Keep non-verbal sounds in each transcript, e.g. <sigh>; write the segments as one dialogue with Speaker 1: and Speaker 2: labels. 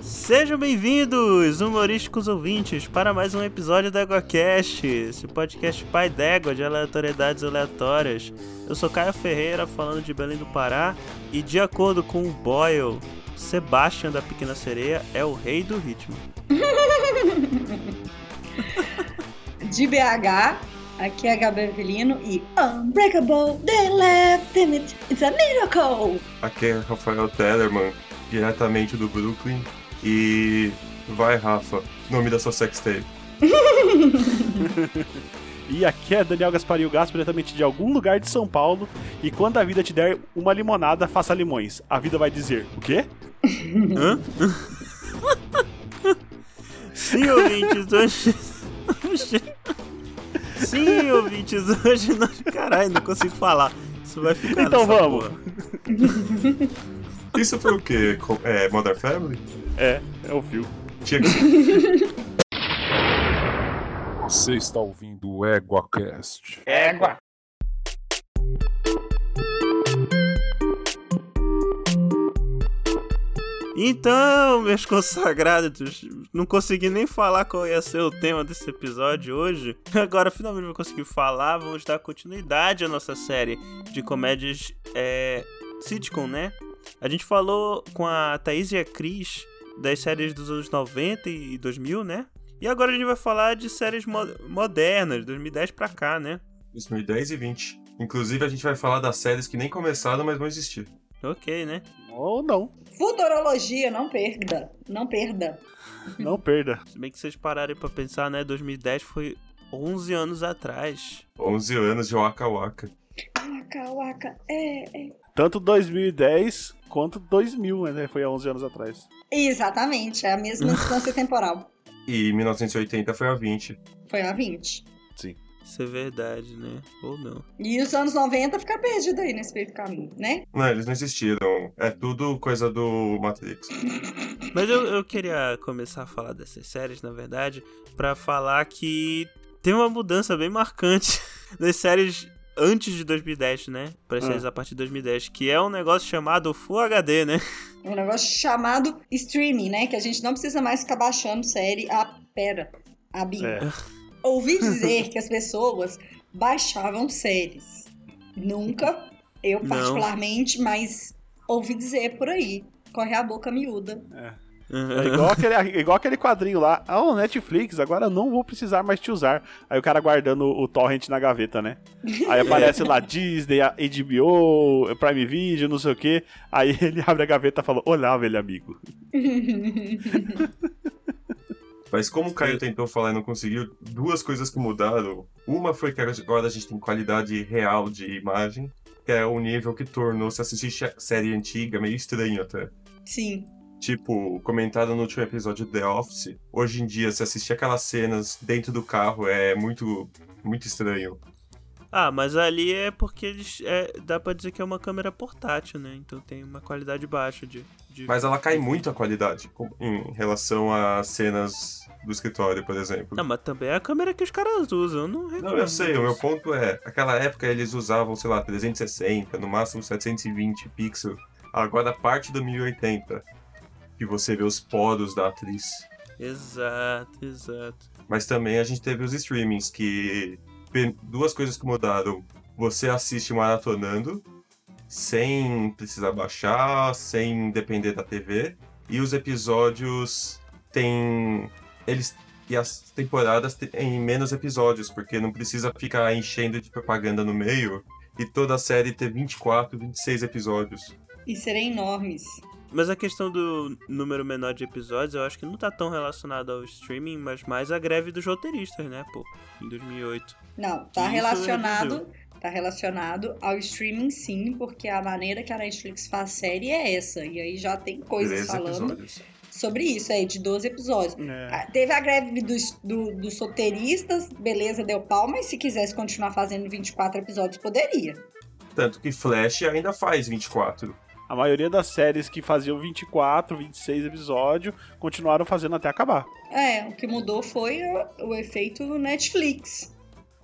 Speaker 1: Sejam bem-vindos, humorísticos ouvintes, para mais um episódio do EgoCast, esse podcast pai d'égua de aleatoriedades aleatórias. Eu sou Caio Ferreira, falando de Belém do Pará, e de acordo com o Boyle, Sebastian da Pequena Sereia é o rei do ritmo.
Speaker 2: de BH, aqui é a Gabi Avelino e Unbreakable, they left in it, it's a miracle!
Speaker 3: Aqui é Rafael Tellerman, diretamente do Brooklyn. E vai, Rafa, nome da sua sextape.
Speaker 4: E aqui é Daniel Gasparinho Gaspo, diretamente de algum lugar de São Paulo. E quando a vida te der uma limonada, faça limões. A vida vai dizer o quê?
Speaker 1: Hã? Sim,
Speaker 4: <laughs>
Speaker 1: ouvintes, hoje. hoje- Sim, ouvintes, hoje nós. Caralho, não consigo falar. Isso vai ficar.
Speaker 4: Então
Speaker 1: nessa
Speaker 4: vamos.
Speaker 1: porra.
Speaker 3: Isso foi o quê? Co- É, Mother Family?
Speaker 4: É, é o fio.
Speaker 3: Tinha que ser.
Speaker 5: Você está ouvindo o EguaCast.
Speaker 1: Então, meus <laughs> consagrados, não consegui nem falar qual ia ser o tema desse episódio hoje. <laughs> Agora finalmente vou conseguir falar, vamos dar continuidade à nossa série de comédias é, sitcom, né? A gente falou com a Thaís e a Cris das séries dos anos 90 e 2000, né? E agora a gente vai falar de séries mo- modernas, 2010 pra cá, né?
Speaker 3: 2010 e 20. Inclusive, a gente vai falar das séries que nem começaram, mas vão existir.
Speaker 1: Ok, né?
Speaker 4: Ou não,
Speaker 2: Futurologia, não perda, não perda.
Speaker 4: não perda.
Speaker 1: Se bem que vocês pararem pra pensar, né? 2010 foi 11 anos atrás.
Speaker 3: 11 anos de Waka Waka.
Speaker 2: Waka, waka, é, é.
Speaker 4: Tanto 2010 quanto 2000, né? Foi há 11 anos atrás.
Speaker 2: Exatamente, é a mesma distância temporal.
Speaker 3: E 1980 foi a 20.
Speaker 2: Foi a 20.
Speaker 1: Isso é verdade, né? Ou não.
Speaker 2: E os anos 90 fica perdido aí nesse meio do caminho, né?
Speaker 3: Não, eles não existiram. É tudo coisa do Matrix.
Speaker 1: Mas eu, eu queria começar a falar dessas séries, na verdade, pra falar que tem uma mudança bem marcante <laughs> das séries antes de 2010, né? Para as
Speaker 4: Ah.
Speaker 1: séries a partir de 2010, que é um negócio chamado Full HD, né?
Speaker 2: Um negócio chamado streaming, né? Que a gente não precisa mais ficar baixando série. Ah, pera, a Bíblia.
Speaker 4: É.
Speaker 2: Ouvi dizer que as pessoas baixavam séries. Nunca, eu
Speaker 1: Não.
Speaker 2: particularmente, mas ouvi dizer por aí. Corre a boca miúda. <laughs>
Speaker 4: É igual aquele, é igual aquele quadrinho lá. Ah, o Netflix, agora eu não vou precisar mais te usar. Aí o cara guardando o torrent na gaveta, né? Aí aparece lá Disney, a HBO, Prime Video, não sei o quê. Aí ele <laughs> abre a gaveta e fala: Olá, velho amigo.
Speaker 3: Mas como o Caio tentou falar e não conseguiu, duas coisas que mudaram. Uma foi que agora a gente tem qualidade real de imagem, que é um nível que tornou se assistir che- série antiga meio estranho até.
Speaker 2: Sim.
Speaker 3: Tipo, comentado no último episódio de The Office, hoje em dia, se assistir aquelas cenas dentro do carro é muito, muito estranho.
Speaker 1: <laughs> Ah, mas ali é porque eles. é, dá pra dizer que é uma câmera portátil, né? Então tem uma qualidade baixa de. de...
Speaker 3: Mas ela cai muito a qualidade com- em relação às cenas do escritório, por exemplo.
Speaker 1: Não, mas também é a câmera que os caras usam, eu não
Speaker 3: Não, eu sei, o meu ponto é, aquela época eles usavam, sei lá, 360, no máximo 720 pixels. Agora parte do 1080, que você vê os poros da atriz.
Speaker 1: Exato, exato.
Speaker 3: Mas também a gente teve os streamings, que pe- duas coisas que mudaram. Você assiste maratonando, sem precisar baixar, sem depender da TV. E os episódios têm. Eles. E as temporadas têm menos episódios, porque não precisa ficar enchendo de propaganda no meio. E toda a série ter 24, 26 episódios.
Speaker 2: E serem enormes.
Speaker 1: Mas a questão do número menor de episódios, eu acho que não tá tão relacionado ao streaming, mas mais à greve dos roteiristas, né, pô, em 2008.
Speaker 2: Não, tá
Speaker 1: Isso
Speaker 2: relacionado. Tá relacionado ao streaming sim, porque a maneira que a Netflix faz série é essa. E aí já tem coisas
Speaker 3: 13
Speaker 2: falando
Speaker 3: episódios.
Speaker 2: sobre isso aí, de 12 episódios.
Speaker 4: É.
Speaker 2: Ah, Teve a greve dos, do- dos solteiristas, beleza, deu pau, mas se quisesse continuar fazendo 24 episódios, poderia.
Speaker 3: Tanto que Flash ainda faz 24.
Speaker 4: A maioria das séries que faziam 24, 26 episódios continuaram fazendo até acabar.
Speaker 2: É, o que mudou foi o, o efeito Netflix.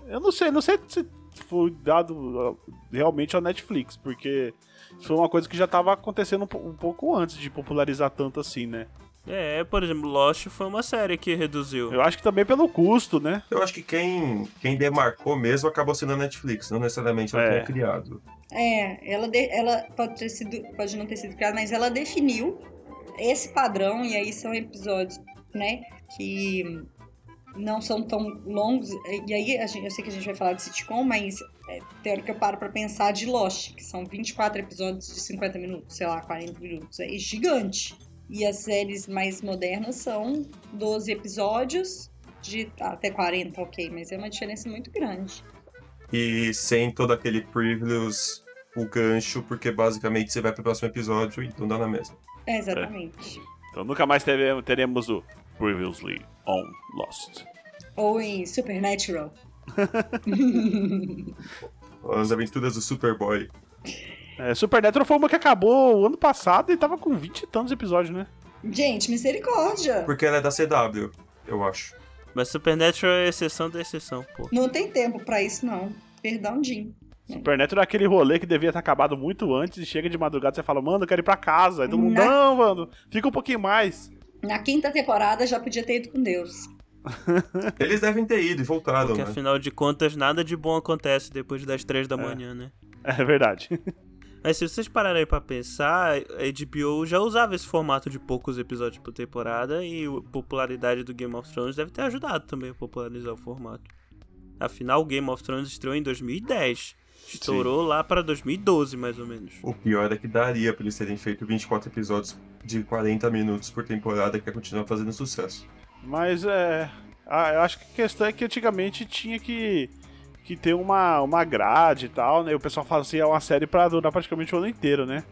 Speaker 4: Eu não sei, não sei se foi dado ah, realmente ao Netflix, porque isso foi uma coisa que já tava acontecendo um, po- um pouco antes de popularizar tanto assim, né?
Speaker 1: É, por exemplo, Lost foi uma série que reduziu.
Speaker 4: Eu acho que também pelo custo, né?
Speaker 3: Eu acho que quem, quem demarcou mesmo acabou sendo a Netflix, não necessariamente ela
Speaker 4: É.
Speaker 3: tenha criado.
Speaker 2: É, ela, de- ela pode, ter sido, pode não ter sido criada, mas ela definiu esse padrão, e aí são episódios, né, que não são tão longos. E aí, a gente- eu sei que a gente vai falar de sitcom, mas é, tem hora que eu paro pra pensar de Lost, que são 24 episódios de 50 minutos, sei lá, 40 minutos. É gigante. E as séries mais modernas são 12 episódios de até 40, ok, mas é uma diferença muito grande.
Speaker 3: E sem todo aquele previews, o gancho, porque basicamente você vai pro próximo episódio, então dá na mesma.
Speaker 2: É, exatamente.
Speaker 4: Então nunca mais teve- teremos o Previously on Lost.
Speaker 2: Ou em Supernatural.
Speaker 3: As aventuras do Superboy.
Speaker 4: É, Supernatural foi uma que acabou o ano passado e tava com 20 e tantos episódios, né?
Speaker 2: Gente, misericórdia!
Speaker 3: Porque ela é da CW, eu acho.
Speaker 1: Mas Supernatural é exceção da exceção, pô.
Speaker 2: Não tem tempo pra isso, não. Perdão, Jim.
Speaker 4: Supernatural é aquele rolê que devia ter acabado muito antes e chega de madrugada e você fala, mano, eu quero ir pra casa. Aí todo mundo,
Speaker 2: Na-
Speaker 4: não, mano, fica um pouquinho mais. <laughs>
Speaker 2: Na quinta temporada já podia ter ido com Deus. <laughs>
Speaker 3: Eles devem ter ido e voltado,
Speaker 1: Porque
Speaker 3: né?
Speaker 1: afinal de contas, nada de bom acontece depois das três da manhã, né?
Speaker 4: É verdade.
Speaker 1: Mas se vocês pararem pra pensar, a HBO já usava esse formato de poucos episódios por temporada e a popularidade do Game of Thrones deve ter ajudado também a popularizar o formato. Afinal, o Game of Thrones estreou em 2010. Estourou lá pra 2012, mais ou menos.
Speaker 3: O pior é que daria pra eles terem feito 24 episódios de 40 minutos por temporada que ia continuar fazendo sucesso.
Speaker 4: Mas é. a- Eu acho que a questão é que antigamente tinha que, que ter uma, uma grade e tal, né? O pessoal fazia uma série pra durar praticamente o ano inteiro, né?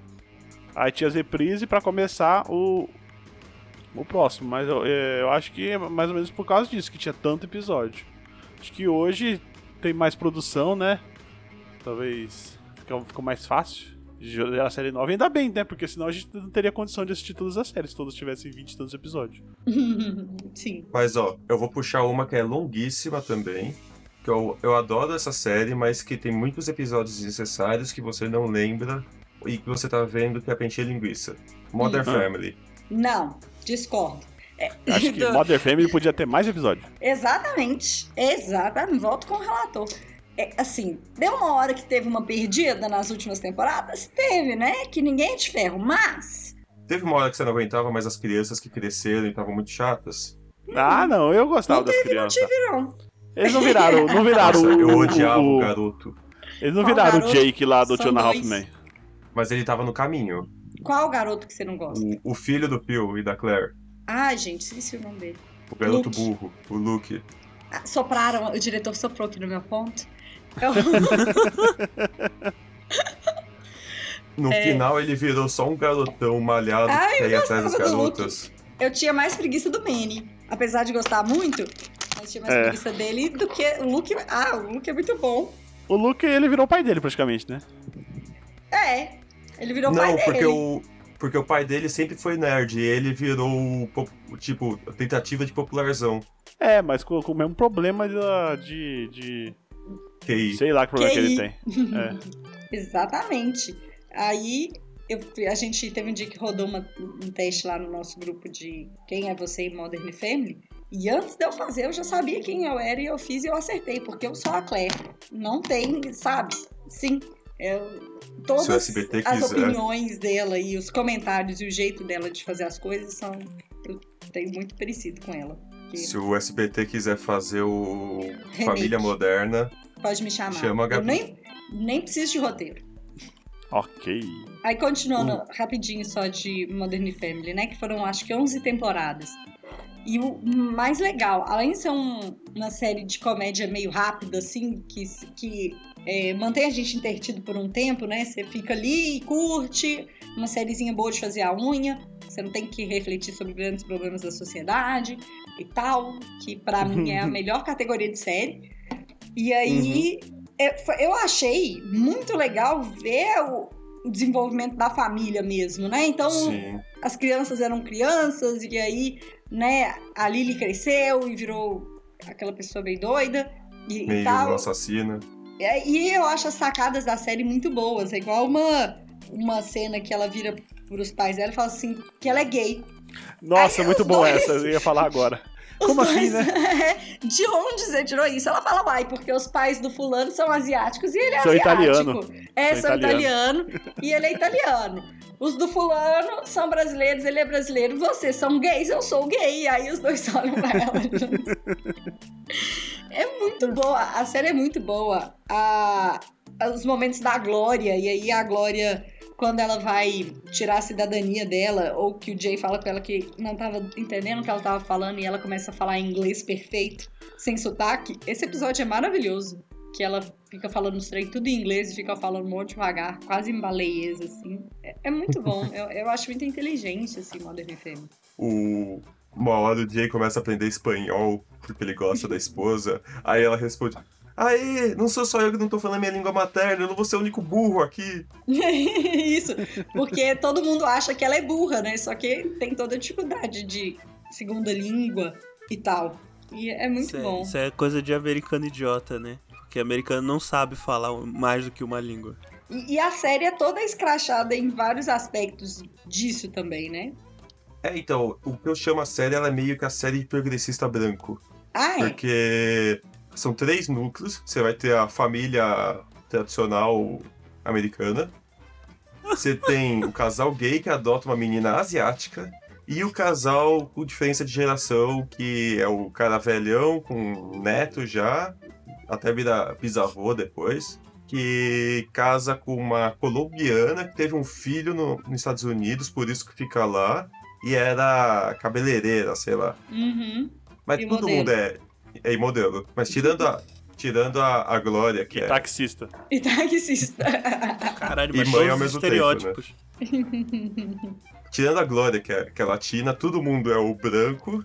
Speaker 4: Aí tinha as reprises pra começar o, o próximo. Mas eu, é, eu acho que é mais ou menos por causa disso, que tinha tanto episódio. Acho que hoje tem mais produção, né? Talvez fica- ficou mais fácil de gerar a série nova. Ainda bem, né? Porque senão a gente não teria condição de assistir todas as séries, se todas tivessem 20 e tantos episódios.
Speaker 2: Sim.
Speaker 3: Mas ó, eu vou puxar uma que é longuíssima também. Que eu, eu adoro essa série, mas que tem muitos episódios desnecessários que você não lembra e que você tá vendo que é pra encher linguiça. Modern
Speaker 4: Hum.
Speaker 3: Family.
Speaker 2: Não, discordo. É,
Speaker 4: Eu Acho que
Speaker 2: <laughs> do-
Speaker 4: Mother Family podia ter mais episódio.
Speaker 2: Exatamente. Exatamente. Volto com o relator. É, assim, deu uma hora que teve uma perdida nas últimas temporadas? Teve, né? Que ninguém é de ferro, mas.
Speaker 3: Teve uma hora que você não aguentava mais as crianças que cresceram e estavam muito chatas.
Speaker 4: Ah, não, eu gostava
Speaker 2: Não
Speaker 4: das crianças.
Speaker 2: Viram?
Speaker 4: Eles não viraram, não viraram
Speaker 3: Nossa,
Speaker 4: o,
Speaker 3: eu odiava
Speaker 4: o-
Speaker 3: o
Speaker 4: o-
Speaker 3: garoto.
Speaker 4: Eles não
Speaker 2: Qual
Speaker 4: viraram o
Speaker 2: garoto?
Speaker 4: Jake lá do
Speaker 2: São
Speaker 4: Tiona
Speaker 2: dois.
Speaker 4: Hoffman.
Speaker 3: Mas ele tava no caminho.
Speaker 2: Qual garoto que você não gosta?
Speaker 3: O, o filho do Phil e da Claire.
Speaker 2: Ah, gente, esqueci o nome dele.
Speaker 3: O garoto
Speaker 2: Luke.
Speaker 3: burro. O Luke.
Speaker 2: Ah, sopraram, o diretor soprou aqui no meu ponto. Eu...
Speaker 3: No
Speaker 2: É.
Speaker 3: final ele virou só um garotão malhado
Speaker 2: Ai,
Speaker 3: que ia atrás das
Speaker 2: gostava do Luke.
Speaker 3: garotas.
Speaker 2: Eu tinha mais preguiça do Manny. Apesar de gostar muito, eu tinha mais
Speaker 4: É.
Speaker 2: preguiça dele do que o Luke. Ah, o Luke é muito bom.
Speaker 4: O Luke, ele virou o pai dele praticamente, né?
Speaker 2: É. Ele virou pai
Speaker 3: Não,
Speaker 2: dele.
Speaker 3: porque o, porque o pai dele sempre foi nerd e ele virou, o pop- o tipo, a tentativa de popularzão.
Speaker 4: É, mas com, com o mesmo problema da- de, de,
Speaker 3: QI.
Speaker 4: Sei lá que problema que,
Speaker 2: QI.
Speaker 4: ele tem. É.
Speaker 2: Exatamente. Aí eu fui- a gente teve um dia que rodou uma- um teste lá no nosso grupo de Quem é Você e Modern Family. E antes de eu fazer, eu já sabia quem eu era e eu fiz e eu acertei, porque eu sou a Claire. Não tem, sabe? Sim. Eu,
Speaker 3: Se o
Speaker 2: todas
Speaker 3: SBT
Speaker 2: as
Speaker 3: quiser.
Speaker 2: opiniões dela e os comentários e o jeito dela de fazer as coisas são. Eu tenho muito parecido com ela. Que
Speaker 3: Se o SBT quiser fazer o
Speaker 2: Remake.
Speaker 3: Família Moderna,
Speaker 2: Pode me chamar.
Speaker 3: Chama a
Speaker 2: eu
Speaker 3: Gabi.
Speaker 2: nem, nem preciso de roteiro.
Speaker 4: Ok.
Speaker 2: Aí continuando rapidinho só de Modern Family, né? Que foram acho que 11 temporadas. E o mais legal, além de ser um- uma série de comédia meio rápida, assim, que, s- que é, mantém a gente entretido por um tempo, né? Você fica ali e curte, uma sériezinha boa de fazer a unha, você não tem que refletir sobre grandes problemas da sociedade e tal, que pra mim é a melhor categoria de série. E aí, eu, foi- eu achei muito legal ver o, o desenvolvimento da família mesmo, né? Então,
Speaker 3: sim.
Speaker 2: as crianças eram crianças, e aí, né, a Lily cresceu e virou aquela pessoa bem doida e, e
Speaker 3: Meio
Speaker 2: tal.
Speaker 3: assassina.
Speaker 2: É, E eu acho as sacadas da série muito boas. É igual uma, uma cena que ela vira pros pais dela e fala assim que ela é gay.
Speaker 4: Nossa,
Speaker 2: Aí
Speaker 4: muito
Speaker 2: os
Speaker 4: bom
Speaker 2: dois-
Speaker 4: essa, eu ia falar agora.
Speaker 2: Os
Speaker 4: Como assim, né?
Speaker 2: <laughs> De onde você tirou isso? Ela fala, uai, porque os pais do fulano são asiáticos e ele é
Speaker 4: Sou
Speaker 2: asiático.
Speaker 4: italiano.
Speaker 2: É,
Speaker 4: Sou
Speaker 2: são italiano. e ele é italiano. Os do fulano são brasileiros, ele é brasileiro. Vocês são gays, eu sou gay. E aí os dois <laughs> olham pra ela. é muito boa. A série é muito boa. A- os momentos da Glória. E aí a Glória, quando ela vai tirar a cidadania dela, ou que o Jay fala com ela que não tava entendendo o que ela tava falando, e ela começa a falar em inglês perfeito, sem sotaque. Esse episódio é maravilhoso. Que ela fica falando os trem tudo em inglês e fica falando um monte devagar, quase em baleias, assim. É, é muito bom. eu, eu acho muito inteligente, assim, Modern FM.
Speaker 3: o uma hora o Jay começa a aprender espanhol porque ele gosta
Speaker 2: <laughs>
Speaker 3: da esposa. Aí ela responde: Aê, não sou só eu que não tô falando minha língua materna, eu não vou ser o único burro aqui.
Speaker 2: <laughs> Isso. Porque todo mundo acha que ela é burra, né? Só que tem toda a dificuldade de segunda língua e tal. E é muito
Speaker 1: isso, é-
Speaker 2: bom.
Speaker 1: isso é coisa de americano idiota, né? Porque americano não sabe falar um, mais do que uma língua.
Speaker 2: E, e a série é toda escrachada em vários aspectos disso também, né?
Speaker 3: É, então, o que eu chamo a série, ela é meio que a série de progressista branco.
Speaker 2: Ah, é.
Speaker 3: Porque são três núcleos. Você vai ter a família tradicional americana. Você tem o casal gay que adota uma menina asiática. E o casal com diferença de geração, que é o cara velhão com neto já, até vira bisavô depois, que casa com uma colombiana que teve um filho no- nos Estados Unidos, por isso que fica lá, e era cabeleireira, sei lá.
Speaker 2: Uhum.
Speaker 3: Mas
Speaker 2: E
Speaker 3: todo
Speaker 2: modelo.
Speaker 3: mundo é, é modelo. Mas tirando a, tirando a, a Glória, que
Speaker 4: E
Speaker 3: é.
Speaker 4: taxista.
Speaker 2: E tá <laughs> taxista.
Speaker 1: Caralho,
Speaker 3: E
Speaker 1: mas
Speaker 3: mãe
Speaker 1: todos
Speaker 3: ao
Speaker 1: os
Speaker 3: mesmo tempo,
Speaker 1: estereótipos.
Speaker 3: Tirando a Glória, que é, que é latina, todo mundo é o branco.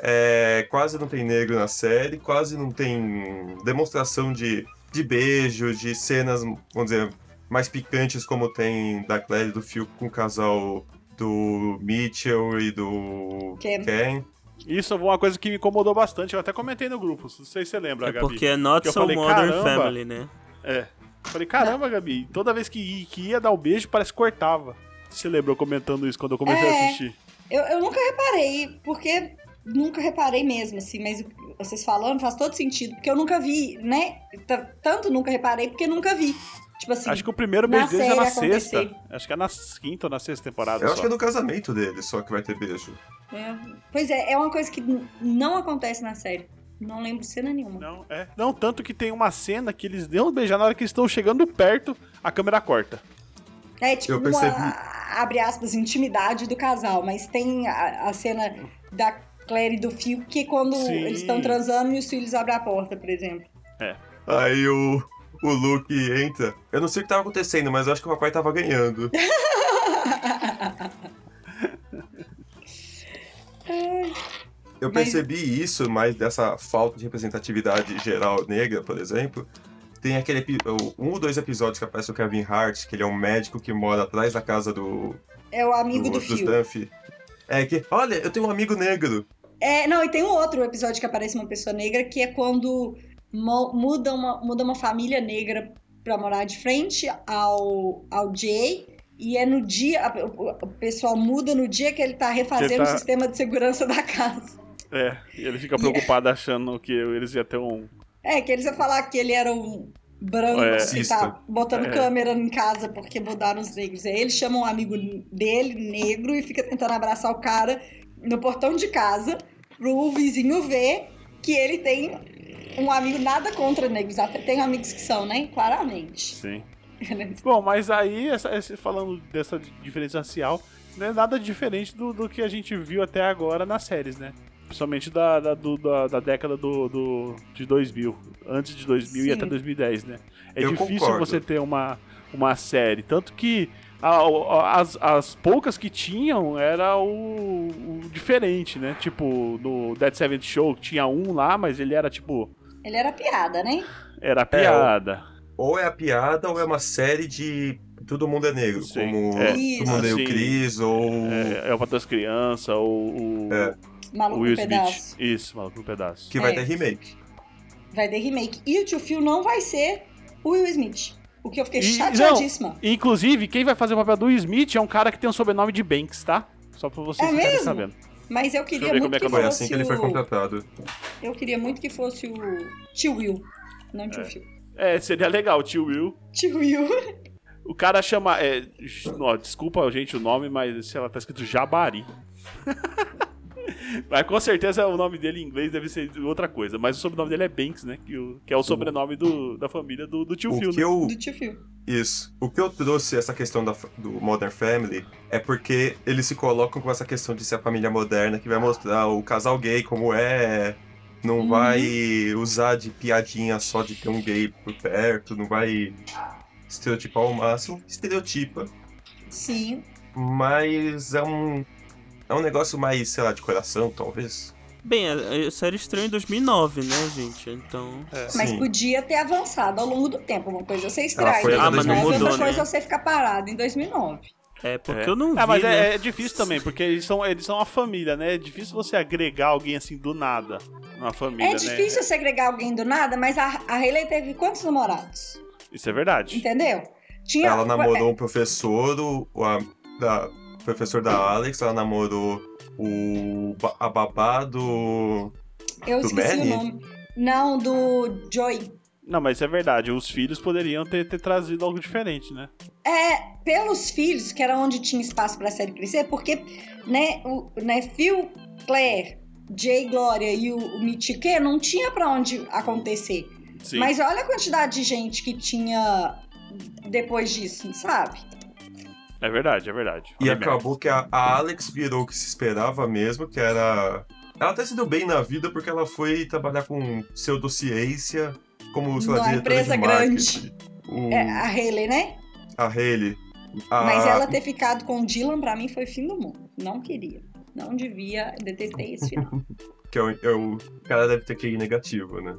Speaker 3: É, quase não tem negro na série, quase não tem demonstração de, de beijo, de cenas, vamos dizer, mais picantes, como tem da Claire e do Phil com o casal do Mitchell e do
Speaker 2: Ken.
Speaker 3: Ken.
Speaker 4: Isso foi uma coisa que me incomodou bastante. Eu até comentei no grupo, não sei se você lembra,
Speaker 1: É
Speaker 4: Gabi.
Speaker 1: porque é Not
Speaker 4: Que eu
Speaker 1: So
Speaker 4: falei,
Speaker 1: Modern
Speaker 4: caramba.
Speaker 1: Family, né?
Speaker 4: É. Falei, caramba, Gabi, toda vez que ia, que ia dar um beijo, parece que cortava. Você lembrou comentando isso quando eu comecei
Speaker 2: É.
Speaker 4: a assistir?
Speaker 2: Eu, eu nunca reparei, porque nunca reparei mesmo, assim, mas o- vocês falando faz todo sentido, porque eu nunca vi, né? T- Tanto nunca reparei, porque nunca vi. Tipo assim,
Speaker 4: Acho que o primeiro
Speaker 2: Na
Speaker 4: beijo deles é na
Speaker 2: série
Speaker 4: sexta.
Speaker 2: aconteceu.
Speaker 4: Acho que é na quinta ou na sexta temporada.
Speaker 3: Eu
Speaker 4: só.
Speaker 3: acho que é do casamento dele só que vai ter beijo.
Speaker 2: é, pois é, é uma coisa que n- não acontece na série. Não lembro cena nenhuma.
Speaker 4: Não, é. Não, tanto que tem uma cena que eles dão um beijar na hora que eles estão chegando perto, a câmera corta.
Speaker 2: É tipo
Speaker 3: Eu
Speaker 2: uma,
Speaker 3: percebi.
Speaker 2: abre aspas, intimidade do casal, mas tem a, a cena da Claire e do Phil, que é quando
Speaker 4: Sim.
Speaker 2: eles estão transando e os filhos abrem a porta, por exemplo.
Speaker 3: Aí o, o Luke entra. Eu não sei o que tava acontecendo, mas eu acho que o papai tava ganhando.
Speaker 2: <laughs>
Speaker 3: Eu
Speaker 2: Mas-
Speaker 3: percebi isso, mas dessa falta de representatividade geral negra, por exemplo. Tem aquele epi- o- um ou dois episódios que aparece o Kevin Hart, que ele é um médico que mora atrás da casa do,
Speaker 2: É o amigo do,
Speaker 3: do, do
Speaker 2: Phil.
Speaker 3: Duff. É que, olha, eu tenho um amigo negro.
Speaker 2: É, não, e tem um outro episódio que aparece uma pessoa negra, que é quando mo- muda uma, muda uma família negra pra morar de frente ao, ao Jay. E é no dia, a- o o pessoal muda no dia que ele tá refazendo
Speaker 4: tá-
Speaker 2: o sistema de segurança da casa.
Speaker 4: É, e ele fica preocupado achando que eles iam ter um.
Speaker 2: É, que eles iam falar que ele era um branco
Speaker 4: É.
Speaker 2: que tá botando
Speaker 4: É.
Speaker 2: câmera em casa porque mudaram os negros. Aí ele chama um amigo dele, negro, e fica tentando abraçar o cara no portão de casa pro vizinho ver que ele tem um amigo nada contra negros. Até tem amigos que são, né? Claramente. <laughs>
Speaker 4: Sim. Bom, mas aí, essa- esse- falando dessa diferença racial, não é nada diferente do, do que a gente viu até agora nas séries, né? Principalmente da, da, do- da, da década do, do, de 2000, antes de 2000 e
Speaker 2: Sim.
Speaker 4: até 2010, né? É
Speaker 3: Eu
Speaker 4: difícil
Speaker 3: concordo.
Speaker 4: você ter uma, uma série. Tanto que a- a- as, as poucas que tinham era o, o diferente, né? Tipo, no Dead Seventh Show tinha um lá, mas ele era tipo.
Speaker 2: Ele era piada, né?
Speaker 3: É,
Speaker 4: Era piada.
Speaker 3: Ou é a piada, ou é uma série de todo mundo é negro,
Speaker 4: Sim,
Speaker 3: como
Speaker 4: é.
Speaker 3: todo mundo é
Speaker 4: Sim.
Speaker 3: o Chris, ou
Speaker 4: É, é o Patrão das Crianças, o, o,
Speaker 3: É.
Speaker 2: Maluco
Speaker 4: O
Speaker 2: no
Speaker 4: Will
Speaker 2: um pedaço.
Speaker 4: Smith. Isso, maluco no pedaço.
Speaker 3: que vai
Speaker 2: É.
Speaker 3: ter remake.
Speaker 2: Vai ter remake. E o tio Phil não vai ser o Will Smith. O que eu fiquei
Speaker 4: E-
Speaker 2: chateadíssima.
Speaker 4: Inclusive, quem vai fazer o papel do Will Smith é um cara que tem o um sobrenome de Banks, tá? Só pra vocês
Speaker 2: É
Speaker 4: ficarem
Speaker 2: mesmo?
Speaker 4: sabendo.
Speaker 2: Mas eu queria
Speaker 4: ver
Speaker 2: muito
Speaker 4: como é
Speaker 2: que,
Speaker 4: que
Speaker 3: Foi
Speaker 2: fosse
Speaker 3: assim que ele foi
Speaker 2: o...
Speaker 3: contratado.
Speaker 2: Eu queria muito que fosse o Tio Will. Não Tio Phil.
Speaker 4: É, seria legal, tio Will.
Speaker 2: Tio Will. <laughs>
Speaker 4: O cara chama. É, j- ó, desculpa, gente, o nome, mas sei lá, tá escrito Jabari. <laughs> mas com certeza o nome dele em inglês deve ser outra coisa. Mas o sobrenome dele é Banks, né? Que, o- que é o sobrenome do- da família do, do tio
Speaker 3: O
Speaker 4: Phil,
Speaker 3: que
Speaker 4: né?
Speaker 3: eu
Speaker 2: Do Tio Phil.
Speaker 3: Isso. O que eu trouxe essa questão da- do Modern Family é porque eles se colocam com essa questão de ser a família moderna que vai mostrar o casal gay como é. Não
Speaker 2: Uhum.
Speaker 3: vai usar de piadinha só de ter um gay por perto, não vai estereotipar ao máximo. Estereotipa,
Speaker 2: Sim.
Speaker 3: mas é um. É um negócio mais, sei lá, de coração, talvez.
Speaker 1: Bem, a, a série estreou em 2009, né, gente? Então.
Speaker 2: Mas
Speaker 3: Sim.
Speaker 2: podia ter avançado ao longo do tempo. Uma coisa você
Speaker 3: Ela
Speaker 2: extrai
Speaker 3: foi
Speaker 2: em
Speaker 3: até
Speaker 2: 2009,
Speaker 1: 2009,
Speaker 2: outra coisa é
Speaker 1: né?
Speaker 2: você ficar parado em 2009.
Speaker 1: É porque
Speaker 4: É.
Speaker 1: eu não vi.
Speaker 4: Ah, mas
Speaker 1: né?
Speaker 4: é, é difícil também, porque eles são, eles são uma família, né? É difícil você agregar alguém assim do nada. Uma família,
Speaker 2: é difícil
Speaker 4: né?
Speaker 2: segregar alguém do nada, mas a, a Hayley teve quantos namorados?
Speaker 4: Isso é verdade.
Speaker 2: Entendeu? Tinha,
Speaker 3: Ela namorou
Speaker 2: é
Speaker 3: um professor, o, o a- da, o professor da Alex, ela namorou o, ba- a babá do.
Speaker 2: Eu
Speaker 3: do
Speaker 2: esqueci
Speaker 3: Manny?
Speaker 2: o nome. Não, do Joey.
Speaker 4: Não, mas isso é verdade. Os filhos poderiam ter, ter trazido algo diferente, né?
Speaker 2: É, pelos filhos, que era onde tinha espaço pra série crescer, porque, né, o, né, Phil, Claire, Jay, Glória e o, o Mitch K não tinha pra onde acontecer.
Speaker 4: Sim.
Speaker 2: Mas olha a quantidade de gente que tinha depois disso, sabe?
Speaker 4: É verdade, é verdade.
Speaker 3: E
Speaker 4: Olha merda.
Speaker 3: acabou que a, a Alex virou o que se esperava mesmo, que era. Ela até se deu bem na vida porque ela foi trabalhar com pseudociência como, sei lá,
Speaker 2: Numa
Speaker 3: diretora
Speaker 2: empresa
Speaker 3: de marketing. O,
Speaker 2: É, a Haley, né?
Speaker 3: A Haley. A-
Speaker 2: Mas ela ter ficado com o Dylan, pra mim, foi fim do mundo. Não queria. Não devia, detestei esse
Speaker 3: <laughs>
Speaker 2: final.
Speaker 3: Que é o, é o o cara deve ter QI negativo, né?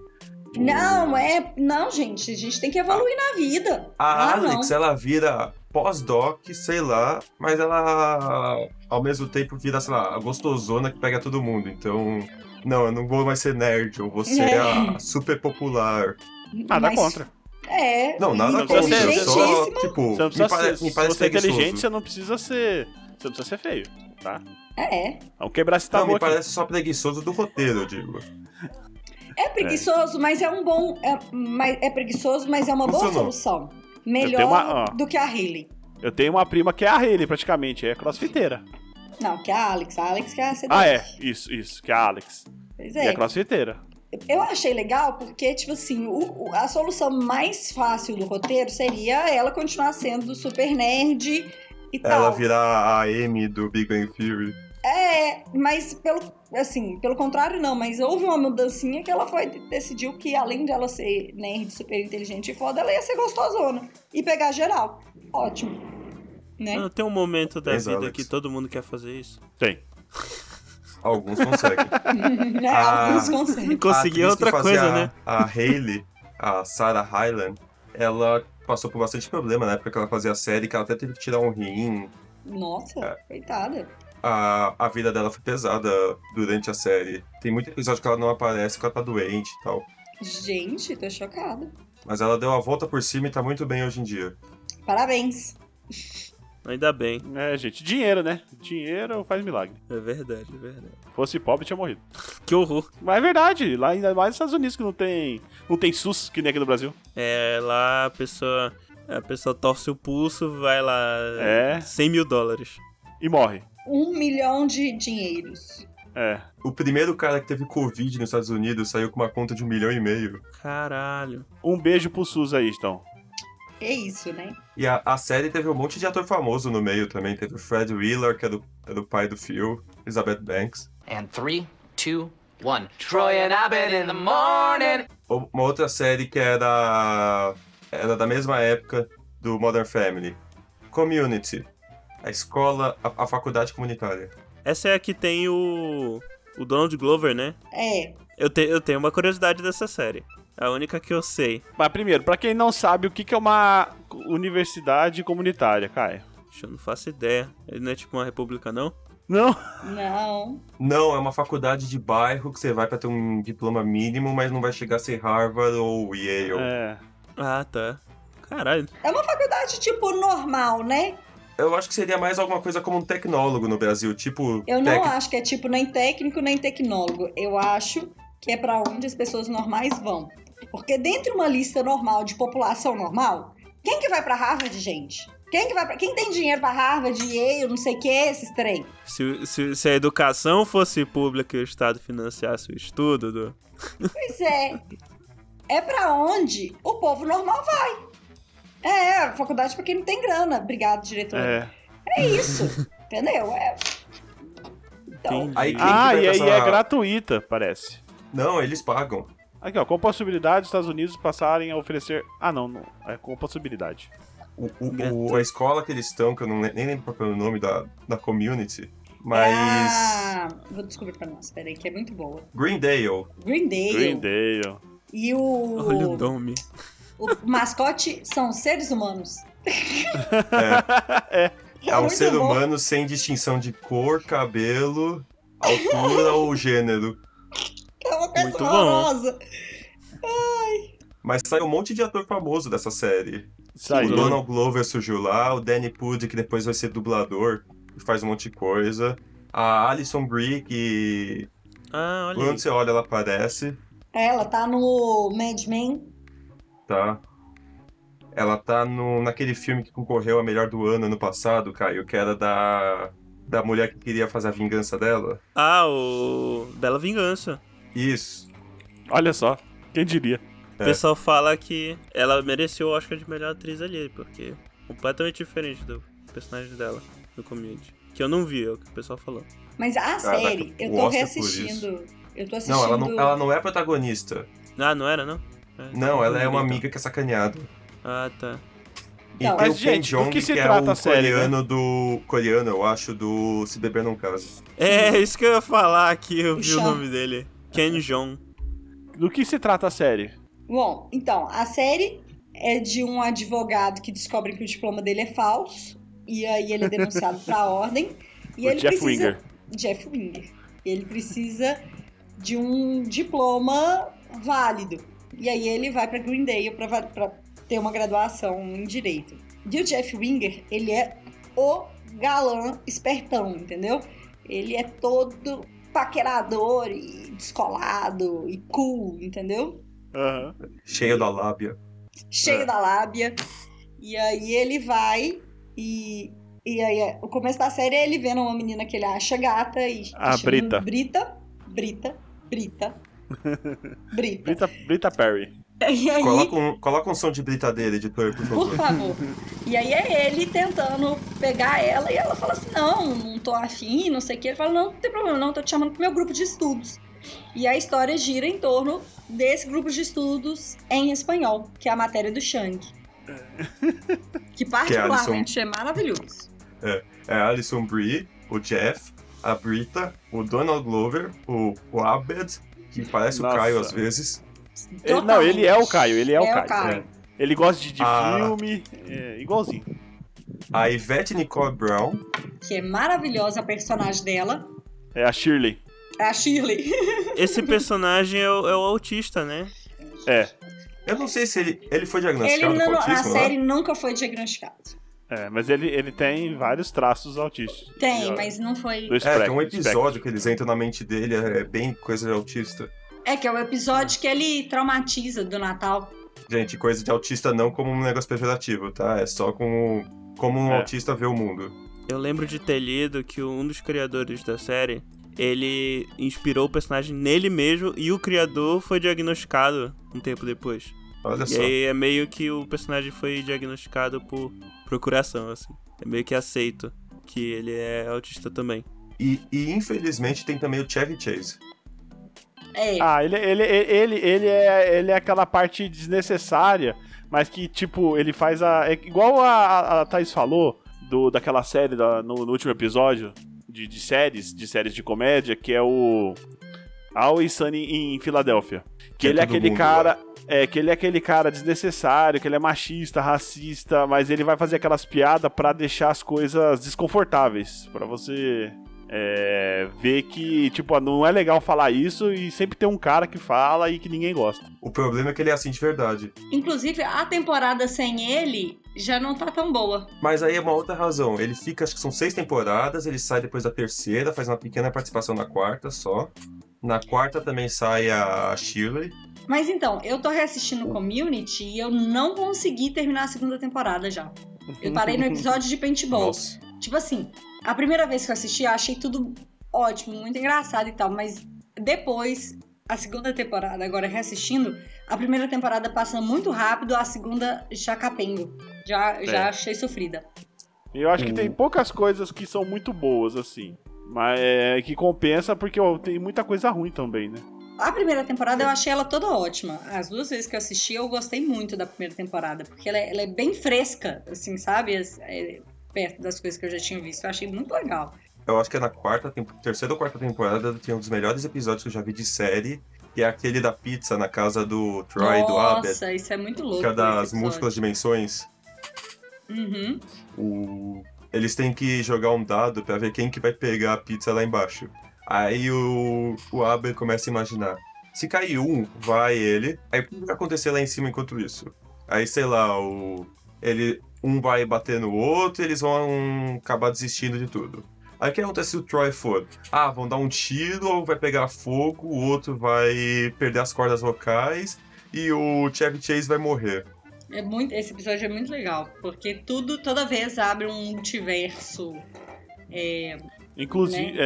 Speaker 2: não, é. Não, gente, a gente tem que evoluir na vida.
Speaker 3: A
Speaker 2: Ah,
Speaker 3: Alex, ela vira pós-doc, sei lá, mas ela ao mesmo tempo vira, sei lá, a gostosona que pega todo mundo. Então, não, eu não vou mais ser nerd, eu vou ser
Speaker 2: É.
Speaker 3: a super popular.
Speaker 4: Nada
Speaker 2: Mas-
Speaker 4: contra.
Speaker 2: É.
Speaker 3: Não, nada
Speaker 4: Não precisa
Speaker 3: contra,
Speaker 4: ser-
Speaker 3: eu só,
Speaker 2: inteligentíssima.
Speaker 3: tipo,
Speaker 4: Você não
Speaker 3: me,
Speaker 4: precisa
Speaker 3: pare-
Speaker 4: ser.
Speaker 3: me
Speaker 4: Então, se
Speaker 3: parece
Speaker 4: você é inteligente,
Speaker 3: preguiçoso.
Speaker 4: você não precisa ser. Você não precisa ser feio, tá?
Speaker 2: É.
Speaker 4: Vamos quebrar esse tabu
Speaker 3: não, me
Speaker 4: aqui.
Speaker 3: parece só preguiçoso do roteiro, eu digo.
Speaker 2: É preguiçoso, mas é um bom. É, mas- é preguiçoso, mas é uma boa
Speaker 3: Funcionou.
Speaker 2: solução.
Speaker 4: tenho
Speaker 2: Melhor
Speaker 4: uma- ó.
Speaker 2: do que a Hayley.
Speaker 4: Eu tenho uma prima que é a Hayley, praticamente, é crossfiteira.
Speaker 2: Não, que a Alex. A Alex que é a CDF.
Speaker 4: Ah, é, isso, isso, que é a Alex.
Speaker 2: Pois
Speaker 4: E
Speaker 2: é.
Speaker 4: é crossfiteira.
Speaker 2: Eu achei legal porque, tipo assim, o- o- a solução mais fácil do roteiro seria ela continuar sendo super nerd e
Speaker 3: Ela
Speaker 2: tal.
Speaker 3: virar a Amy do Big Bang Theory.
Speaker 2: É, mas pelo assim, pelo contrário não, mas houve uma mudancinha que ela foi decidiu que além dela ser nerd, super inteligente e foda, ela ia ser gostosona e pegar geral. Ótimo. Né?
Speaker 1: Ah, Tem um momento da
Speaker 3: Pois é,
Speaker 1: vida
Speaker 3: Alex.
Speaker 1: que todo mundo quer fazer isso.
Speaker 4: Tem.
Speaker 3: Alguns conseguem.
Speaker 2: <laughs> Né?
Speaker 3: Ah.
Speaker 1: <laughs>
Speaker 2: Alguns conseguem.
Speaker 1: Conseguir é
Speaker 3: A atriz que
Speaker 1: outra
Speaker 3: fazia
Speaker 1: coisa,
Speaker 3: a,
Speaker 1: né?
Speaker 3: A Hayley, a Sarah Hyland, ela passou por bastante problema na época que ela fazia a série, que ela até teve que tirar um rim.
Speaker 2: Nossa,
Speaker 3: Ah.
Speaker 2: coitada.
Speaker 3: A, a vida dela foi pesada durante a série. Tem muito episódio que ela não aparece, que ela tá doente e tal.
Speaker 2: Gente, tô chocada.
Speaker 3: Mas ela deu a volta por cima e tá muito bem hoje em dia.
Speaker 2: Parabéns.
Speaker 1: Ainda bem.
Speaker 4: É, gente, dinheiro, né? Dinheiro faz milagre.
Speaker 1: É verdade, é verdade.
Speaker 4: Fosse pobre, tinha morrido.
Speaker 1: Que horror.
Speaker 4: Mas é verdade, lá ainda mais nos Estados Unidos que não tem. Não tem SUS, que nem aqui no Brasil.
Speaker 1: É, lá a pessoa. A pessoa torce o pulso, vai lá.
Speaker 4: É.
Speaker 1: 100 mil dólares.
Speaker 4: E morre.
Speaker 2: Um milhão de dinheiros.
Speaker 4: É.
Speaker 3: O primeiro cara que teve Covid nos Estados Unidos saiu com uma conta de um milhão e meio.
Speaker 1: Caralho.
Speaker 4: Um beijo pro SUS aí, então.
Speaker 2: É isso, né?
Speaker 3: E a, a série teve um monte de ator famoso no meio também. Teve o Fred Wheeler, que é do, é do pai do Phil, Elizabeth Banks.
Speaker 6: And three, two, one. Troy and Abed in the morning.
Speaker 3: uma outra série que era, era da mesma época do Modern Family. Community. A escola, a, a faculdade comunitária.
Speaker 1: Essa é a que tem o. O Donald Glover, né?
Speaker 2: É.
Speaker 1: Eu, te- eu tenho uma curiosidade dessa série. É A única que eu sei.
Speaker 4: Mas primeiro, pra quem não sabe, o que que é uma universidade comunitária, Caio?
Speaker 1: Ixi, Eu não faço ideia. Ele não é tipo uma república, não?
Speaker 4: Não?
Speaker 2: Não.
Speaker 3: Não, é uma faculdade de bairro que você vai pra ter um diploma mínimo, mas não vai chegar a ser Harvard ou Yale.
Speaker 4: É.
Speaker 1: Ah, tá. Caralho.
Speaker 2: É uma faculdade, tipo, normal, né?
Speaker 3: Eu acho que seria mais alguma coisa como um tecnólogo no Brasil, tipo.
Speaker 2: Eu não
Speaker 3: tec-
Speaker 2: acho que é tipo nem técnico nem tecnólogo. Eu acho que é pra onde as pessoas normais vão. Porque dentro de uma lista normal de população normal, quem que vai pra Harvard, gente? Quem que vai pra... quem tem dinheiro pra Harvard, Yale, não sei o que, esses trem?
Speaker 1: Se, se, se a educação fosse pública e o Estado financiasse o estudo, do...
Speaker 2: Pois é. É pra onde o povo normal vai. É, faculdade pra quem não tem grana. Obrigado, diretor. É,
Speaker 4: É.
Speaker 3: <laughs>
Speaker 2: isso. entendeu? É. Então,
Speaker 1: Entendi.
Speaker 3: Aí que-
Speaker 4: Ah, e,
Speaker 3: vai
Speaker 4: é-
Speaker 3: passar-
Speaker 4: e é gratuita, parece.
Speaker 3: Não, eles pagam.
Speaker 4: Aqui, ó, com a possibilidade dos Estados Unidos passarem a oferecer. Ah, não, não. É com a possibilidade.
Speaker 3: O, o- o- a escola que eles estão, que eu não, le- nem lembro qual é o nome da, da community, mas.
Speaker 2: Ah, vou descobrir pra nós, peraí, que é muito boa.
Speaker 3: Greendale.
Speaker 2: Green Day.
Speaker 4: Greendale.
Speaker 2: E o,
Speaker 1: Olha o Dome.
Speaker 2: o mascote são seres humanos.
Speaker 4: é.
Speaker 3: É um
Speaker 2: muito
Speaker 3: ser
Speaker 2: bom.
Speaker 3: humano sem distinção de cor, cabelo, altura ou gênero.
Speaker 2: É uma coisa
Speaker 1: Muito bom.
Speaker 2: horrorosa.
Speaker 3: Mas saiu um monte de ator famoso dessa série.
Speaker 4: <laughs> Isso Tá aí.
Speaker 3: O Donald Glover surgiu lá, o Danny Pudi, que depois vai ser dublador, que faz um monte de coisa. A Alison Brie, que
Speaker 1: Ah, olha aí.
Speaker 3: quando você olha ela aparece,
Speaker 2: Ela tá no Mad Men.
Speaker 3: tá? Ela tá no, naquele filme que concorreu a melhor do ano ano passado, Caio, que era da, da mulher que queria fazer a vingança dela.
Speaker 1: Ah, o Bela Vingança.
Speaker 3: Isso.
Speaker 4: Olha só. Quem diria?
Speaker 3: É.
Speaker 1: O pessoal fala que ela mereceu o Oscar de melhor atriz ali, porque é completamente diferente do personagem dela no community. Que eu não vi, é o que o pessoal falou.
Speaker 2: Mas a
Speaker 3: Caraca,
Speaker 2: série, eu
Speaker 3: o
Speaker 2: tô
Speaker 3: Oscar por
Speaker 2: reassistindo. Eu tô assistindo.
Speaker 3: Não ela, não, ela não é protagonista.
Speaker 1: Ah, não era, não? É,
Speaker 3: Não, ela é uma
Speaker 1: então.
Speaker 3: amiga que é sacaneada.
Speaker 1: Ah, tá.
Speaker 3: E
Speaker 2: Não.
Speaker 3: tem
Speaker 4: Mas,
Speaker 3: o Ken
Speaker 4: gente, do
Speaker 3: Jeong,
Speaker 4: que
Speaker 3: que,
Speaker 4: se
Speaker 3: é
Speaker 4: trata
Speaker 3: o
Speaker 4: a série, né?
Speaker 3: coreano do. coreano, eu acho, do Se Beber Não Casa.
Speaker 1: É, isso que eu ia falar aqui, eu vi
Speaker 2: Puxa.
Speaker 1: o nome dele. Ken Jeong.
Speaker 4: Do que se trata a série?
Speaker 2: Bom, então, a série é de um advogado que descobre que o diploma dele é falso. E aí ele é denunciado
Speaker 4: <laughs>
Speaker 2: pra ordem. E
Speaker 4: o
Speaker 2: ele
Speaker 4: Jeff
Speaker 2: precisa...
Speaker 4: Winger.
Speaker 2: Jeff Winger. Ele precisa de um diploma válido. E aí ele vai para Green Day para ter uma graduação em direito. E o Jeff Winger, ele é o galã espertão, entendeu? Ele é todo paquerador e descolado e cool, entendeu?
Speaker 4: Aham.
Speaker 3: Cheio da lábia.
Speaker 2: cheio
Speaker 3: É.
Speaker 2: da lábia. E aí ele vai e. E aí, é, o começo da série é ele vendo uma menina que ele acha gata e.
Speaker 4: Ah,
Speaker 2: chama-
Speaker 4: Brita.
Speaker 2: Brita. Brita. Brita. Brita.
Speaker 4: Brita, Brita Perry.
Speaker 2: E aí,
Speaker 3: Coloca um, coloca um som de britadeira, editor, por
Speaker 2: por
Speaker 4: Uhum.
Speaker 2: favor.
Speaker 3: favor.
Speaker 2: E aí é ele tentando pegar ela e ela fala assim: não, não tô afim, não sei o que. Ele fala: não, não tem problema, não, tô te chamando pro meu grupo de estudos. E a história gira em torno desse grupo de estudos em espanhol, que é a matéria do Shang.
Speaker 4: <laughs>
Speaker 2: Que particularmente é maravilhoso.
Speaker 3: É a Alison Brie, o Jeff, a Brita, o Donald Glover, o, o Abed, que parece
Speaker 4: Nossa.
Speaker 3: o Caio às vezes.
Speaker 4: Ele- não, ele é o Caio, ele é, o
Speaker 2: É
Speaker 4: Caio. Ele gosta de, de
Speaker 3: Ah.
Speaker 4: filme, é, igualzinho.
Speaker 3: A Ivette Nicole Brown,
Speaker 2: Que é maravilhosa a personagem dela,
Speaker 4: É a Shirley.
Speaker 2: a Shirley.
Speaker 1: Esse personagem é o, é o autista, né?
Speaker 4: É,
Speaker 3: eu não sei se ele, ele foi
Speaker 2: Ele
Speaker 3: diagnosticado
Speaker 2: não,
Speaker 3: com
Speaker 2: a
Speaker 3: autismo, né?
Speaker 2: série nunca foi diagnosticado.
Speaker 4: É, mas ele, ele tem vários traços autistas.
Speaker 2: Tem,
Speaker 4: Ó,
Speaker 2: mas não foi.
Speaker 4: do
Speaker 3: É,
Speaker 4: espectro,
Speaker 3: tem um
Speaker 4: do espectro.
Speaker 3: episódio que eles entram na mente dele, é bem coisa de autista.
Speaker 2: É que é o episódio que ele traumatiza do Natal.
Speaker 3: Gente, coisa de autista não como um negócio pejorativo, tá? É só como, como um
Speaker 4: É.
Speaker 3: autista vê o mundo.
Speaker 1: Eu lembro de ter lido que um dos criadores da série, ele inspirou o personagem nele mesmo e o criador foi diagnosticado um tempo depois.
Speaker 3: Olha
Speaker 1: E
Speaker 3: só.
Speaker 1: aí é meio que o personagem foi diagnosticado por procuração, assim. É meio que aceito que ele é autista também.
Speaker 3: E, e, infelizmente tem também o Chevy Chase.
Speaker 2: É.
Speaker 4: Ah, ele, ele, ele, ele, é, ele é aquela parte desnecessária, mas que, tipo, ele faz a. É igual a, a- a Thaís falou do, daquela série da- no, no último episódio de, de séries, de séries de comédia, que é o. Always Sunny em Filadélfia. Que
Speaker 3: É
Speaker 4: ele é
Speaker 3: todo
Speaker 4: aquele
Speaker 3: mundo,
Speaker 4: cara. É, que ele é aquele cara desnecessário, que ele é machista, racista, mas ele vai fazer aquelas piadas pra deixar as coisas desconfortáveis, pra você é, ver que, tipo, não é legal falar isso e sempre tem um cara que fala e que ninguém gosta.
Speaker 3: O problema é que ele é assim de verdade.
Speaker 2: Inclusive, a temporada sem ele já não tá tão boa.
Speaker 3: Mas aí é uma outra razão. Ele fica, acho que são seis temporadas, ele sai depois da terceira, faz uma pequena participação na quarta só. Na quarta também sai a Shirley.
Speaker 2: Mas então, eu tô reassistindo Community e eu não consegui terminar a segunda temporada já. Eu parei no episódio de paintball.
Speaker 3: Nossa.
Speaker 2: Tipo assim, a primeira vez que eu assisti, eu achei tudo ótimo, muito engraçado e tal, mas depois, a segunda temporada, agora reassistindo, a primeira temporada passa muito rápido, a segunda já capengo. Já, já achei sofrida.
Speaker 4: Eu acho que tem
Speaker 3: Uhum.
Speaker 4: poucas coisas que são muito boas, assim. Mas é, que compensa porque ó, tem muita coisa ruim também, né?
Speaker 2: A primeira temporada eu
Speaker 3: É.
Speaker 2: achei ela toda ótima. As duas vezes que eu assisti, eu gostei muito da primeira temporada, porque ela é, ela é bem fresca, assim, sabe? As- é, perto das coisas que eu já tinha visto. Eu achei muito legal.
Speaker 3: Eu acho que é na quarta, tem- terceira ou quarta temporada tem um dos melhores episódios que eu já vi de série, que é aquele da pizza na casa do Troy e do Abed,
Speaker 2: Nossa, isso é muito louco.
Speaker 3: que é das
Speaker 2: esse episódio.
Speaker 3: múltiplas dimensões.
Speaker 2: Uhum.
Speaker 3: O- Eles têm que jogar um dado pra ver quem que vai pegar a pizza lá embaixo. Aí o, o Aber começa a imaginar. Se cair um, vai ele. Aí o que vai acontecer lá em cima enquanto isso? Aí, sei lá, o. Ele. Um vai bater no outro e eles vão acabar desistindo de tudo. Aí o que acontece se o Troy for? Ah, vão dar um tiro, ou vai pegar fogo, o outro vai perder as cordas vocais e o Chevy Chase vai morrer.
Speaker 2: É muito, esse episódio é muito legal, porque tudo, toda vez abre um multiverso. É,
Speaker 4: Inclusive,
Speaker 2: Né?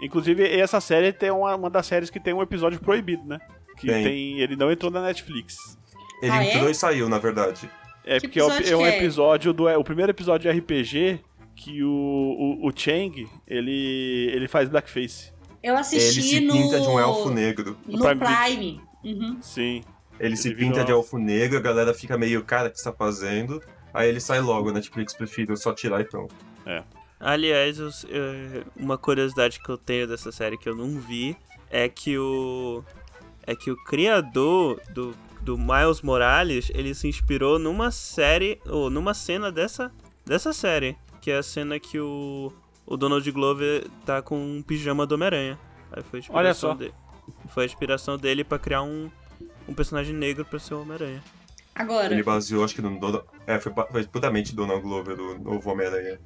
Speaker 4: é. Inclusive, essa série tem uma, uma das séries que tem um episódio proibido, né? Que
Speaker 3: Tem.
Speaker 4: tem. Ele não entrou na Netflix.
Speaker 3: Ele
Speaker 2: Ah, é?
Speaker 3: entrou e saiu, na verdade.
Speaker 4: É
Speaker 2: Que
Speaker 4: porque é o-
Speaker 2: episódio
Speaker 4: é um
Speaker 2: que é?
Speaker 4: episódio do. É o primeiro episódio de RPG que o, o, o Chang, ele, ele faz blackface.
Speaker 2: eu assisti
Speaker 3: ele se
Speaker 2: no
Speaker 3: pinta de um elfo negro.
Speaker 2: no
Speaker 4: Prime
Speaker 2: Prime. Uhum.
Speaker 4: Sim.
Speaker 3: Ele se
Speaker 4: Ele
Speaker 3: pinta
Speaker 4: virou-
Speaker 3: de elfo negro, a galera fica meio, cara, o que você tá fazendo? Aí ele sai logo, a Netflix prefiro só tirar e pronto.
Speaker 1: Aliás, eu- eu- uma curiosidade que eu tenho dessa série que eu não vi é que o é que o criador do, do Miles Morales ele se inspirou numa série ou numa cena dessa dessa série que é a cena que o o Donald Glover tá com um pijama do Homem-Aranha. Aí foi a inspiração
Speaker 4: Olha só.
Speaker 1: dele. Foi a inspiração dele pra criar um um personagem negro pra ser o Homem-Aranha.
Speaker 2: Agora,
Speaker 3: Ele baseou, acho que no Dona... É, foi, ba- foi puramente Donald Glover, do novo Homem-Aranha.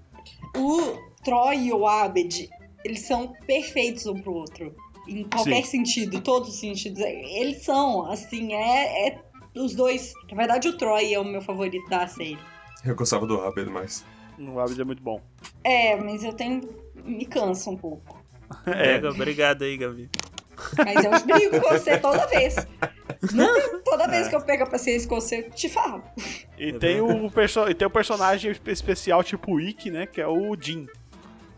Speaker 2: o Troy e o Abed, eles são perfeitos um pro outro. Em qualquer sentido, todos os sentidos. Eles são, assim, é, é os dois. Na verdade, o Troy é o meu favorito da série.
Speaker 3: Eu gostava do Abel mais.
Speaker 4: O Abid é muito bom. <laughs>
Speaker 2: É, mas eu tenho. Me cansa um pouco.
Speaker 4: É.
Speaker 1: Pega, obrigado aí, Gabi.
Speaker 2: Mas
Speaker 3: <laughs>
Speaker 2: eu brigo com você toda vez. Não, toda
Speaker 3: É.
Speaker 2: vez que eu pego a paciência com você, eu te falo.
Speaker 4: E tem, o perso- e tem o personagem espe- especial tipo Ikki, né? Que é o Jin,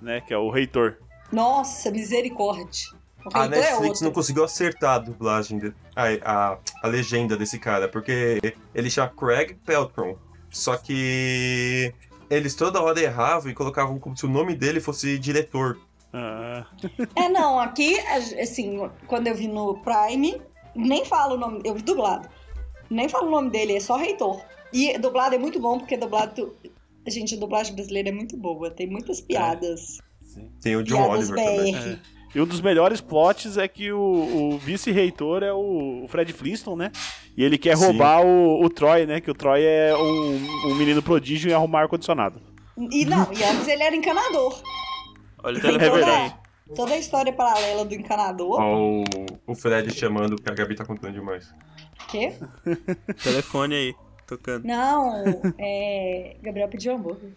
Speaker 4: né? Que é o reitor.
Speaker 2: Nossa, misericórdia. O
Speaker 3: A
Speaker 2: reitor é
Speaker 3: Netflix
Speaker 2: outro.
Speaker 3: não conseguiu acertar a dublagem, de... a, a, a legenda desse cara, porque ele chama Craig Peltron. Só que eles toda hora erravam e colocavam como se o nome dele fosse diretor.
Speaker 4: Ah,
Speaker 2: É, não, aqui, assim, quando eu vi no Prime, nem falo o nome, eu vi dublado. Nem falo o nome dele, é só reitor. E dublado é muito bom, porque dublado. Gente, a dublagem brasileira é muito boa, tem muitas piadas.
Speaker 4: sim.
Speaker 3: Tem É. o John
Speaker 2: piadas
Speaker 3: Oliver também.
Speaker 2: BR.
Speaker 4: E um dos melhores plots é que o, o vice-reitor é o, o Fred Flintstone, né? E ele quer
Speaker 3: Sim.
Speaker 4: roubar o, o Troy, né? Que o Troy é um, um menino prodígio e arrumar ar-condicionado.
Speaker 2: E não, e antes ele era
Speaker 4: <laughs>
Speaker 2: encanador.
Speaker 1: Olha o
Speaker 2: Tem
Speaker 1: telefone
Speaker 4: é verdade.
Speaker 1: aí.
Speaker 2: toda, toda a história paralela do encanador.
Speaker 3: Ó, o, o Fred chamando, porque a Gabi tá contando demais.
Speaker 2: Que?
Speaker 1: Telefone aí, tocando.
Speaker 2: Não, é. Gabriel pediu
Speaker 3: <laughs>
Speaker 2: hambúrguer.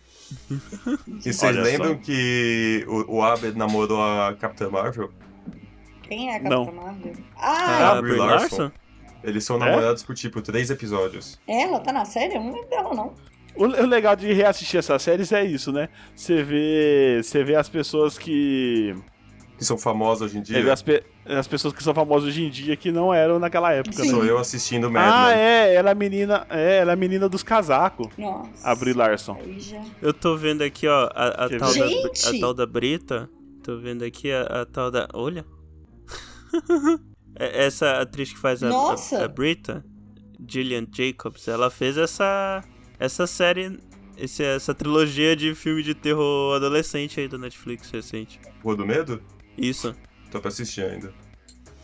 Speaker 3: E vocês
Speaker 4: Olha só.
Speaker 3: lembram que o, o Abed namorou a Capitã Marvel?
Speaker 2: Quem é a
Speaker 4: Não.
Speaker 2: Capitã Marvel? Ah,
Speaker 1: Ah,
Speaker 3: Brie
Speaker 1: Brie
Speaker 3: Larson?
Speaker 1: Larson?
Speaker 3: Eles são
Speaker 4: É?
Speaker 3: namorados por tipo três episódios.
Speaker 2: ela tá na série? Eu não lembro dela, não.
Speaker 4: O, o legal de reassistir essas séries é isso, né? Você vê, você vê as pessoas que.
Speaker 3: Que são famosos hoje em
Speaker 4: é,
Speaker 3: dia.
Speaker 4: as, pe- as pessoas que são famosas hoje em dia que não eram naquela época.
Speaker 2: Sim.
Speaker 4: né?
Speaker 3: Sou eu assistindo Mad
Speaker 4: Ah,
Speaker 3: Men.
Speaker 4: é, ela é a menina, é, ela é a menina dos casacos,
Speaker 2: Nossa.
Speaker 4: a Brie Larson.
Speaker 2: Aí já.
Speaker 1: Eu tô vendo aqui, ó, a, a
Speaker 4: Quer
Speaker 1: tal,
Speaker 2: ver?
Speaker 1: da,
Speaker 2: Gente!
Speaker 1: a tal da Brita. Tô vendo aqui a, a tal da. Olha! <laughs> É- essa atriz que faz a, a,
Speaker 2: Nossa!
Speaker 1: a Brita, Gillian Jacobs, ela fez essa, essa série esse- essa trilogia de filme de terror adolescente aí da Netflix recente.
Speaker 4: é.
Speaker 3: Rua do Medo?
Speaker 1: Isso.
Speaker 3: Tô pra assistir ainda.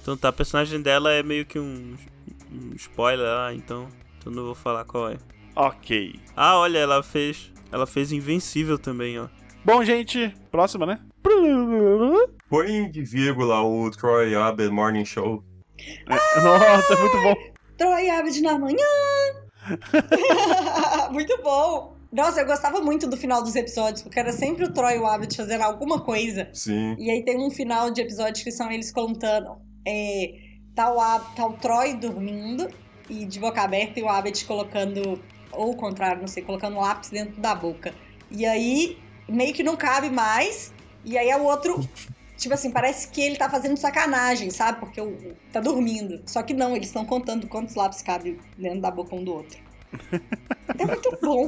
Speaker 1: Então tá, a personagem dela é meio que um, um spoiler lá, então, então não vou falar qual é.
Speaker 4: Ok.
Speaker 1: Ah, olha, ela fez. Ela fez Invencível também, ó.
Speaker 4: Bom, gente, próxima, né?
Speaker 3: Põe de vírgula o Troy Abel Morning Show.
Speaker 4: Nossa, é muito bom.
Speaker 2: Troy Abed na manhã. <laughs> muito bom. Nossa, eu gostava muito do final dos episódios, porque era sempre o Troy e o Abed fazendo alguma coisa.
Speaker 3: Sim.
Speaker 2: E aí tem um final de episódio que são eles contando. É, tá, o Ab- tá o Troy dormindo e de boca aberta e o Abed colocando, ou o contrário, não sei, colocando um lápis dentro da boca. E aí meio que não cabe mais. E aí é o outro. Tipo assim, parece que ele tá fazendo sacanagem, sabe? Porque o, o- tá dormindo. Só que não, eles estão contando quantos lápis cabe dentro da boca um do outro. É muito bom.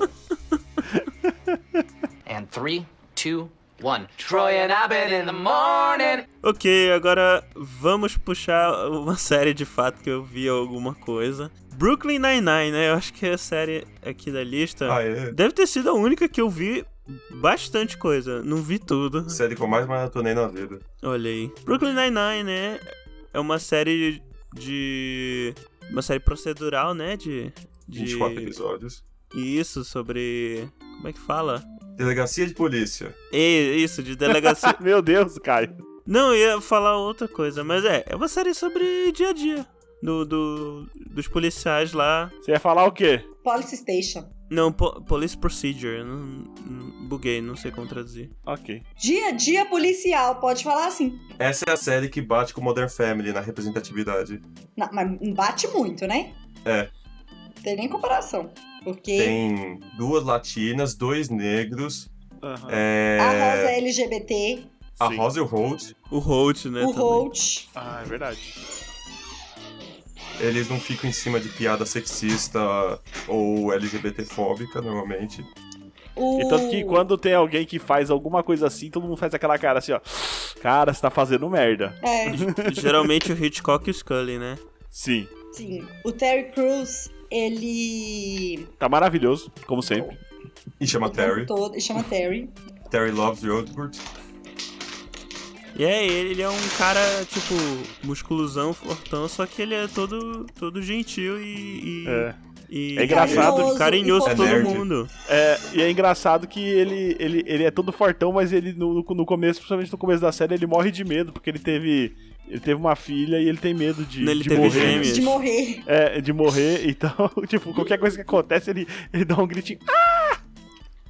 Speaker 6: And three, two, one. Troy and Abed in the morning.
Speaker 1: Ok, agora vamos puxar uma <laughs> série de fato que eu vi alguma coisa. Brooklyn Nine-Nine, né? Eu acho que é a série aqui da lista.
Speaker 3: Ah, é.
Speaker 1: Deve ter sido a única que eu vi bastante coisa. Não vi tudo.
Speaker 3: Série que eu mais maratonei na vida.
Speaker 1: Olha aí. Brooklyn Nine-Nine, né? É uma série de. Uma série procedural, né? De. de...
Speaker 3: 24 episódios.
Speaker 1: Isso, sobre. Como é que fala?
Speaker 3: Delegacia de Polícia.
Speaker 1: E, isso, de
Speaker 3: <laughs>
Speaker 1: delegacia.
Speaker 4: Meu Deus, Caio.
Speaker 1: Não, eu ia falar outra coisa, mas é. É uma série sobre dia a dia. Do, do, dos policiais lá.
Speaker 4: Você ia falar o quê?
Speaker 2: Police Station.
Speaker 1: Não, po- Police Procedure. Não, não- buguei, não sei como traduzir.
Speaker 4: Ok.
Speaker 2: Dia a dia policial, pode falar assim.
Speaker 3: Essa é a série que bate com Modern Family na representatividade.
Speaker 2: Não, mas bate muito, né?
Speaker 3: É.
Speaker 2: Não tem nem comparação. Porque
Speaker 3: Tem duas latinas, dois negros.
Speaker 4: Aham.
Speaker 3: É...
Speaker 2: a é Rosa é LGBT,
Speaker 3: A
Speaker 4: Sim.
Speaker 3: Rosa e o Holt,
Speaker 1: O Holt, né?
Speaker 2: o
Speaker 1: também.
Speaker 2: Holt.
Speaker 4: Ah, é verdade.
Speaker 3: eles não ficam em cima de piada sexista ou LGBTfóbica normalmente.
Speaker 2: O...
Speaker 4: E tanto que quando tem alguém que faz alguma coisa assim, todo mundo faz aquela cara assim, ó. Cara, você tá fazendo merda.
Speaker 2: É,
Speaker 1: <laughs> Geralmente o Hitchcock e o Scully, né?
Speaker 4: Sim.
Speaker 2: sim. O Terry Crews, ele.
Speaker 4: Tá maravilhoso, como sempre.
Speaker 3: E chama
Speaker 2: o tempo
Speaker 3: Terry.
Speaker 2: Todo, ele é chama Terry.
Speaker 3: Terry loves Roadwood.
Speaker 2: é
Speaker 1: E é, ele ele é um cara, tipo, musculosão, fortão, só que ele é todo, todo gentil e. e
Speaker 4: É.
Speaker 1: e-
Speaker 4: É engraçado.
Speaker 1: Carinhoso, carinhoso
Speaker 2: É
Speaker 1: todo
Speaker 3: nerd.
Speaker 1: mundo.
Speaker 4: É, e é engraçado que ele, ele, ele é todo fortão, mas ele no, no começo, principalmente no começo da série, ele morre de medo, porque ele teve. Ele teve uma filha e ele tem medo de,
Speaker 1: Ele
Speaker 4: de
Speaker 1: teve
Speaker 4: morrer.
Speaker 1: gêmeos.
Speaker 2: Antes de morrer.
Speaker 4: É, de morrer, <laughs> então, tipo, qualquer coisa que acontece, ele, ele dá um gritinho. "Ah!"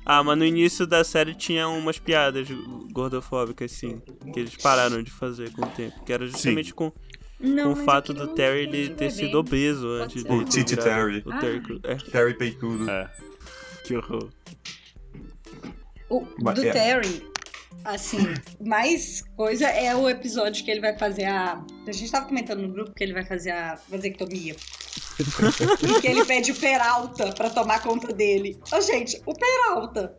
Speaker 1: Ah, mas no início da série tinha umas piadas gordofóbicas, sim. Que eles pararam de fazer com o tempo. Que era justamente com, com
Speaker 2: Não,
Speaker 1: o
Speaker 2: mas
Speaker 1: fato
Speaker 2: eu queria
Speaker 1: do
Speaker 2: um
Speaker 1: Terry
Speaker 2: filho
Speaker 1: ele
Speaker 2: de
Speaker 1: ter
Speaker 2: bebê.
Speaker 1: sido obeso antes
Speaker 2: ser.
Speaker 1: dele.
Speaker 3: O
Speaker 1: ter
Speaker 3: Titi
Speaker 1: virado
Speaker 3: Terry.
Speaker 1: O Terry Crews. É,
Speaker 3: Terry peitudo.
Speaker 4: É.
Speaker 1: que horror.
Speaker 2: O,
Speaker 3: Mas
Speaker 2: do
Speaker 3: é.
Speaker 2: Terry, assim, mais coisa é o episódio que ele vai fazer a. A gente tava comentando no grupo que ele vai fazer a vasectomia. e que ele pede o Peralta pra tomar conta dele. Ô, gente, o Peralta.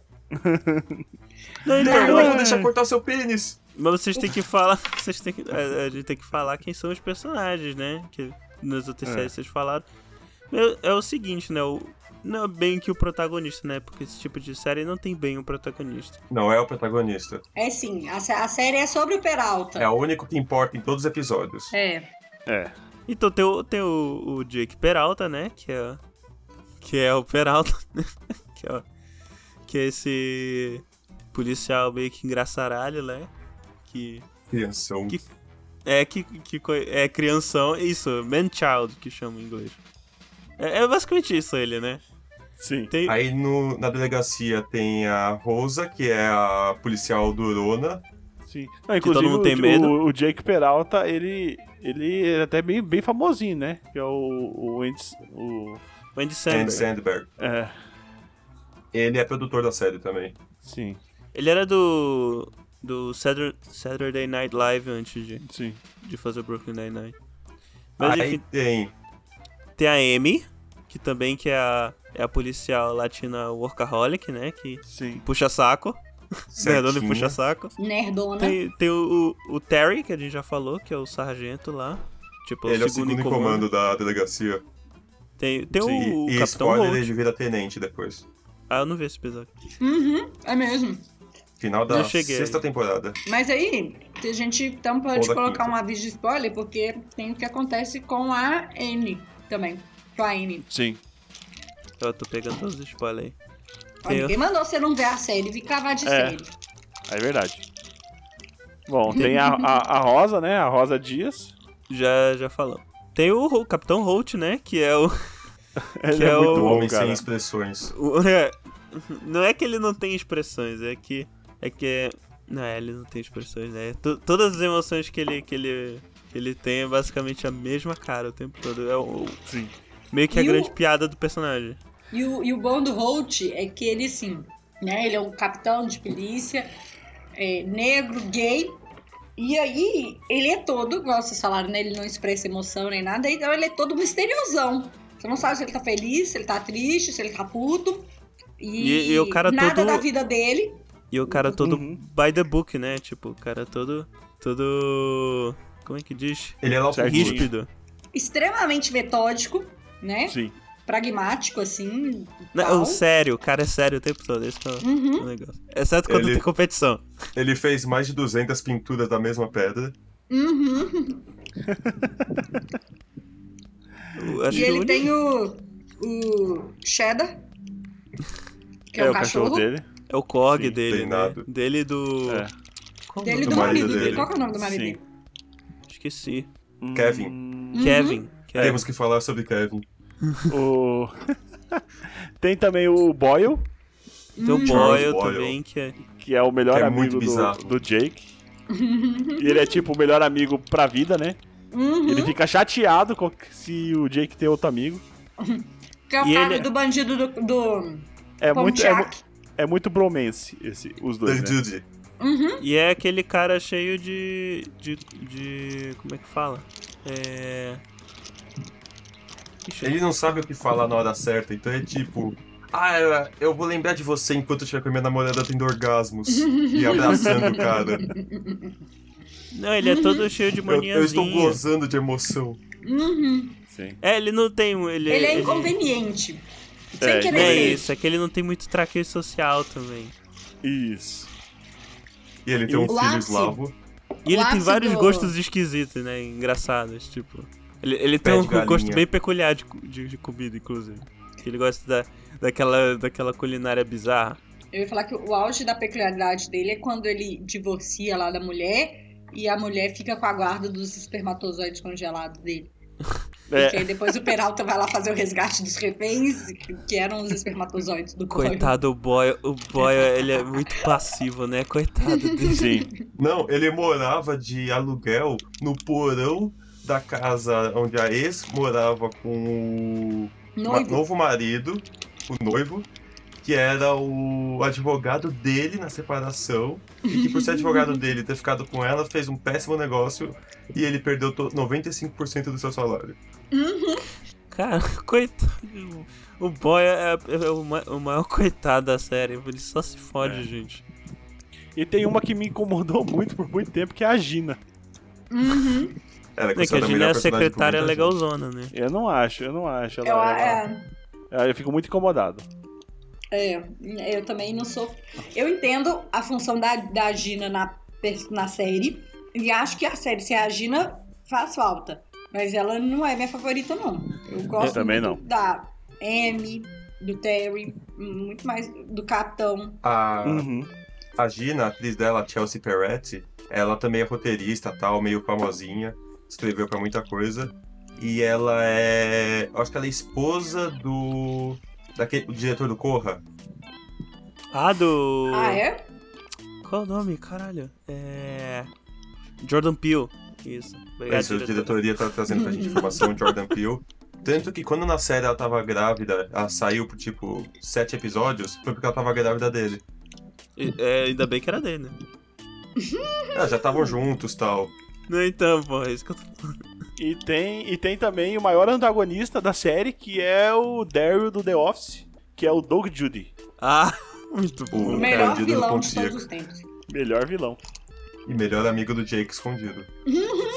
Speaker 1: Não, então,
Speaker 3: Terry,
Speaker 1: não,
Speaker 3: não
Speaker 2: é
Speaker 3: vou deixar cortar seu pênis.
Speaker 1: Mas vocês têm que falar. <laughs> Vocês têm que, é, a, a gente tem que falar quem são os personagens, né? Que nas outras
Speaker 4: É.
Speaker 1: séries vocês falaram. É, é o seguinte, né? O, não é bem que o protagonista, né? Porque esse tipo de série não tem bem o protagonista.
Speaker 3: Não é o protagonista.
Speaker 2: É sim, a, sé- a série é sobre o
Speaker 3: É
Speaker 2: Peralta.
Speaker 3: o único que importa em todos os episódios.
Speaker 2: É.
Speaker 4: É.
Speaker 1: Então tem o, tem o, o Jake Peralta, né? Que é. Que é o Peralta. <laughs> né, que, é, o- que é esse policial meio que engraçaralho, né? Que.
Speaker 3: Crianção.
Speaker 1: Que- É que, que co- é crianção. Isso, man child que chama em inglês. É, é basicamente isso ele, né?
Speaker 4: Sim.
Speaker 1: Tem,
Speaker 3: Aí no- na delegacia tem a Rosa, que é a policial durona.
Speaker 4: Sim. Não, inclusive,
Speaker 1: todo mundo
Speaker 4: o-
Speaker 1: tem
Speaker 4: o,
Speaker 1: medo.
Speaker 4: o Jake Peralta, ele. Ele é até bem, bem famosinho, né? Que é o. O. Andes- o
Speaker 1: Andy
Speaker 3: Andy
Speaker 1: Samberg.
Speaker 3: Sandberg.
Speaker 4: é.
Speaker 3: Ele é produtor da série também.
Speaker 4: Sim,
Speaker 1: Ele era do. do Satur- Saturday Night Live antes de,
Speaker 4: sim.
Speaker 1: de fazer o Brooklyn Nine-Nine. Mas
Speaker 3: Aí
Speaker 1: enfim,
Speaker 3: tem.
Speaker 1: tem a Amy, que também que é a, é a policial latina workaholic, né? Que
Speaker 4: Sim.
Speaker 1: puxa saco. <laughs> Nerdona e
Speaker 3: Certinha.
Speaker 1: puxa saco.
Speaker 2: Nerdona.
Speaker 1: Tem, tem o, o, o Terry, que a gente já falou, que é o sargento lá. Tipo,
Speaker 3: Ele é
Speaker 1: o segundo em comando.
Speaker 3: da delegacia.
Speaker 1: Tem, tem
Speaker 3: Sim,
Speaker 1: o, o
Speaker 3: e
Speaker 1: Capitão
Speaker 3: spoiler,
Speaker 1: Holt.
Speaker 3: ele vira tenente depois.
Speaker 1: Ah, eu não vi esse episódio.
Speaker 2: Uhum, é mesmo.
Speaker 3: Final da
Speaker 1: Eu cheguei.
Speaker 3: sexta temporada.
Speaker 2: Mas aí, a gente então pode
Speaker 3: Ou da
Speaker 2: colocar um
Speaker 3: quinta.
Speaker 2: aviso de spoiler, porque tem o que acontece com a N também. Com a N.
Speaker 4: Sim.
Speaker 1: Eu tô pegando todos os spoilers aí.
Speaker 2: Ó,
Speaker 1: Eu.
Speaker 2: Ninguém mandou você não ver a série, vi cavar de
Speaker 4: É.
Speaker 2: série.
Speaker 4: É verdade. Bom, tem a, a, a Rosa, né? A Rosa Dias. <laughs>
Speaker 1: Já, já falamos. Tem o, Ho- Capitão Holt, né? Que é o.
Speaker 4: Ele
Speaker 1: Que
Speaker 4: é,
Speaker 1: é
Speaker 4: muito
Speaker 1: o-
Speaker 3: Do
Speaker 4: bom,
Speaker 3: Homem
Speaker 4: cara.
Speaker 3: Sem Expressões.
Speaker 1: o- <laughs> é, não é que ele não tem expressões, é que. É que. é- Não, é, ele não tem expressões, né? To- todas as emoções que ele, que, ele, que ele tem é basicamente a mesma cara o tempo todo. É o,
Speaker 4: Sim.
Speaker 1: meio que a
Speaker 2: E o-
Speaker 1: grande piada do personagem.
Speaker 2: E o, e o bom do Holt é que ele, assim, né? Ele é um capitão de polícia, é, negro, gay. E aí, ele é todo, igual vocês falaram, né? Ele não expressa emoção nem nada, então ele é todo misteriosão. Você não sabe se ele tá feliz, se ele tá triste, se ele tá puto. E,
Speaker 1: E- e o cara
Speaker 2: nada
Speaker 1: todo-
Speaker 2: da vida dele.
Speaker 1: E o cara todo
Speaker 4: Uhum.
Speaker 1: by the book, né? Tipo, o cara todo. Todo. Como é que diz?
Speaker 3: Ele é lá
Speaker 4: Certo.
Speaker 3: o
Speaker 1: Ríspido.
Speaker 2: extremamente metódico, né?
Speaker 4: Sim.
Speaker 2: Pragmático, assim.
Speaker 1: Não,
Speaker 2: tal.
Speaker 1: o sério, o cara é sério o tempo todo. Esse que é o-
Speaker 2: Uhum.
Speaker 1: o negócio. Exceto quando
Speaker 3: Ele-
Speaker 1: tem competição.
Speaker 3: Ele fez mais de 200 pinturas da mesma pedra.
Speaker 2: Uhum.
Speaker 1: O- Acho
Speaker 2: E
Speaker 1: que o
Speaker 2: ele
Speaker 1: único-
Speaker 2: tem o, o Cheddar, que é, o cachorro, dele,
Speaker 4: dele.
Speaker 1: É o Korg
Speaker 4: Sim,
Speaker 1: dele, né?
Speaker 3: treinado.
Speaker 1: Dele e do.
Speaker 4: É.
Speaker 1: Qual o nome
Speaker 2: do,
Speaker 3: Do marido
Speaker 2: marido dele.
Speaker 3: dele.
Speaker 2: Qual que é o nome do marido
Speaker 4: Sim.
Speaker 2: dele?
Speaker 1: Esqueci.
Speaker 4: Hum,
Speaker 3: Kevin.
Speaker 2: Uhum.
Speaker 1: Kevin.
Speaker 4: É.
Speaker 1: é Kevin.
Speaker 3: Temos que falar sobre Kevin.
Speaker 4: O... <laughs> tem também o Boyle,
Speaker 1: Tem o
Speaker 3: Charles
Speaker 1: Boyle
Speaker 3: Boyle.
Speaker 1: também, que é.
Speaker 4: que é o melhor
Speaker 3: Que é muito
Speaker 4: amigo
Speaker 3: bizarro.
Speaker 4: do, do Jake. E ele é tipo o melhor amigo pra vida, né?
Speaker 2: Uhum.
Speaker 4: Ele fica chateado com- se o Jake tem outro amigo.
Speaker 2: Que é o
Speaker 1: E
Speaker 2: cara
Speaker 1: ele-
Speaker 2: do bandido do, do
Speaker 4: É muito, é, mu-
Speaker 2: Pontiac.
Speaker 4: é muito bromance esse, os dois,
Speaker 3: The
Speaker 4: né?
Speaker 3: Dude.
Speaker 2: Uhum.
Speaker 1: E é aquele cara cheio de. de. de. como é que fala? É. Ixi,
Speaker 3: Ele não sabe o que falar na hora certa, então é tipo. Ah, eu- eu vou lembrar de você enquanto eu estiver com a minha namorada tendo
Speaker 4: <laughs>
Speaker 3: orgasmos e abraçando o cara.
Speaker 1: Não, ele é todo cheio de
Speaker 3: Eu, eu estou
Speaker 1: maniazinha.
Speaker 3: gozando de emoção.
Speaker 2: Uhum.
Speaker 4: Sim.
Speaker 1: É, ele não tem. mu- Ele,
Speaker 2: Ele é inconveniente.
Speaker 4: É,
Speaker 2: Sem
Speaker 1: Não é
Speaker 2: querer ser.
Speaker 1: isso, é que ele não tem muito traqueio social também.
Speaker 4: Isso.
Speaker 3: E ele tem um
Speaker 2: O
Speaker 3: filho
Speaker 2: ápice.
Speaker 3: eslavo.
Speaker 1: E ele
Speaker 2: O
Speaker 1: tem
Speaker 2: ápice
Speaker 1: vários
Speaker 2: do-
Speaker 1: gostos esquisitos, né? Engraçados, tipo. Ele, ele tem
Speaker 3: Pé
Speaker 1: um
Speaker 3: de galinha.
Speaker 1: gosto bem peculiar de, co- de- de comida, inclusive. Que ele gosta da, daquela, daquela culinária bizarra.
Speaker 2: Eu ia falar que o auge da peculiaridade dele é quando ele divorcia lá da mulher e a mulher fica com a guarda dos espermatozoides congelados
Speaker 1: <laughs>
Speaker 2: dele. Porque
Speaker 4: É,
Speaker 2: aí depois o Peralta vai lá fazer o resgate dos reféns, que eram os espermatozoides do Coyle.
Speaker 1: Coitado, o boy, o boy, ele é muito passivo, né? Coitado dele.
Speaker 4: sim.
Speaker 2: <laughs>
Speaker 3: Não, ele morava de aluguel no porão da casa onde a ex morava com o ma-
Speaker 2: Noivo.
Speaker 3: novo marido, o noivo, que era o advogado dele na separação. E que por ser advogado dele e ter ficado com ela, fez um péssimo negócio e ele perdeu to- 95% do seu salário.
Speaker 1: Cara, coitado. O boy é, é o, ma- o maior coitado da série. Ele só se fode,
Speaker 3: É.
Speaker 1: gente.
Speaker 4: E tem uma que me incomodou <laughs> muito por muito tempo, que é a Gina.
Speaker 2: Uhum.
Speaker 3: Ela
Speaker 1: É que a
Speaker 3: considerada
Speaker 1: Gina é a
Speaker 3: melhor personagem
Speaker 1: secretária
Speaker 3: pública.
Speaker 1: legalzona, né?
Speaker 4: Eu não acho, eu não acho. Ela,
Speaker 2: Eu,
Speaker 4: ela-
Speaker 2: é,
Speaker 4: ela- eu fico muito incomodado.
Speaker 2: é, eu também não sou. Eu entendo a função da, da Gina na, per- na série. E acho que a série, se é a Gina, faz falta. Mas ela não é minha favorita, não. Eu gosto
Speaker 4: Eu também
Speaker 2: muito da Amy, do Terry, muito mais do Capitão.
Speaker 3: A,
Speaker 4: Uhum.
Speaker 3: a Gina, a atriz dela, a Chelsea Peretti, ela também é roteirista, tal, meio famosinha, escreveu pra muita coisa. E ela é. eu Acho que ela é esposa do. Daquele, do diretor do Corra.
Speaker 1: Ah, do.
Speaker 2: Ah, é?
Speaker 1: Qual o nome? Caralho. É. Jordan Peele. Isso. Obrigado,
Speaker 3: Isso, a
Speaker 1: diretor.
Speaker 3: diretoria tá trazendo pra
Speaker 1: <laughs>
Speaker 3: gente informação, Jordan Peele. Tanto que quando na série ela tava grávida, ela saiu por tipo sete episódios, foi porque ela tava grávida dele.
Speaker 1: E- É, ainda bem que era dele, né?
Speaker 3: Ah, já estavam juntos tal.
Speaker 1: Não, então, pô, é isso que eu tô...
Speaker 4: E tem, e tem também o maior antagonista da série, que é o Daryl do The Office, que é o Doug Judy.
Speaker 1: Ah, <laughs> muito
Speaker 2: O
Speaker 1: bom.
Speaker 3: Hum.
Speaker 2: melhor
Speaker 3: Perdido no
Speaker 2: vilão de
Speaker 3: Pontiac.
Speaker 2: todos os tempos.
Speaker 4: Melhor vilão.
Speaker 3: E melhor amigo do Jake escondido.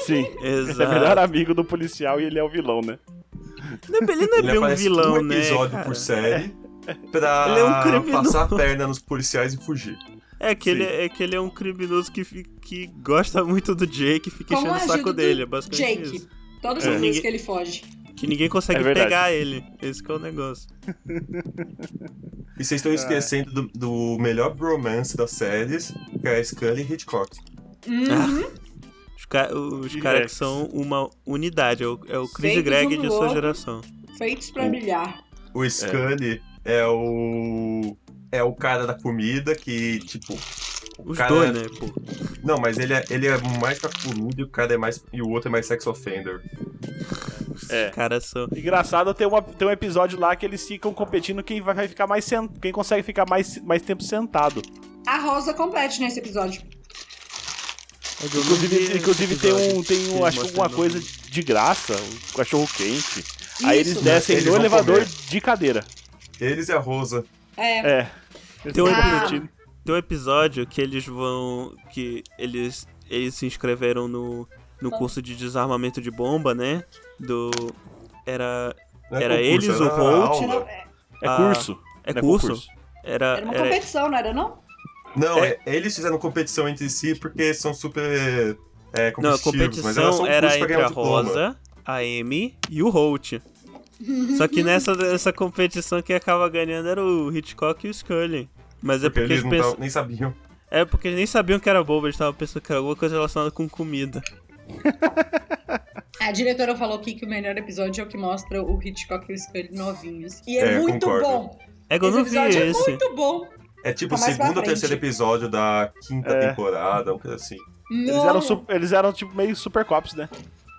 Speaker 4: Sim. Ele é o melhor
Speaker 1: Exato.
Speaker 4: amigo do policial e ele é o vilão, né?
Speaker 1: Não é- Ele não é
Speaker 3: Ele
Speaker 1: bem um
Speaker 3: aparece
Speaker 1: vilão,
Speaker 3: um
Speaker 1: né,
Speaker 3: episódio
Speaker 1: cara? <laughs>
Speaker 3: por série. pra
Speaker 1: Ele é um criminoso.
Speaker 3: passar a perna nos policiais e fugir.
Speaker 1: É que, ele,
Speaker 3: Sim.
Speaker 1: é que ele é um criminoso que, fi- que gosta muito do Jake e fica
Speaker 2: Como
Speaker 1: enchendo o
Speaker 2: ajuda
Speaker 1: saco
Speaker 2: do
Speaker 1: dele. É basicamente
Speaker 2: Jake.
Speaker 1: isso.
Speaker 2: Todas
Speaker 4: É.
Speaker 2: as vezes
Speaker 1: Ninguém-
Speaker 2: que ele foge.
Speaker 1: Que ninguém consegue
Speaker 4: É verdade.
Speaker 1: pegar ele. Esse que é o negócio.
Speaker 3: E vocês estão
Speaker 1: Ah.
Speaker 3: esquecendo do, do melhor bromance das séries, que é Scully e Hitchcock.
Speaker 2: Uhum.
Speaker 1: Ah. Os, ca- os
Speaker 4: E
Speaker 1: caras
Speaker 4: Rex.
Speaker 1: que são uma unidade. É o, é o Chris
Speaker 2: Feitos
Speaker 1: Gregg
Speaker 2: um
Speaker 1: de
Speaker 2: do
Speaker 1: sua
Speaker 2: outro.
Speaker 1: geração.
Speaker 2: Feitos pra brilhar.
Speaker 3: O Scully é. o. É o cara da comida que, tipo. o
Speaker 1: Os
Speaker 3: cara-
Speaker 1: dois, né? Pô.
Speaker 3: Não, mas ele é, ele é mais pra comida e o cara é mais. E o outro é mais sex offender.
Speaker 4: É.
Speaker 1: Os caras são.
Speaker 4: Engraçado, tem, uma, tem um episódio lá que eles ficam competindo quem vai, vai ficar mais sen- quem consegue ficar mais, mais tempo sentado.
Speaker 2: A Rosa compete nesse episódio.
Speaker 4: Inclusive, inclusive tem um, tem um, acho que alguma coisa de graça, um cachorro quente. Aí eles
Speaker 2: Isso.
Speaker 4: descem
Speaker 3: Eles
Speaker 4: no
Speaker 3: vão
Speaker 4: elevador
Speaker 3: comer.
Speaker 4: de cadeira.
Speaker 3: Eles e a Rosa.
Speaker 2: É.
Speaker 4: É.
Speaker 1: Tem um,
Speaker 2: Ah.
Speaker 1: episódio, tem um episódio que eles vão. que eles, eles se inscreveram no, no
Speaker 2: Ah.
Speaker 1: curso de desarmamento de bomba, né? Do. Era.
Speaker 3: Não é
Speaker 1: Era
Speaker 3: concurso,
Speaker 1: eles,
Speaker 3: é
Speaker 1: o
Speaker 3: na
Speaker 1: Holt?
Speaker 3: aula.
Speaker 4: É
Speaker 1: Ah,
Speaker 4: curso.
Speaker 1: É
Speaker 4: Não
Speaker 1: curso?
Speaker 4: concurso.
Speaker 1: Era.
Speaker 2: Era uma
Speaker 1: era-
Speaker 2: competição, não era não?
Speaker 3: Não,
Speaker 1: É.
Speaker 3: é- eles fizeram competição entre si porque são super. É,
Speaker 1: não, a
Speaker 3: competitivos, mas era só
Speaker 1: competição
Speaker 3: um
Speaker 1: era
Speaker 3: curso pra
Speaker 1: entre
Speaker 3: ganhar
Speaker 1: a
Speaker 3: um diploma.
Speaker 1: Rosa, a Amy e o
Speaker 2: <laughs>
Speaker 1: Holt. Só que nessa essa competição quem acaba ganhando era o Hitchcock e o Scully. Mas é
Speaker 3: Porque
Speaker 1: porque, eles
Speaker 3: eles não
Speaker 1: pensa-
Speaker 3: tavam- tá- nem sabiam.
Speaker 1: É porque eles nem sabiam que era boba, eles estavam pensando que era alguma coisa relacionada com comida.
Speaker 2: A diretora falou aqui que o melhor episódio é o que mostra o Hitchcock e o Scully novinhos. E é,
Speaker 3: É,
Speaker 2: muito
Speaker 3: concordo.
Speaker 2: bom.
Speaker 1: É que eu
Speaker 2: esse
Speaker 1: não vi
Speaker 2: episódio é
Speaker 1: esse.
Speaker 2: muito bom.
Speaker 3: É tipo o
Speaker 2: Tá mais pra
Speaker 3: segundo ou
Speaker 2: frente.
Speaker 3: terceiro episódio da quinta
Speaker 4: É.
Speaker 3: temporada, uma coisa assim.
Speaker 4: Eles
Speaker 2: Não.
Speaker 4: eram, su- eles eram tipo meio super cops, né?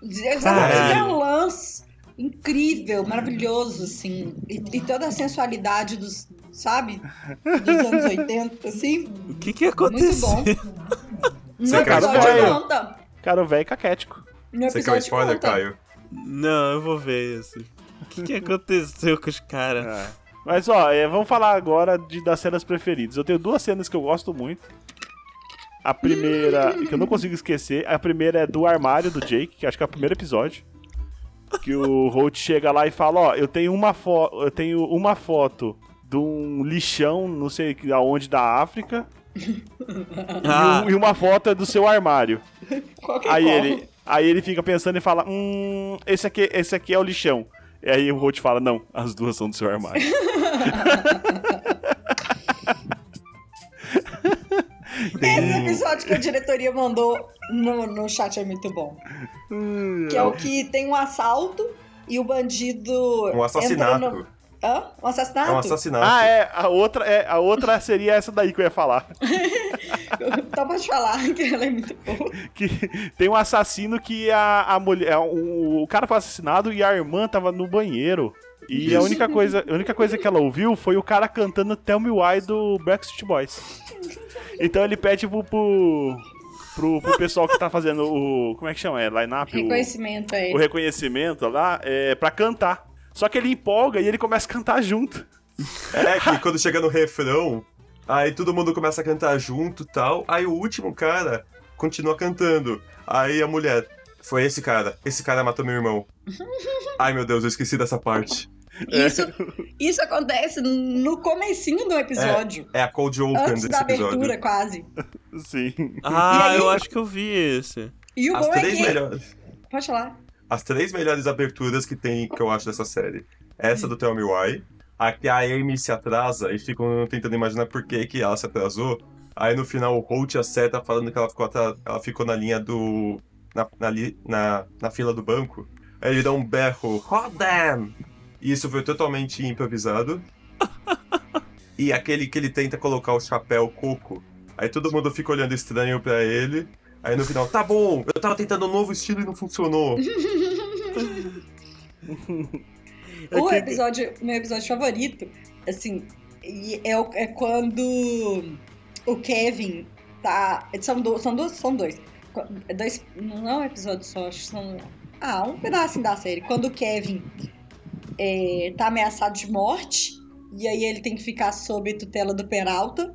Speaker 2: Exatamente, é
Speaker 1: Caralho.
Speaker 2: um lance incrível, maravilhoso, assim. E, e toda a sensualidade dos, sabe? Dos anos 80, assim.
Speaker 1: O que que
Speaker 2: Muito
Speaker 1: aconteceu?
Speaker 2: bom. No
Speaker 3: Você quer
Speaker 2: episódio
Speaker 4: spoiler?
Speaker 2: conta.
Speaker 4: Cara, o velho caquético.
Speaker 2: No
Speaker 3: Você quer um
Speaker 2: episódio
Speaker 3: spoiler,
Speaker 2: conta.
Speaker 3: Caio?
Speaker 1: <laughs> Não, eu vou ver esse. O que que aconteceu com os caras?
Speaker 4: Mas ó, é, vamos falar agora de, das cenas preferidas. Eu tenho duas cenas que eu gosto muito. A primeira, que eu não consigo esquecer, a primeira é do armário do Jake, que acho que é o primeiro episódio. Que o Holt chega lá e fala, ó, eu tenho uma foto. Eu tenho uma foto de um lixão, não sei que- aonde da África,
Speaker 3: É.
Speaker 1: Ah,
Speaker 4: e, um- e uma foto é do seu armário.
Speaker 2: Qualquer
Speaker 4: Aí
Speaker 2: qual.
Speaker 4: ele, aí ele fica pensando e fala: Hum, esse aqui, esse aqui é o lixão. E aí o Holt fala: Não, as duas são do seu armário.
Speaker 2: Esse um episódio que a diretoria mandou no, no chat é muito bom.
Speaker 3: Hum,
Speaker 2: Que é o que tem um assalto e o bandido.
Speaker 3: Um assassinato.
Speaker 2: entra no- Hã? Um assassinato?
Speaker 3: É um assassinato.
Speaker 4: ah, é, a outra, é, a outra seria essa daí que eu ia falar.
Speaker 2: <laughs> Então pode falar que ela é muito boa.
Speaker 4: Que <laughs> tem um assassino que a, a mulher. O, o cara foi assassinado e a irmã tava no banheiro. E a
Speaker 3: Isso.
Speaker 4: única, coisa, a única coisa que ela ouviu foi o cara cantando Tell Me Why do Backstreet Boys. Então ele pede pro, pro, pro, pro pessoal que tá fazendo o. Como é que chama? É line-up? O-
Speaker 2: Reconhecimento aí.
Speaker 4: o reconhecimento lá é pra cantar. Só que ele empolga e ele começa a cantar junto.
Speaker 3: É que quando chega no refrão, aí todo mundo começa a cantar junto e tal. Aí o último cara continua cantando. Aí a mulher, foi esse cara, esse cara matou
Speaker 2: <laughs>
Speaker 3: meu irmão. Ai meu Deus, eu esqueci dessa parte. é.
Speaker 2: Isso, isso acontece no comecinho do episódio.
Speaker 3: É a Cold Open
Speaker 2: Antes
Speaker 3: desse
Speaker 2: da abertura,
Speaker 3: episódio.
Speaker 2: quase.
Speaker 4: Sim.
Speaker 1: ah,
Speaker 2: E aí?
Speaker 1: eu acho que eu vi esse.
Speaker 2: E o
Speaker 3: As
Speaker 2: bom é
Speaker 3: três
Speaker 2: que.
Speaker 3: melhores.
Speaker 2: Pode falar.
Speaker 3: As três melhores aberturas que tem que eu acho dessa série. Essa do Tell Me Why, a que a Amy se atrasa e ficam tentando imaginar por que, que ela se atrasou. Aí no final o coach acerta falando que ela ficou, atra- ela ficou na linha do. Na, na, li- na, na fila do banco. Aí ele dá um berro, "Hold them! E isso foi totalmente improvisado. e aquele que ele tenta colocar o chapéu coco. Aí todo mundo fica olhando estranho pra ele. Aí no final, tá bom, eu tava tentando um novo estilo e não funcionou.
Speaker 2: O episódio, meu episódio favorito, assim, e é, o- é quando o Kevin tá. São, do, são, dois, são dois. Qu- é dois. Não é um episódio só, acho que são. Ah, um pedacinho da série. Quando o Kevin é, tá ameaçado de morte, e aí ele tem que ficar sob tutela do Peralta.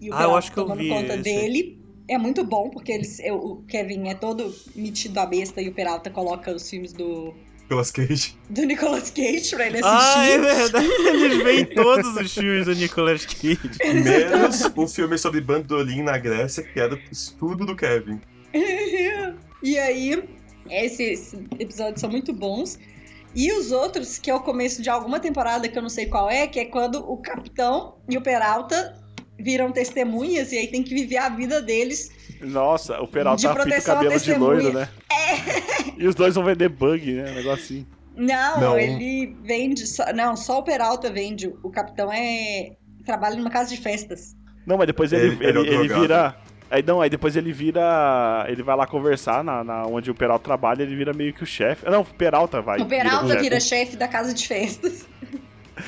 Speaker 2: E o
Speaker 1: Ah, eu
Speaker 2: Peralta
Speaker 1: acho que eu
Speaker 2: tomando
Speaker 1: vi
Speaker 2: conta
Speaker 1: esse.
Speaker 2: dele. É muito bom, porque eles, é, o Kevin é todo metido à besta e o Peralta coloca os filmes do
Speaker 3: Nicolas Cage.
Speaker 2: do Nicolas Cage pra ele
Speaker 1: Ah, é
Speaker 2: assistir.
Speaker 1: verdade. <laughs> Eles veem todos os filmes do Nicolas Cage.
Speaker 3: Menos o filme é sobre bandolim na Grécia, que era estudo do Kevin.
Speaker 2: e aí, esses episódios são muito bons. E os outros, que é o começo de alguma temporada que eu não sei qual é, que é quando o capitão e o Peralta viram testemunhas e aí tem que viver a vida deles.
Speaker 4: Nossa, o
Speaker 2: De
Speaker 4: Peralta pinta o
Speaker 2: proteção à
Speaker 4: cabelo de
Speaker 2: testemunha.
Speaker 4: loiro, né?
Speaker 2: É.
Speaker 4: E os dois vão vender bug, né? Um negócio assim.
Speaker 2: Não,
Speaker 3: Não.
Speaker 2: ele vende. Só, não, só o Peralta vende. O capitão é. trabalha numa casa de festas.
Speaker 4: Não, mas depois ele,
Speaker 3: Ele-
Speaker 4: ele,
Speaker 3: ele é o
Speaker 4: ele
Speaker 3: drogado.
Speaker 4: vira. Aí não, aí depois ele vira. Ele vai lá conversar na, na- onde o Peralta trabalha, ele vira meio que o chefe. Não, o Peralta vai.
Speaker 2: o Peralta
Speaker 4: chefe.
Speaker 2: vira chefe da casa de festas.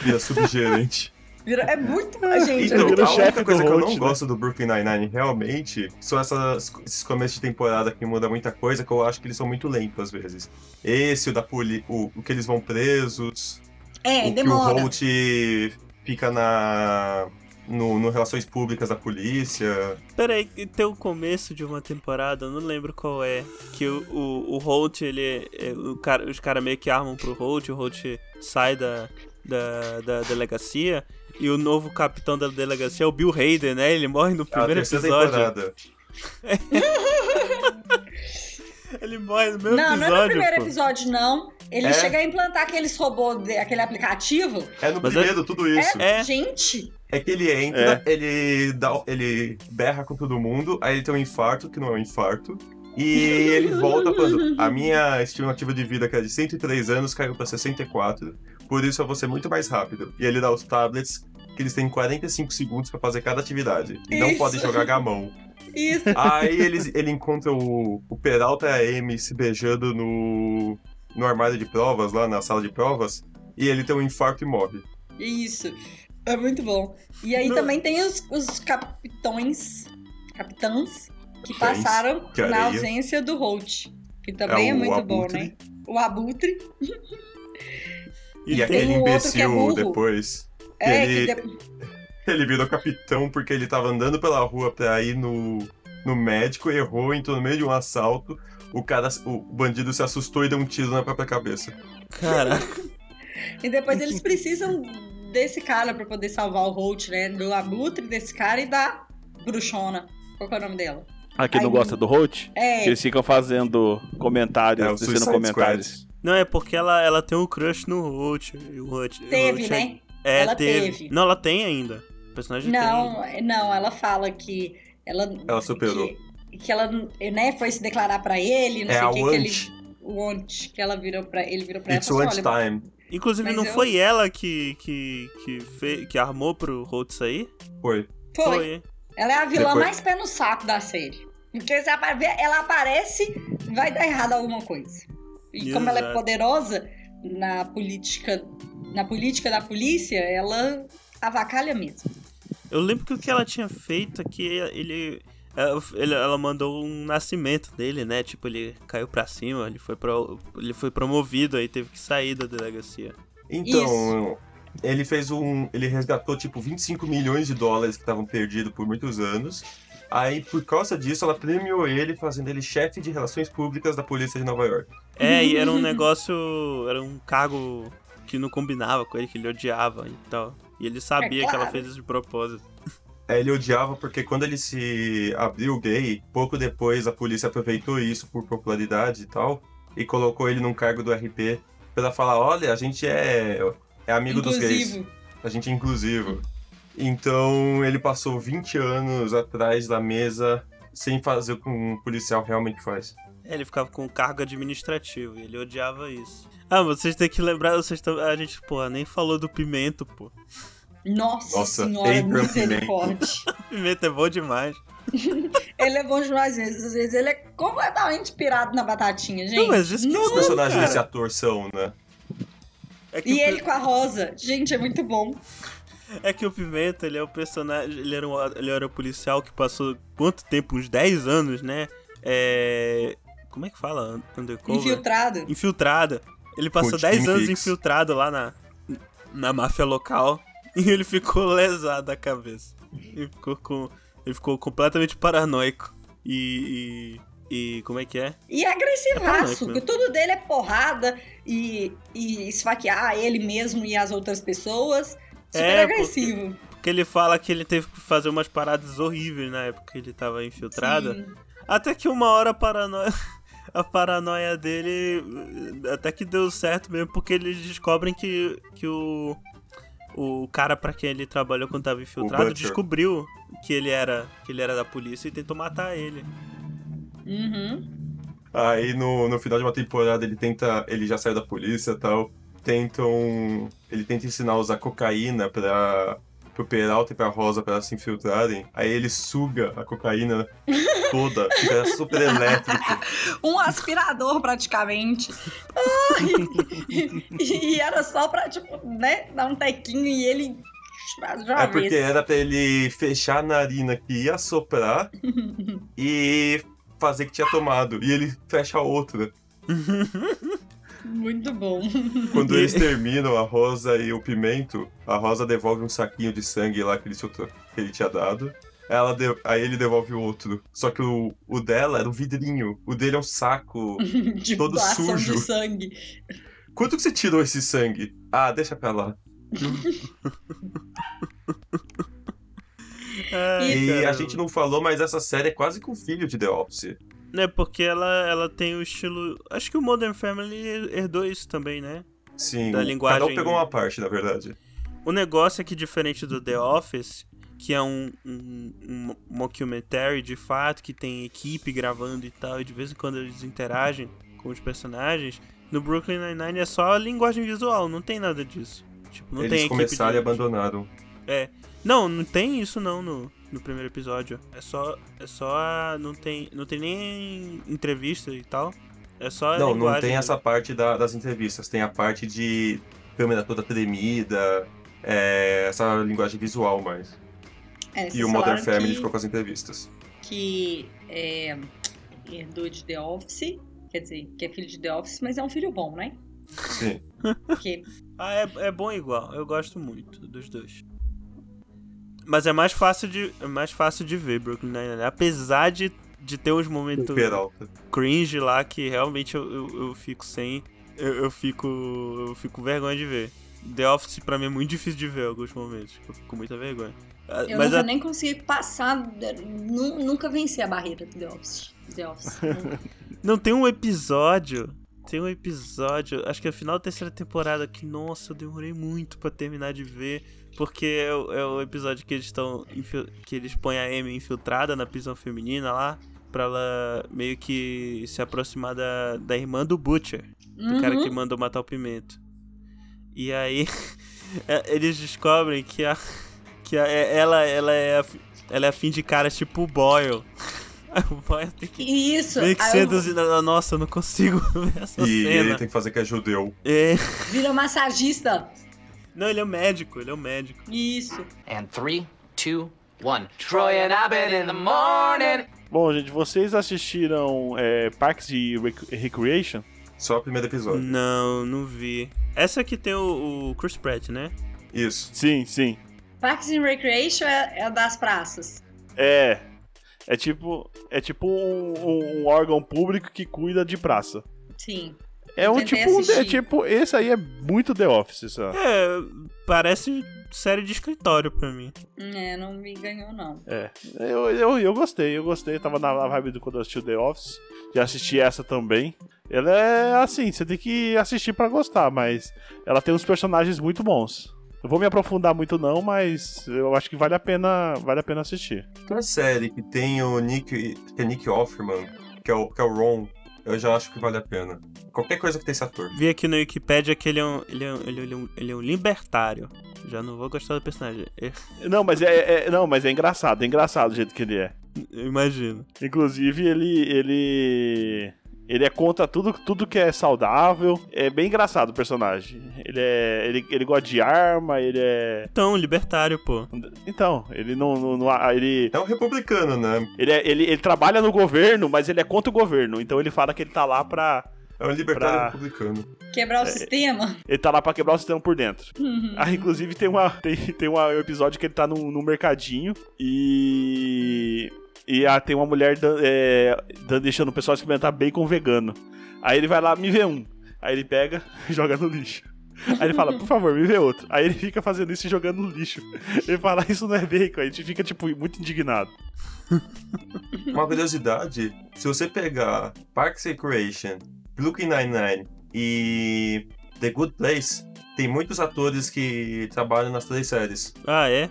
Speaker 3: E a é subgerente.
Speaker 2: Vira- é muito. gente, é
Speaker 3: Então,
Speaker 4: ele
Speaker 2: muito
Speaker 4: vira o
Speaker 3: a
Speaker 4: chefe
Speaker 3: única
Speaker 4: do
Speaker 3: coisa que eu
Speaker 4: Holt,
Speaker 3: não
Speaker 4: né?
Speaker 3: gosto do Brooklyn Nine-Nine realmente são essas, esses começos de temporada que muda muita coisa, que eu acho que eles são muito lentos às vezes. Esse, o da poli, o, o que eles vão presos,
Speaker 2: É,
Speaker 3: o
Speaker 2: demora.
Speaker 3: que o Holt fica na. No, no Relações Públicas da Polícia.
Speaker 1: Peraí, tem o começo de uma temporada, eu não lembro qual é. Que o, o, o Holt, ele. é, o cara- os caras meio que armam pro Holt, o Holt sai da, da, da delegacia. E o novo capitão da delegacia é o Bill Hader, né? Ele morre no
Speaker 3: A
Speaker 1: primeiro
Speaker 3: Ah, terceira
Speaker 1: episódio.
Speaker 3: temporada.
Speaker 1: Ele morre no mesmo
Speaker 2: Não,
Speaker 1: episódio.
Speaker 2: não é no primeiro
Speaker 1: pô.
Speaker 2: episódio, não. Ele
Speaker 3: É?
Speaker 2: chega a implantar aqueles robôs, de- aquele aplicativo.
Speaker 3: É no
Speaker 1: Mas é-
Speaker 3: primeiro, tudo isso.
Speaker 1: É.
Speaker 2: Gente,
Speaker 3: É que ele entra, ele, dá, ele berra com todo mundo, aí ele tem um infarto, que não é um infarto,
Speaker 2: <laughs>
Speaker 3: e ele volta falando: A minha estimativa de vida, que era de 103 anos, caiu pra 64, por isso eu vou ser muito mais rápido. E ele dá os tablets, que eles têm 45 segundos pra fazer cada atividade, e não
Speaker 2: Isso.
Speaker 3: podem jogar gamão.
Speaker 2: isso.
Speaker 3: Aí ele, ele encontra o, o Peralta e a Amy se beijando no, no armário de provas, lá na sala de provas, e ele tem um infarto e morre.
Speaker 2: Isso. É muito bom. E aí
Speaker 1: Não.
Speaker 2: também tem os, os capitões. Capitãs que
Speaker 3: Capitães,
Speaker 2: passaram
Speaker 3: que areia.
Speaker 2: na ausência do Holt. Que também é,
Speaker 3: o
Speaker 2: muito bom,
Speaker 3: Abutre.
Speaker 2: né? O Abutre.
Speaker 3: E,
Speaker 1: tem-
Speaker 3: aquele
Speaker 2: um outro que é
Speaker 3: imbecil
Speaker 2: burro.
Speaker 3: depois.
Speaker 2: É,
Speaker 3: Ele-
Speaker 2: que de-
Speaker 3: Ele virou capitão porque ele tava andando pela rua pra ir no, no médico, errou, entrou no meio de um assalto. O cara, o bandido se assustou e deu um tiro na própria cabeça.
Speaker 1: Cara,
Speaker 2: e depois eles precisam desse cara pra poder salvar o Holt, né? Do Abutre, desse cara e da bruxona. Qual que é o nome dela?
Speaker 4: Ah, quem não
Speaker 2: Aí-
Speaker 4: gosta do Holt?
Speaker 2: É,
Speaker 4: que Eles ficam fazendo comentários,
Speaker 3: É, o
Speaker 4: descendo
Speaker 3: Suicide
Speaker 4: comentários.
Speaker 1: não é porque ela, ela tem um crush no Holt. e o Holt- o
Speaker 2: teve,
Speaker 1: Holt é-
Speaker 2: né?
Speaker 1: É,
Speaker 2: Ela
Speaker 1: teve.
Speaker 2: teve.
Speaker 1: Não, ela tem ainda. O personagem tem.
Speaker 2: Não, não, ela fala que ela.
Speaker 3: Ela superou.
Speaker 2: Que, que ela, né, foi se declarar pra ele, não
Speaker 3: é
Speaker 2: sei
Speaker 3: a
Speaker 2: o que, que
Speaker 3: Wunsch.
Speaker 2: ele. O Ont, que ela virou pra ele, virou pra ela e
Speaker 3: It's
Speaker 2: falou assim:
Speaker 3: lunch
Speaker 2: olha,
Speaker 3: time.
Speaker 1: Inclusive,
Speaker 2: Mas
Speaker 1: não
Speaker 2: eu-
Speaker 1: foi ela que, que, que, fe... que armou pro Holt sair?
Speaker 3: Foi.
Speaker 2: foi.
Speaker 1: Foi.
Speaker 2: Ela é a vilã
Speaker 3: Depois-
Speaker 2: mais pé no saco da série. Porque se apa- ela aparece, vai dar errado alguma coisa. E como ela é
Speaker 1: Exato.
Speaker 2: poderosa na política, na política da polícia, ela avacalha mesmo.
Speaker 1: Eu lembro que o que ela tinha feito é que ele. é, ele- Ela mandou um nascimento dele, né? Tipo, ele caiu pra cima, ele foi, pro, ele foi promovido, aí teve que sair da delegacia.
Speaker 3: Então, ele fez um. Ele resgatou tipo 25 milhões de dólares que estavam perdidos por muitos anos. Aí, por causa disso, ela premiou ele, fazendo ele chefe de relações públicas da polícia de Nova York.
Speaker 1: É, e
Speaker 2: <laughs>
Speaker 1: era um negócio. Era um cargo que não combinava com ele, que ele odiava e tal. E ele sabia que ela
Speaker 2: É claro.
Speaker 1: fez isso de propósito.
Speaker 3: É, Ele odiava porque quando ele se abriu gay, pouco depois a polícia aproveitou isso por popularidade e tal, e colocou ele num cargo do RP pra falar, olha, a gente é, é amigo dos gays,
Speaker 2: Inclusivo.
Speaker 3: a gente é inclusivo. Então ele passou 20 anos atrás da mesa sem fazer o que um policial realmente faz.
Speaker 1: É, ele ficava com cargo administrativo e ele odiava isso. Ah, vocês têm que lembrar, vocês tão, a gente, porra, nem falou do pimento, pô.
Speaker 2: Nossa,
Speaker 3: Nossa,
Speaker 2: senhora,
Speaker 3: Abraham
Speaker 2: misericórdia.
Speaker 1: Pimenta é bom demais.
Speaker 2: Ele é bom demais, às vezes, às vezes ele é completamente pirado na batatinha, gente.
Speaker 1: Não, mas isso que
Speaker 3: Os
Speaker 1: não,
Speaker 3: personagens
Speaker 1: cara.
Speaker 3: desse ator são, né?
Speaker 1: É que,
Speaker 2: E
Speaker 1: o,
Speaker 2: ele com a rosa. Gente, é muito bom.
Speaker 1: Pi- é que o Pimenta, ele é o personagem. Ele era, um, ele era um policial que passou quanto tempo? Uns 10 anos, né? É. Como é que fala? Un- Undercover?
Speaker 2: Infiltrado.
Speaker 1: Infiltrada. Ele passou
Speaker 3: Coach
Speaker 1: 10
Speaker 3: Team
Speaker 1: anos
Speaker 3: Fix.
Speaker 1: infiltrado lá na, na máfia local <laughs> e ele ficou lesado a cabeça. Ele ficou, com, ele ficou completamente paranoico. E, e como é que é?
Speaker 2: E é
Speaker 1: É
Speaker 2: agressivaço,
Speaker 1: polêmico, né?
Speaker 2: que tudo dele é porrada e, e esfaquear ele mesmo e as outras pessoas. Super
Speaker 1: É, porque-
Speaker 2: agressivo.
Speaker 1: Porque ele fala que ele teve que fazer umas paradas horríveis na época que ele tava infiltrado.
Speaker 2: Sim.
Speaker 1: Até que uma hora a paranoia. <laughs> A paranoia dele eh, até que deu certo mesmo, porque eles descobrem que, que o, o cara pra quem ele trabalhou quando tava infiltrado
Speaker 3: Butcher.
Speaker 1: descobriu que ele era que ele era da polícia e tentou matar ele.
Speaker 2: Uhum.
Speaker 3: Aí no, no final de uma temporada ele tenta. Ele já saiu da polícia e tal. Tentam. Ele tenta ensinar a usar cocaína pra. Pro Peralta e pra Rosa pra elas se infiltrarem. Aí ele suga a cocaína toda, fica super elétrico.
Speaker 2: Um aspirador, praticamente. <laughs> Ai! e, era só pra, tipo, né, dar um tequinho e ele tipo, de uma
Speaker 3: É porque
Speaker 2: vez.
Speaker 3: era pra ele fechar a narina que ia soprar e fazer que tinha tomado. E ele fecha a outra.
Speaker 2: Muito bom. <laughs>
Speaker 3: Quando eles terminam, a Rosa e o Pimento, a Rosa devolve um saquinho de sangue lá que ele, soltou- que ele tinha dado. Ela de- Aí ele devolve o outro. Só que o, o dela era um vidrinho. O dele é um
Speaker 1: <laughs>
Speaker 3: saco.
Speaker 2: De
Speaker 3: Todo
Speaker 2: doação
Speaker 3: sujo.
Speaker 2: de sangue.
Speaker 3: Quanto que você tirou esse sangue? Ah, deixa pra lá.
Speaker 1: Ai,
Speaker 3: e a
Speaker 1: caramba.
Speaker 3: gente não falou, mas essa série é quase com o filho de The Office.
Speaker 1: Né, porque ela, ela tem o estilo. Acho que o Modern Family herdou isso também, né?
Speaker 3: Sim.
Speaker 1: Da
Speaker 3: Cada um
Speaker 1: linguagem-
Speaker 3: pegou uma parte, na verdade.
Speaker 1: O negócio é que, diferente do The Office, que é um, um, um mockumentary de fato, que tem equipe gravando e tal, e de vez em quando eles interagem com os personagens, no Brooklyn Nine-Nine é só a linguagem visual, não tem nada disso. Tipo, não tem
Speaker 3: Eles
Speaker 1: equipe
Speaker 3: começaram
Speaker 1: de...
Speaker 3: e abandonaram.
Speaker 1: Não, não tem isso não no, no primeiro episódio. É só. É só. a- Não tem, não tem nem entrevista e tal. É só a
Speaker 3: Não,
Speaker 1: linguagem.
Speaker 3: não tem essa parte da- das entrevistas. Tem a parte de câmera toda tremida, é, essa linguagem visual mais.
Speaker 2: É,
Speaker 3: E
Speaker 2: vocês
Speaker 3: o Modern
Speaker 2: falaram
Speaker 3: Family
Speaker 2: que-
Speaker 3: ficou com as entrevistas.
Speaker 2: que é, herdou de The Office, quer dizer, que é filho de The Office, mas é um filho bom, né?
Speaker 3: Sim.
Speaker 2: Porque
Speaker 1: Ah, é, é bom igual. Eu gosto muito dos dois. Mas é mais fácil de, é mais fácil de ver Brooklyn Nine-Nine. Apesar de, de ter uns
Speaker 3: O
Speaker 1: momentos
Speaker 3: Peralta.
Speaker 1: cringe lá que realmente eu, eu, eu fico sem... Eu, eu fico eu fico com vergonha de ver. The Office pra mim é muito difícil de ver em alguns momentos. Eu fico com muita vergonha. Ah,
Speaker 2: eu
Speaker 1: Mas
Speaker 2: nunca
Speaker 1: a-
Speaker 2: nem consegui passar, nu- nunca venci a barreira do The Office. The Office. Nunca.
Speaker 1: não, tem um episódio... Tem um episódio, acho que é o final da terceira temporada, que, nossa, eu demorei muito pra terminar de ver. Porque é o, é o episódio que eles estão. infil- Que eles põem a Amy infiltrada na prisão feminina lá. Pra ela meio que se aproximar da, da irmã do Butcher. <laughs> Do cara
Speaker 2: Uhum.
Speaker 1: que mandou matar o Pimento. E aí. <laughs> é, eles descobrem que a. Que a- é- ela, ela é. a fi- Ela é afim de caras tipo o Boyle. <laughs> Aí O Boyle tem que.
Speaker 2: E Isso,
Speaker 1: Meio que
Speaker 2: aí eu-
Speaker 1: seduzindo. ela, Nossa, eu não consigo <laughs> ver essa
Speaker 3: E ele
Speaker 1: cena.
Speaker 3: tem que fazer que é judeu.
Speaker 1: É.
Speaker 2: vira massagista.
Speaker 1: Não, ele é um médico, ele é um médico.
Speaker 2: Isso.
Speaker 6: And three, two, one. Troy and Abed in the morning.
Speaker 4: Bom, gente, vocês assistiram é, Parks e Rec- Recreation?
Speaker 3: Só o primeiro episódio.
Speaker 1: Hum. Não, não vi. Essa aqui tem o, o Chris Pratt, né?
Speaker 3: Isso.
Speaker 4: Sim, sim.
Speaker 2: Parks and Recreation é, é a das praças.
Speaker 4: É. É tipo, é tipo um, um- um órgão público que cuida de praça.
Speaker 2: Sim.
Speaker 4: É um
Speaker 2: Tentei
Speaker 4: tipo, é
Speaker 2: assistir.
Speaker 4: tipo, esse aí é muito The Office, essa.
Speaker 1: É, parece série de escritório pra mim.
Speaker 2: É, não me ganhou, não.
Speaker 4: É. Eu, eu, eu gostei, eu gostei. Tava na na vibe do quando eu assisti o The Office. Já assisti essa também. Ela é assim, você tem que assistir pra gostar, mas ela tem uns personagens muito bons. Eu vou me aprofundar muito não, mas eu acho que vale a pena, vale a pena assistir.
Speaker 3: Uma série que tem o Nick. Que é Nick Offerman, que é o, que é o Ron, eu já acho que vale a pena. Qualquer coisa que tem esse ator.
Speaker 1: Vi aqui no Wikipedia que ele é um, ele é um, ele é um, ele é um libertário. Já não vou gostar do personagem. Eu,
Speaker 4: Não, mas é, é- não, mas é engraçado, é engraçado o jeito que ele é.
Speaker 1: <laughs> eu imagino.
Speaker 4: Inclusive, ele. ele. Ele é contra tudo, tudo que é saudável. É bem engraçado o personagem. Ele é. Ele, ele gosta de arma, ele é.
Speaker 1: Então, libertário, pô.
Speaker 4: Então, ele não. não- não- ah, ele,
Speaker 3: É um republicano, né?
Speaker 4: ele, é- ele, ele trabalha no governo, mas ele é contra o governo. Então ele fala que ele tá lá pra.
Speaker 3: É um libertário
Speaker 4: Pra-
Speaker 3: republicano.
Speaker 1: É,
Speaker 2: Quebrar o sistema.
Speaker 4: Ele tá lá pra quebrar o sistema por dentro.
Speaker 2: Uhum.
Speaker 4: Ah, inclusive tem, uma, tem, tem uma- um episódio que ele tá num, num mercadinho e. E ah, tem uma mulher dan- é, dan- deixando o pessoal experimentar bacon vegano. Aí ele vai lá, me vê um. Aí ele pega <laughs> e joga no lixo. Aí ele fala, por favor, me vê outro. Aí ele fica fazendo isso e jogando no lixo. Ele fala, isso não é bacon. Aí a gente fica, tipo, muito indignado.
Speaker 3: Uma curiosidade, <laughs> se você pegar Parks and Recreation, Brooklyn Nine-Nine e The Good Place, tem muitos atores que trabalham nas três séries.
Speaker 1: Ah, é?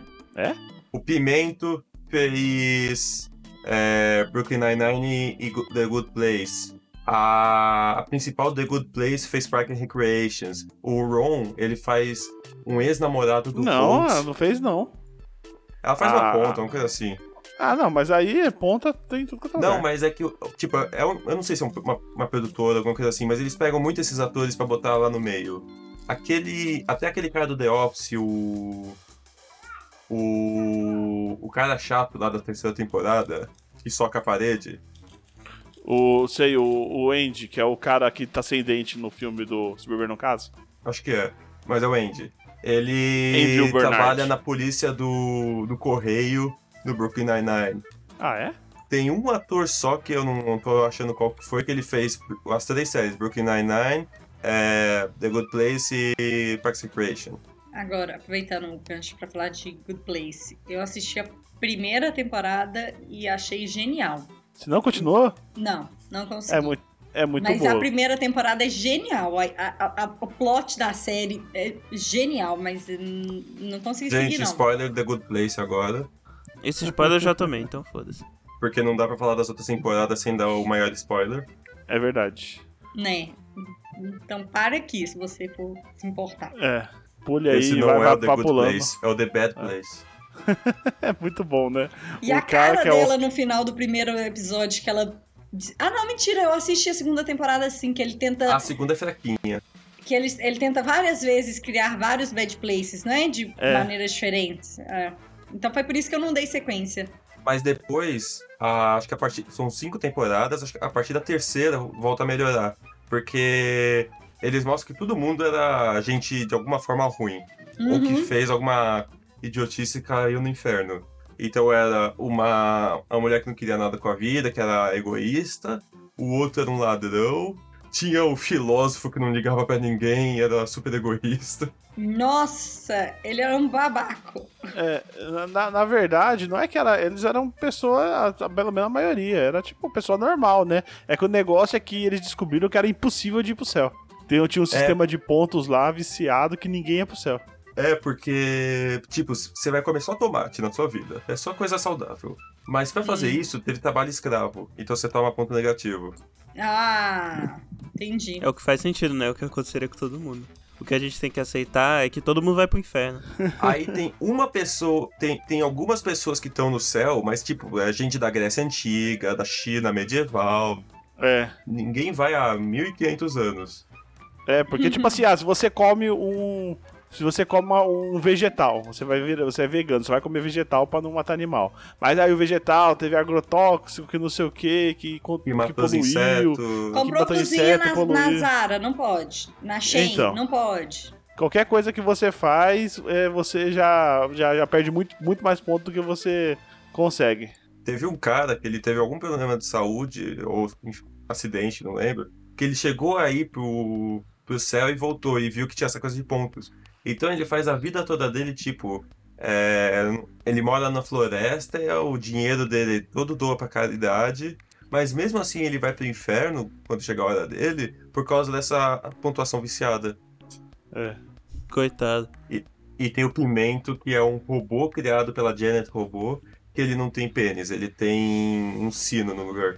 Speaker 3: O Pimento fez é, Brooklyn Nine-Nine e Go- The Good Place. A, a principal The Good Place fez Park and Recreations. O Ron, ele faz um ex-namorado do
Speaker 4: não,
Speaker 3: Pontes.
Speaker 4: ah, não fez não.
Speaker 3: Ela faz
Speaker 4: Ah.
Speaker 3: uma ponta, uma coisa assim.
Speaker 4: Ah, não, mas aí é ponta, tem tudo que eu
Speaker 3: Não, mas é que, tipo, é um- eu não sei se é um- uma, uma produtora, alguma coisa assim, mas eles pegam muito esses atores pra botar lá no meio. Aquele. Até aquele cara do The Office, o. O. O cara chato lá da terceira temporada, que soca a parede.
Speaker 4: O, sei, o, o Andy, que é o cara que tá sem dente no filme do Se Beber no Caso.
Speaker 3: Acho que é. Mas é o Andy. Ele
Speaker 4: Andrew Bernard.
Speaker 3: trabalha na polícia do, do Correio do Brooklyn Nine-Nine.
Speaker 4: Ah, é?
Speaker 3: Tem um ator só que eu não, não tô achando qual que foi que ele fez as três séries, Brooklyn Nine-Nine, é, The Good Place e Parks and Recreation.
Speaker 2: Agora, aproveitando o gancho pra falar de Good Place. Eu assisti a primeira temporada e achei genial.
Speaker 4: Se não continua,
Speaker 2: Não, não consegui.
Speaker 4: é muito, é muito
Speaker 2: Mas a
Speaker 4: boa.
Speaker 2: primeira temporada é genial. A- a- a- o plot da série é genial, mas hum, não consegui
Speaker 3: Gente,
Speaker 2: seguir, não.
Speaker 3: spoiler The Good Place agora,
Speaker 1: Esse spoiler eu já tomei, então foda-se.
Speaker 3: porque não dá pra falar das outras temporadas sem dar o maior spoiler.
Speaker 4: É verdade.
Speaker 2: Né? Então para aqui, se você for se importar.
Speaker 4: É. Pulha aí
Speaker 3: Esse
Speaker 4: e
Speaker 3: não
Speaker 4: vai,
Speaker 3: é
Speaker 4: vai
Speaker 3: o The Good
Speaker 4: papulando.
Speaker 3: Place, é o The Bad Place.
Speaker 4: <laughs> É muito bom, né?
Speaker 2: E
Speaker 4: O
Speaker 2: a
Speaker 4: cara
Speaker 2: cara,
Speaker 4: que é o-
Speaker 2: dela no final do primeiro episódio, que ela. diz- Ah, não, mentira, eu assisti a segunda temporada assim, que ele tenta.
Speaker 3: A segunda é fraquinha.
Speaker 2: Que ele, ele tenta várias vezes criar vários bad places, né? De
Speaker 4: É.
Speaker 2: maneiras diferentes. É. Então foi por isso que eu não dei sequência.
Speaker 3: Mas depois, a- acho que a partir. São cinco temporadas, acho que a partir da terceira volta a melhorar. Porque eles mostram que todo mundo era gente de alguma forma ruim. ou que
Speaker 2: Uhum.
Speaker 3: fez alguma idiotice e caiu no inferno. Então era uma, uma mulher que não queria nada com a vida, que era egoísta, o outro era um ladrão, tinha o filósofo que não ligava pra ninguém, era super egoísta.
Speaker 2: Nossa, ele era um babaco.
Speaker 4: É, na, na verdade, não é que era, eles eram pessoa, a- pelo menos a maioria, era tipo pessoa normal, né? É que o negócio é que eles descobriram que era impossível de ir pro céu. Tem, tinha um sistema de pontos lá viciado que ninguém ia pro céu.
Speaker 3: É porque, tipo, você vai comer só tomate na sua vida, é só coisa saudável. Mas pra fazer
Speaker 2: Hum.
Speaker 3: isso, teve trabalho escravo, então você toma ponto negativo.
Speaker 2: Ah, entendi.
Speaker 1: É o que faz sentido, né? É o que aconteceria com todo mundo. O que a gente tem que aceitar é que todo mundo vai pro inferno.
Speaker 3: Aí tem uma pessoa, tem, tem algumas pessoas que estão no céu, mas tipo, é gente da Grécia Antiga, da China medieval.
Speaker 4: É.
Speaker 3: Ninguém vai há 1500 anos.
Speaker 4: É, porque tipo assim, ah, se você come um. Se você come uma- um vegetal, você vai vir, você é vegano, você vai comer vegetal pra não matar animal. Mas aí o vegetal teve agrotóxico, que não sei o quê, que, con-
Speaker 3: Que
Speaker 4: que,
Speaker 3: matou os
Speaker 4: poluiu.
Speaker 3: insetos.
Speaker 2: Comprou
Speaker 4: botou
Speaker 2: cozinha
Speaker 4: inseto,
Speaker 2: na, na
Speaker 4: poluiu.
Speaker 2: Zara, não pode. Na Shein,
Speaker 4: Então.
Speaker 2: não pode.
Speaker 4: Qualquer coisa que você faz, é, você já, já, já perde muito, muito mais ponto do que você consegue.
Speaker 3: Teve um cara que ele teve algum problema de saúde, ou enfim, acidente, não lembro, que ele chegou aí pro, pro céu e voltou e viu que tinha essa coisa de pontos. Então ele faz a vida toda dele, tipo, é, ele mora na floresta, é, o dinheiro dele todo doa pra caridade, mas mesmo assim ele vai pro inferno quando chegar a hora dele, por causa dessa pontuação viciada.
Speaker 4: É.
Speaker 1: Coitado.
Speaker 3: E tem o Pimento, que é um robô criado pela Janet Robô, que ele não tem pênis, ele tem um sino no lugar.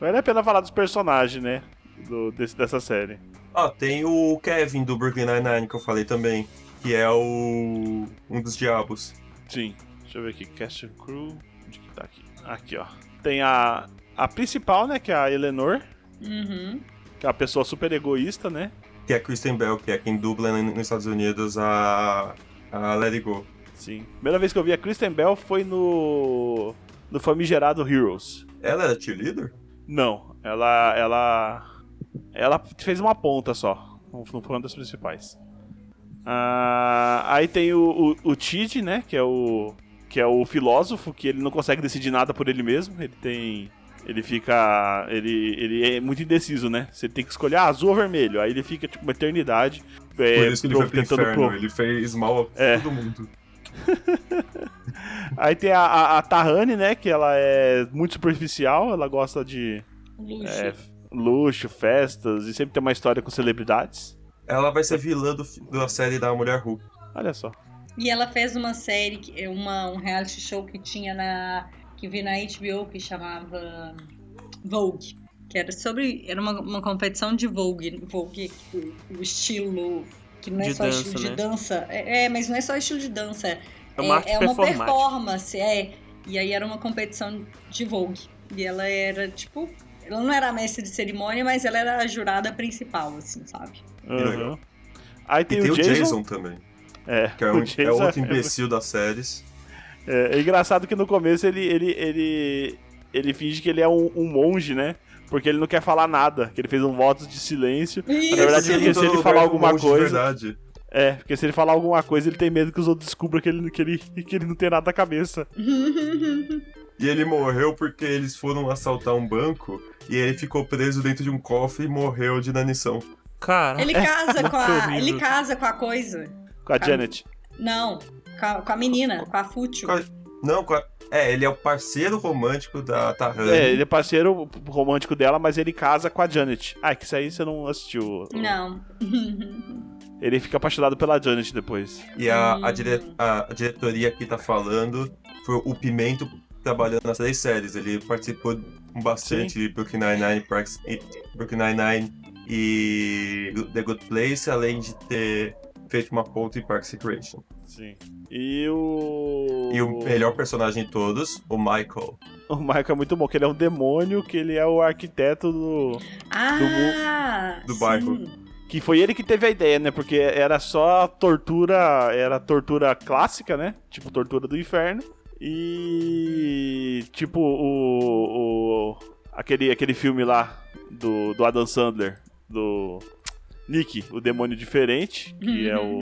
Speaker 4: Vale a pena falar dos personagens, né? do- desse- dessa série.
Speaker 3: Ó, Ah, tem o Kevin do Brooklyn Nine-Nine que eu falei também, que é o. um dos diabos.
Speaker 4: Sim. Deixa eu ver aqui. Cast and Crew. Onde que tá aqui? Aqui, ó. Tem a, a principal, né? Que é a Eleanor.
Speaker 2: Uhum.
Speaker 4: Que é uma pessoa super egoísta, né?
Speaker 3: Que é a Kristen Bell, que é quem dubla n- nos Estados Unidos a. a Let It Go.
Speaker 4: Sim. Primeira vez que eu vi a Kristen Bell foi no. no famigerado Heroes.
Speaker 3: Ela era cheerleader?
Speaker 4: Não, ela. Ela. Ela fez uma ponta só. Não não foi uma das principais. Ah, aí tem o, o, o Tid, né? Que é o. Que é o filósofo, que ele não consegue decidir nada por ele mesmo. Ele tem. Ele fica. Ele, ele é muito indeciso, né? Você tem que escolher ah, azul ou vermelho. Aí ele fica, tipo, uma eternidade. é,
Speaker 3: Por isso que ele
Speaker 4: pro-
Speaker 3: foi pro
Speaker 4: tentando
Speaker 3: inferno.
Speaker 4: pro-
Speaker 3: Ele fez mal a
Speaker 4: É.
Speaker 3: todo mundo.
Speaker 4: Aí tem a, a, a Tahani, né? Que ela é muito superficial, ela gosta de
Speaker 2: Luxo.
Speaker 4: é, luxo, festas, e sempre tem uma história com celebridades.
Speaker 3: Ela vai ser vilã do, da série da Mulher Hulk.
Speaker 4: Olha só.
Speaker 2: E ela fez uma série, que- é uma, um reality show que tinha na. que vi na HBO que chamava Vogue. Que era sobre. Era uma, uma competição de Vogue. Vogue, o estilo. Que não é
Speaker 1: De
Speaker 2: só
Speaker 1: dança,
Speaker 2: estilo
Speaker 1: né?
Speaker 2: de dança. É, é, mas não é só estilo de dança. É,
Speaker 1: É uma arte
Speaker 2: é uma
Speaker 1: performática.
Speaker 2: performance, é. E aí era uma competição de Vogue. E ela era, tipo. Ela não era a mestre de cerimônia, mas ela era a jurada principal, assim, sabe?
Speaker 3: legal.
Speaker 4: Uhum. Aí
Speaker 3: E
Speaker 4: tem, o, Jason,
Speaker 3: também.
Speaker 4: É,
Speaker 3: Que é,
Speaker 4: o
Speaker 3: um- é
Speaker 4: Jason
Speaker 3: outro
Speaker 4: é-
Speaker 3: imbecil das séries.
Speaker 4: É, é engraçado que no começo ele, ele, ele, ele finge que ele é um, um monge, né? Porque ele não quer falar nada, que ele fez um voto de silêncio.
Speaker 2: Isso.
Speaker 4: verdade,
Speaker 3: Ele
Speaker 4: porque
Speaker 3: em
Speaker 4: se
Speaker 3: todo
Speaker 4: ele
Speaker 3: lugar
Speaker 4: falar
Speaker 3: é um
Speaker 4: alguma
Speaker 3: monge de
Speaker 4: coisa-
Speaker 3: verdade.
Speaker 4: É, porque se ele falar alguma coisa, ele tem medo que os outros descubram que ele, que ele, que ele não tem nada na cabeça.
Speaker 3: E ele morreu porque eles foram assaltar um banco e ele ficou preso dentro de um cofre e morreu de inanição.
Speaker 1: Cara, <laughs>
Speaker 2: Ele casa com
Speaker 1: É Muito
Speaker 2: a.
Speaker 1: horrível.
Speaker 2: Ele casa com a coisa.
Speaker 4: Com a Janet.
Speaker 2: Não, com a, com a menina, com a fútil.
Speaker 3: Com a- Não, com a- é, ele é o parceiro romântico da Tahani.
Speaker 4: É, ele é parceiro romântico dela, mas ele casa com a Janet. Ah, que isso aí você não assistiu.
Speaker 2: Não.
Speaker 4: Ele fica apaixonado pela Janet depois.
Speaker 3: E a, a, dire- a- a diretoria aqui tá falando foi o Pimento trabalhando nas três séries. Ele participou bastante de Brooklyn Nine-Nine, Parks, e- Brooklyn Nine-Nine e The Good Place, além de ter feito uma ponta em Parks and Recreation.
Speaker 4: Sim. E o.
Speaker 3: E o melhor personagem de todos, o Michael.
Speaker 4: <laughs> O Michael é muito bom, que ele é um demônio, que ele é o arquiteto do.
Speaker 2: <laughs> Ah!
Speaker 3: do
Speaker 2: sim.
Speaker 3: barco.
Speaker 4: Que foi ele que teve a ideia, né? Porque era só tortura. Era tortura clássica, né? Tipo, tortura do inferno. E. Tipo, o. o- aquele, aquele filme lá do, do Adam Sandler. Do. Nick, o demônio diferente. Que é o.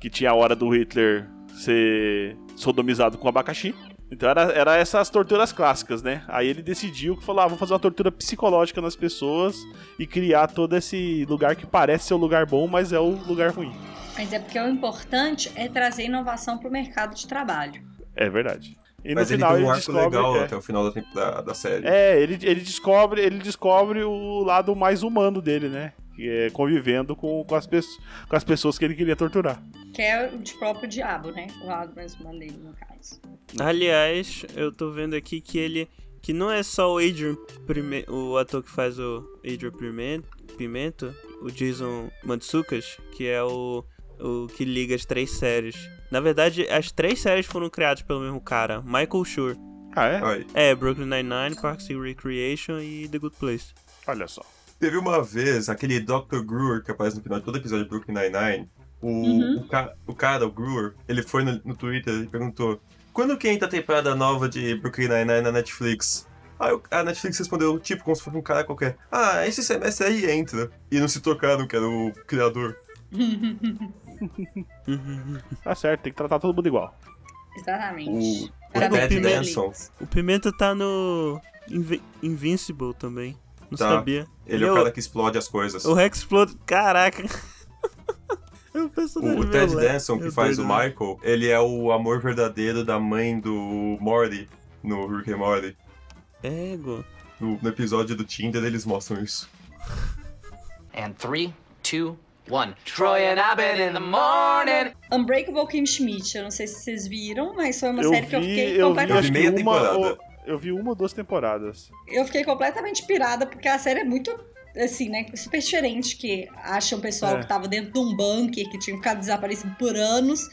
Speaker 4: Que tinha a hora do Hitler ser sodomizado com abacaxi. Então era, era essas torturas clássicas, né? Aí ele decidiu que falou: ah, vou fazer uma tortura psicológica nas pessoas e criar todo esse lugar que parece ser um lugar bom, mas é um lugar ruim.
Speaker 2: Mas é porque o importante é trazer inovação pro mercado de trabalho.
Speaker 4: É verdade. E
Speaker 3: Mas
Speaker 4: no
Speaker 3: ele
Speaker 4: final
Speaker 3: tem
Speaker 4: ele,
Speaker 3: um arco
Speaker 4: descobre.
Speaker 3: legal
Speaker 4: é,
Speaker 3: até o final da, temp- da- da série.
Speaker 4: é, ele, ele descobre, ele descobre o lado mais humano dele, né? Que é convivendo com, com as, pesso- com as pessoas que ele queria torturar.
Speaker 2: Que é o de próprio diabo, né? O lado mais humano dele, no caso.
Speaker 1: Aliás, eu tô vendo aqui que ele. Que não é só o Adrian Prime, o ator que faz o Adrian Pimen- Pimento, o Jason Mantzoukas, que é o, o que liga as três séries. Na verdade, as três séries foram criadas pelo mesmo cara, Michael Schur.
Speaker 4: Ah, é?
Speaker 3: Aí.
Speaker 1: É, Brooklyn Nine-Nine, Parks and Recreation e The Good Place.
Speaker 4: Olha só.
Speaker 3: Teve uma vez aquele Dr. Gruer que aparece no final de todo episódio de Brooklyn Nine-Nine. O, o, ca- o cara, o Gruer, ele foi no, no Twitter e perguntou: Quando que entra a temporada nova de Brooklyn Nine-Nine na Netflix? Aí o- a Netflix respondeu, tipo, como se fosse um cara qualquer: Ah, esse semestre aí entra. E não se tocaram que era o criador.
Speaker 4: Tá certo, tem que tratar todo mundo igual.
Speaker 2: Exatamente.
Speaker 3: O- o
Speaker 2: Parabéns,
Speaker 1: Ted
Speaker 2: Netflix.
Speaker 3: Danson.
Speaker 1: O Pimenta tá no Invi- Invincible também. Não
Speaker 3: Tá.
Speaker 1: sabia.
Speaker 3: Ele é o cara que explode as coisas.
Speaker 1: o Rex Explode. Caraca! <laughs> É um Eu penso
Speaker 3: O, o Ted
Speaker 1: é
Speaker 3: Danson, que faz o Michael, ele é o amor verdadeiro da mãe do Morty, no Rick and Morty.
Speaker 1: É, Ego.
Speaker 3: No, no episódio do Tinder eles mostram isso.
Speaker 6: And three, two, one. Troy and Abed in the morning.
Speaker 2: Unbreakable Kim Schmidt. Eu não sei se vocês viram, mas foi uma
Speaker 4: eu
Speaker 2: série
Speaker 4: vi,
Speaker 2: que eu fiquei
Speaker 4: eu vi,
Speaker 3: Eu
Speaker 2: completamente.
Speaker 4: acho
Speaker 3: vi
Speaker 4: que
Speaker 3: meia
Speaker 4: uma
Speaker 3: temporada.
Speaker 4: ou- eu vi uma ou duas temporadas.
Speaker 2: eu fiquei completamente pirada, porque a série é muito, assim, né? Super diferente, que acha um pessoal
Speaker 4: É.
Speaker 2: que tava dentro de um bunker, que tinha ficado desaparecido por anos.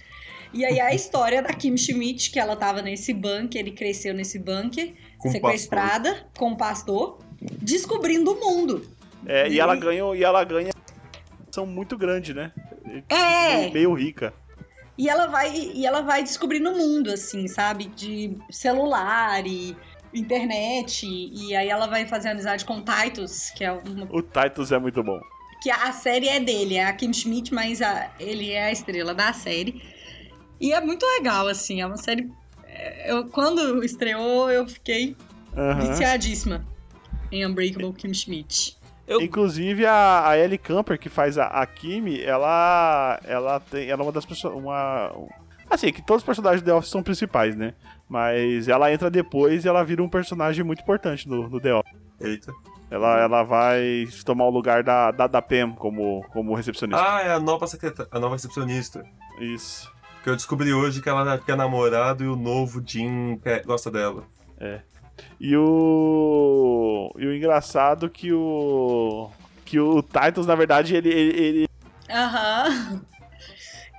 Speaker 2: E aí a história da Kim Schmidt, que ela tava nesse bunker e cresceu nesse bunker,
Speaker 3: Com o pastor.
Speaker 2: sequestrada com um pastor, descobrindo o mundo.
Speaker 4: É, e ela ganha, e ela ganha são muito grande, né?
Speaker 2: É!
Speaker 4: Meio rica.
Speaker 2: E ela vai e ela vai descobrindo o mundo, assim, sabe? De celular e internet. E aí ela vai fazer amizade com o Titus, que é uma
Speaker 4: O Titus é muito bom.
Speaker 2: que a a série é dele, é a Kim Schmidt, mas a- ele é a estrela da série. E é muito legal, assim, é uma série. é, Eu, quando estreou, eu fiquei
Speaker 4: Aham.
Speaker 2: viciadíssima em Unbreakable Kim Schmidt.
Speaker 1: Eu-
Speaker 4: Inclusive, a, a Ellie Camper, que faz a, a Kimi, ela, ela, tem, ela é uma das pessoas. Uma, assim, que todos os personagens do The Office são principais, né? Mas ela entra depois e ela vira um personagem muito importante no, no The Office.
Speaker 3: Eita.
Speaker 4: Ela, ela vai tomar o lugar da, da, da Pam como, como recepcionista.
Speaker 3: Ah, é a nova secretária, a nova recepcionista.
Speaker 4: Isso.
Speaker 3: Que eu descobri hoje que ela quer namorado e o novo Jim quer- gosta dela.
Speaker 4: E o. E o engraçado que o. Que o Titans, na verdade, ele, ele, ele-
Speaker 2: Aham.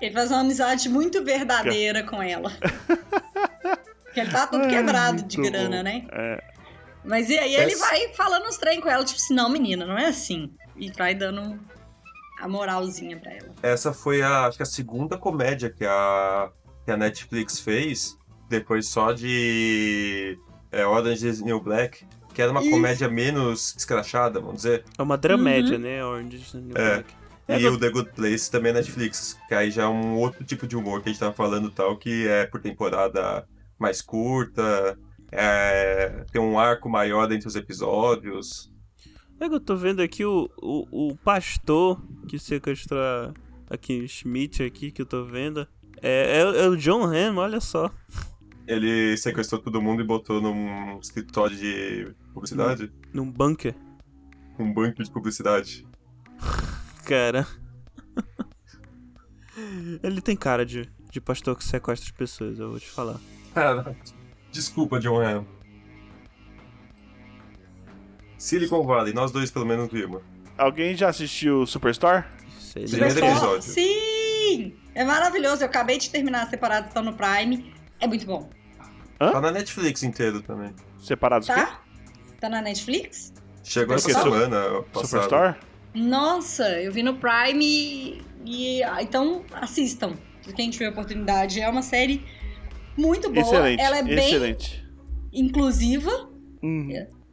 Speaker 2: Ele faz uma amizade muito verdadeira com
Speaker 4: <laughs>
Speaker 2: ela. Porque ele tá todo
Speaker 4: É,
Speaker 2: quebrado de
Speaker 4: muito
Speaker 2: grana,
Speaker 4: bom.
Speaker 2: né?
Speaker 4: É.
Speaker 2: Mas e aí ele
Speaker 3: Essa-
Speaker 2: vai falando uns trem com ela, tipo assim, não, menina, não é assim. E vai dando a moralzinha pra ela.
Speaker 3: Essa foi a, acho que a segunda comédia que a, que a Netflix fez, depois só de é, Orange is the New Black, que era uma
Speaker 2: Isso.
Speaker 3: comédia menos escrachada, vamos dizer.
Speaker 1: É uma dramédia, né? Orange is the New
Speaker 3: É.
Speaker 1: Black. É,
Speaker 3: E
Speaker 1: go-
Speaker 3: o The Good Place também é Netflix, que aí já é um outro tipo de humor que a gente tava falando tal, que é por temporada mais curta, é, tem um arco maior dentro dos episódios.
Speaker 1: É que eu tô vendo aqui o, o, o pastor que sequestrou a- aqui, Schmidt aqui, que eu tô vendo. É, é, o- é o John Hamm, olha só.
Speaker 3: Ele sequestrou todo mundo e botou num escritório de publicidade,
Speaker 1: Num bunker.
Speaker 3: um banco de publicidade.
Speaker 1: Cara. <laughs> Ele tem cara de, de pastor que sequestra as pessoas, eu vou te falar.
Speaker 4: Ah,
Speaker 3: Cara, desculpa, John Hamm. Silicon Valley, nós dois pelo menos vimos.
Speaker 4: Alguém já assistiu Superstore?
Speaker 1: Sei lá.
Speaker 3: Primeiro
Speaker 2: Pessoal,
Speaker 3: episódio.
Speaker 2: Sim! É maravilhoso. Eu acabei de terminar as temporadas, tá no Prime. É muito bom,
Speaker 4: Hã?
Speaker 3: Tá na Netflix inteiro também.
Speaker 4: Separados o quê?
Speaker 2: tá? Tá na Netflix?
Speaker 3: Chegou
Speaker 4: É
Speaker 3: essa
Speaker 4: que su-
Speaker 3: semana passada.
Speaker 4: Superstore?
Speaker 2: Nossa, eu vi no Prime e. e- ah, então assistam. Se Quem tiver oportunidade. É uma série muito boa.
Speaker 4: Excelente.
Speaker 2: Ela é bem
Speaker 4: excelente.
Speaker 2: inclusiva.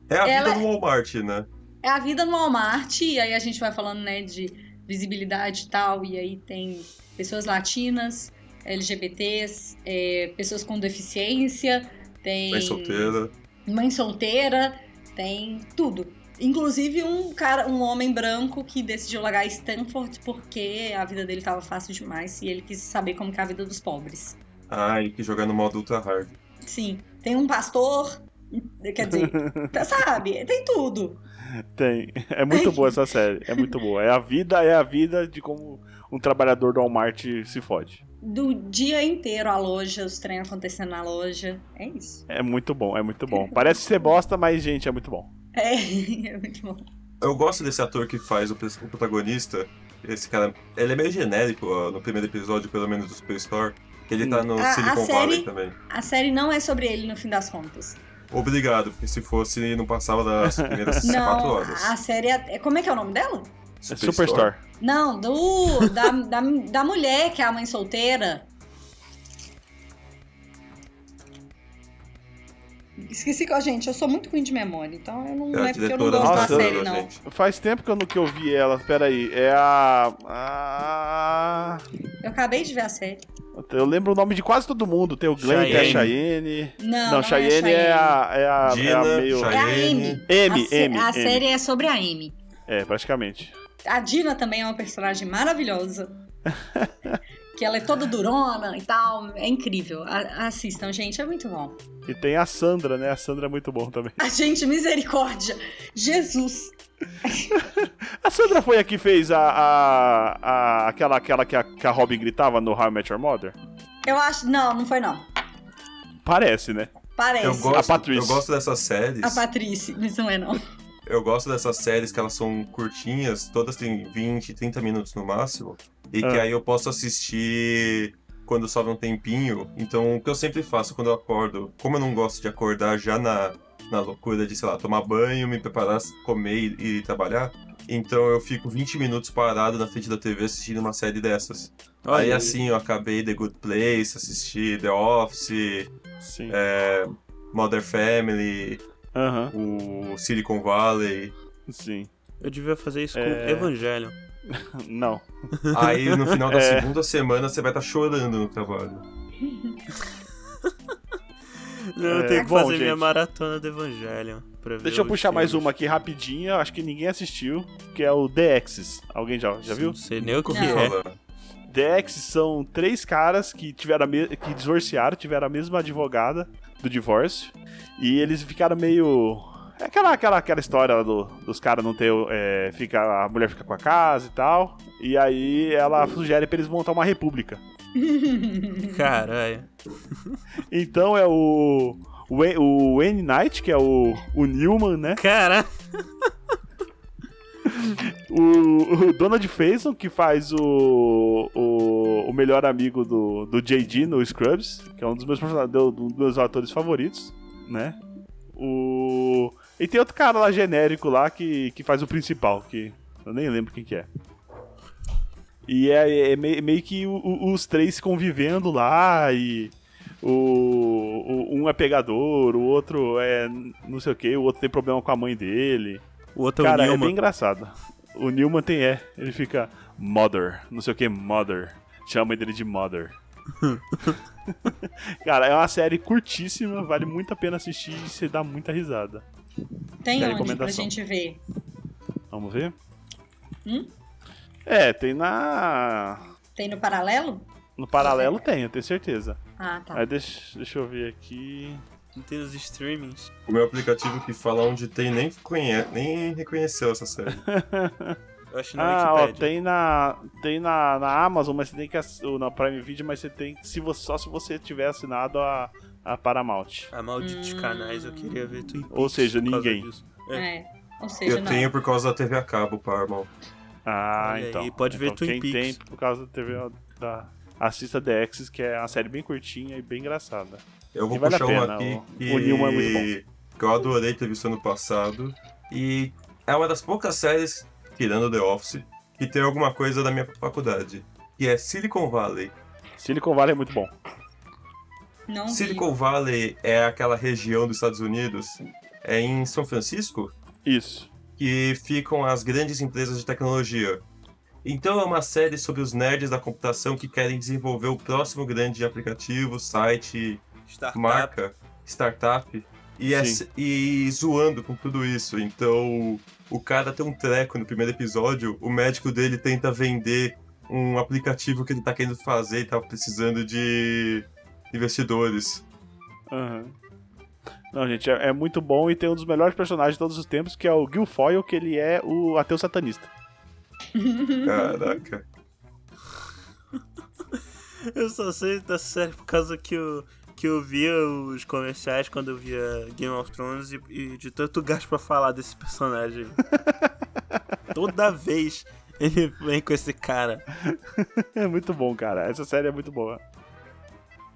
Speaker 3: É a
Speaker 2: Ela-
Speaker 3: vida do Walmart, né?
Speaker 2: É a vida no Walmart, e aí a gente vai falando, né, de visibilidade e tal, e aí tem pessoas latinas, LGBTs, é, pessoas com deficiência, tem.
Speaker 3: Mãe solteira.
Speaker 2: mãe solteira, tem tudo. Inclusive um cara, um homem branco que decidiu largar Stanford porque a vida dele tava fácil demais e ele quis saber como que é a vida dos pobres.
Speaker 3: Ah, e que jogar no modo ultra hard.
Speaker 2: Sim, tem um pastor, quer
Speaker 3: <laughs>
Speaker 2: dizer, tá- sabe, tem tudo.
Speaker 4: Tem. É muito boa essa série. É muito boa. É a vida, é a vida de como um trabalhador do Walmart se fode.
Speaker 2: Do dia inteiro a loja, os trem acontecendo na loja. É isso.
Speaker 4: É muito bom, é muito bom. Parece ser bosta, mas, gente, é muito bom.
Speaker 2: É, é <laughs> muito bom.
Speaker 3: Eu gosto desse ator que faz o, pres- o protagonista. Esse cara, ele é meio genérico ó, no primeiro episódio, pelo menos do Superstore. Que ele tá no
Speaker 2: Hum, A- a
Speaker 3: Silicon
Speaker 2: série-
Speaker 3: Valley também.
Speaker 2: A série não é sobre ele no fim das contas.
Speaker 3: Obrigado, porque se fosse, não passava das primeiras quatro
Speaker 2: <laughs> Não,
Speaker 3: horas.
Speaker 2: a série é. Como é que é o nome dela?
Speaker 4: É Superstore.
Speaker 2: Não, do da, da, da mulher que é a mãe solteira. Esqueci que, ó, gente, eu sou muito ruim de memória, então eu não,
Speaker 3: É
Speaker 2: não
Speaker 3: a
Speaker 2: é porque eu não
Speaker 3: diretora
Speaker 2: gosto
Speaker 3: da
Speaker 2: da
Speaker 4: Nossa,
Speaker 2: série,
Speaker 3: série,
Speaker 2: não.
Speaker 3: gente.
Speaker 4: Faz tempo que eu, não, que eu vi ela. Pera aí. É a. a-
Speaker 2: Eu acabei de ver a série.
Speaker 4: Eu lembro o nome de quase todo mundo. Tem o Glenn, que é a Cheyenne.
Speaker 2: Não,
Speaker 4: Não,
Speaker 2: não,
Speaker 4: Cheyenne é, a. É a, é a
Speaker 3: Dina,
Speaker 4: meio.
Speaker 2: É a
Speaker 3: Cheyenne.
Speaker 2: M.
Speaker 4: M,
Speaker 2: a, sé-
Speaker 4: M,
Speaker 2: a
Speaker 4: M.
Speaker 2: série é sobre a M.
Speaker 4: É, praticamente.
Speaker 2: A Dina também é uma personagem
Speaker 4: <laughs>
Speaker 2: maravilhosa. que ela é toda durona e tal. É incrível. A- assistam, gente, é muito bom.
Speaker 4: E tem a Sandra, né? A Sandra é muito bom também.
Speaker 2: A gente, misericórdia. Jesus.
Speaker 4: A Sandra foi a que fez a. a, a- aquela, aquela que a, que a Robin gritava no How I Met Your Mother?
Speaker 2: Eu acho. Não, não foi não.
Speaker 4: Parece, né?
Speaker 2: Parece.
Speaker 3: Eu gosto,
Speaker 4: Patrice.
Speaker 3: eu gosto dessas séries.
Speaker 2: É A Patrícia, mas não é não.
Speaker 3: Eu gosto dessas séries que elas são curtinhas, todas têm 20, 30 minutos no máximo, e que
Speaker 4: Ah.
Speaker 3: aí eu posso assistir quando sobra um tempinho. Então, o que eu sempre faço quando eu acordo, como eu não gosto de acordar já na, na loucura de, sei lá, tomar banho, me preparar, comer e, e trabalhar, então eu fico 20 minutos parado na frente da TV assistindo uma série dessas.
Speaker 1: Olha
Speaker 3: aí, assim, eu acabei The Good Place, assisti The Office,
Speaker 4: Sim.
Speaker 3: é, Mother Family,
Speaker 4: Aham,
Speaker 3: o Silicon Valley.
Speaker 4: sim.
Speaker 1: Eu devia fazer isso com
Speaker 4: É.
Speaker 1: Evangelho.
Speaker 4: Não.
Speaker 3: Aí no final da
Speaker 4: <laughs> É.
Speaker 3: segunda semana você vai estar chorando no trabalho.
Speaker 1: Eu
Speaker 4: É,
Speaker 1: tenho que
Speaker 4: bom,
Speaker 1: fazer minha
Speaker 4: gente.
Speaker 1: maratona do Evangelho. pra ver
Speaker 4: Deixa eu
Speaker 1: os
Speaker 4: puxar mais
Speaker 1: filmes.
Speaker 4: uma aqui rapidinha, acho que ninguém assistiu, que é o The Axis. Alguém já, já viu?
Speaker 1: Não sei nem o que
Speaker 2: Não.
Speaker 1: é.
Speaker 3: Fala.
Speaker 4: The Axis são três caras que tiveram a me- que divorciaram, tiveram a mesma advogada do divórcio, e eles ficaram meio é aquela aquela aquela história lá do, dos caras não ter o- é, fica a mulher fica com a casa e tal, e aí ela sugere pra eles montar uma república.
Speaker 1: Caralho.
Speaker 4: Então é o o Wa- o Wayne Knight, que é o, o Newman, né?
Speaker 1: Caralho.
Speaker 4: O, o Donald Faison, que faz o, o, o melhor amigo do, do JD no Scrubs, que é um dos meus, personagens- do- do- dos meus atores favoritos, né? O, e tem outro cara lá genérico lá que, que faz o principal, que eu nem lembro quem que é. E é, é me- meio que o- o- os três convivendo lá e. O, o- um é pegador, o outro é não sei o que, o outro tem problema com a mãe dele.
Speaker 1: O outro
Speaker 4: Cara,
Speaker 1: é o
Speaker 4: é bem
Speaker 1: Newman.
Speaker 4: engraçado. O Newman tem é. Ele fica mother, não sei o que, mother. Chama ele de mother. <laughs> Cara, é uma série curtíssima, vale muito a pena assistir e você dá muita risada.
Speaker 2: Tem
Speaker 4: Minha
Speaker 2: onde pra
Speaker 4: recomendação.
Speaker 2: gente ver?
Speaker 4: Vamos ver?
Speaker 2: Hum?
Speaker 4: É, tem na.
Speaker 2: Tem no paralelo?
Speaker 4: No paralelo tem, eu tenho certeza.
Speaker 2: Ah, tá.
Speaker 4: Aí deixa, deixa eu ver aqui.
Speaker 1: Não tem os streamings.
Speaker 3: O meu aplicativo que fala onde tem nem, conhece, nem reconheceu essa série.
Speaker 1: Eu acho é na
Speaker 4: Ah, ó,
Speaker 1: Wikipedia.
Speaker 4: tem na. Tem na, na Amazon, mas você tem que ass- ou na Prime Video, mas você tem. Se você, só se você tiver assinado a, a Paramount.
Speaker 1: Ah, malditos canais, eu queria ver Twin Peaks.
Speaker 4: Ou seja,
Speaker 1: por causa
Speaker 4: ninguém.
Speaker 1: disso.
Speaker 2: É. Ou seja,
Speaker 3: Eu
Speaker 2: não.
Speaker 3: tenho por causa da TV a cabo, Paramount.
Speaker 4: Ah,
Speaker 1: Olha aí,
Speaker 4: então.
Speaker 1: pode ver
Speaker 4: Então,
Speaker 1: Twin
Speaker 4: quem
Speaker 1: Peaks.
Speaker 4: tem, por causa da TV da Assista The Axis, que é uma série bem curtinha e bem engraçada.
Speaker 3: Eu vou
Speaker 4: E vale a
Speaker 3: puxar
Speaker 4: pena,
Speaker 3: uma aqui
Speaker 4: o-
Speaker 3: que...
Speaker 4: o Newman é muito
Speaker 3: que eu adorei ter visto ano passado. E é uma das poucas séries, tirando The Office, que tem alguma coisa da minha faculdade. Que é Silicon Valley.
Speaker 4: Silicon Valley é muito bom.
Speaker 2: Não vi.
Speaker 3: Silicon Valley é aquela região dos Estados Unidos, é em São Francisco,
Speaker 4: Isso.
Speaker 3: que ficam as grandes empresas de tecnologia. Então é uma série sobre os nerds da computação que querem desenvolver o próximo grande aplicativo, site,
Speaker 1: Startup.
Speaker 3: marca, startup, e, é-
Speaker 4: Sim.
Speaker 3: e zoando com tudo isso. Então, o cara tem um treco no primeiro episódio, o médico dele tenta vender um aplicativo que ele tá querendo fazer e tá precisando de investidores.
Speaker 4: Aham. Não, gente, é, é muito bom e tem um dos melhores personagens de todos os tempos, que é o Guilfoyle, que ele é o ateu satanista.
Speaker 3: Caraca.
Speaker 1: Eu só sei da série por causa que eu, que eu via os comerciais quando eu via Game of Thrones e, e de tanto gasto pra falar desse personagem.
Speaker 4: <laughs>
Speaker 1: Toda vez ele vem com esse cara.
Speaker 4: <laughs> É muito bom, cara. Essa série é muito boa.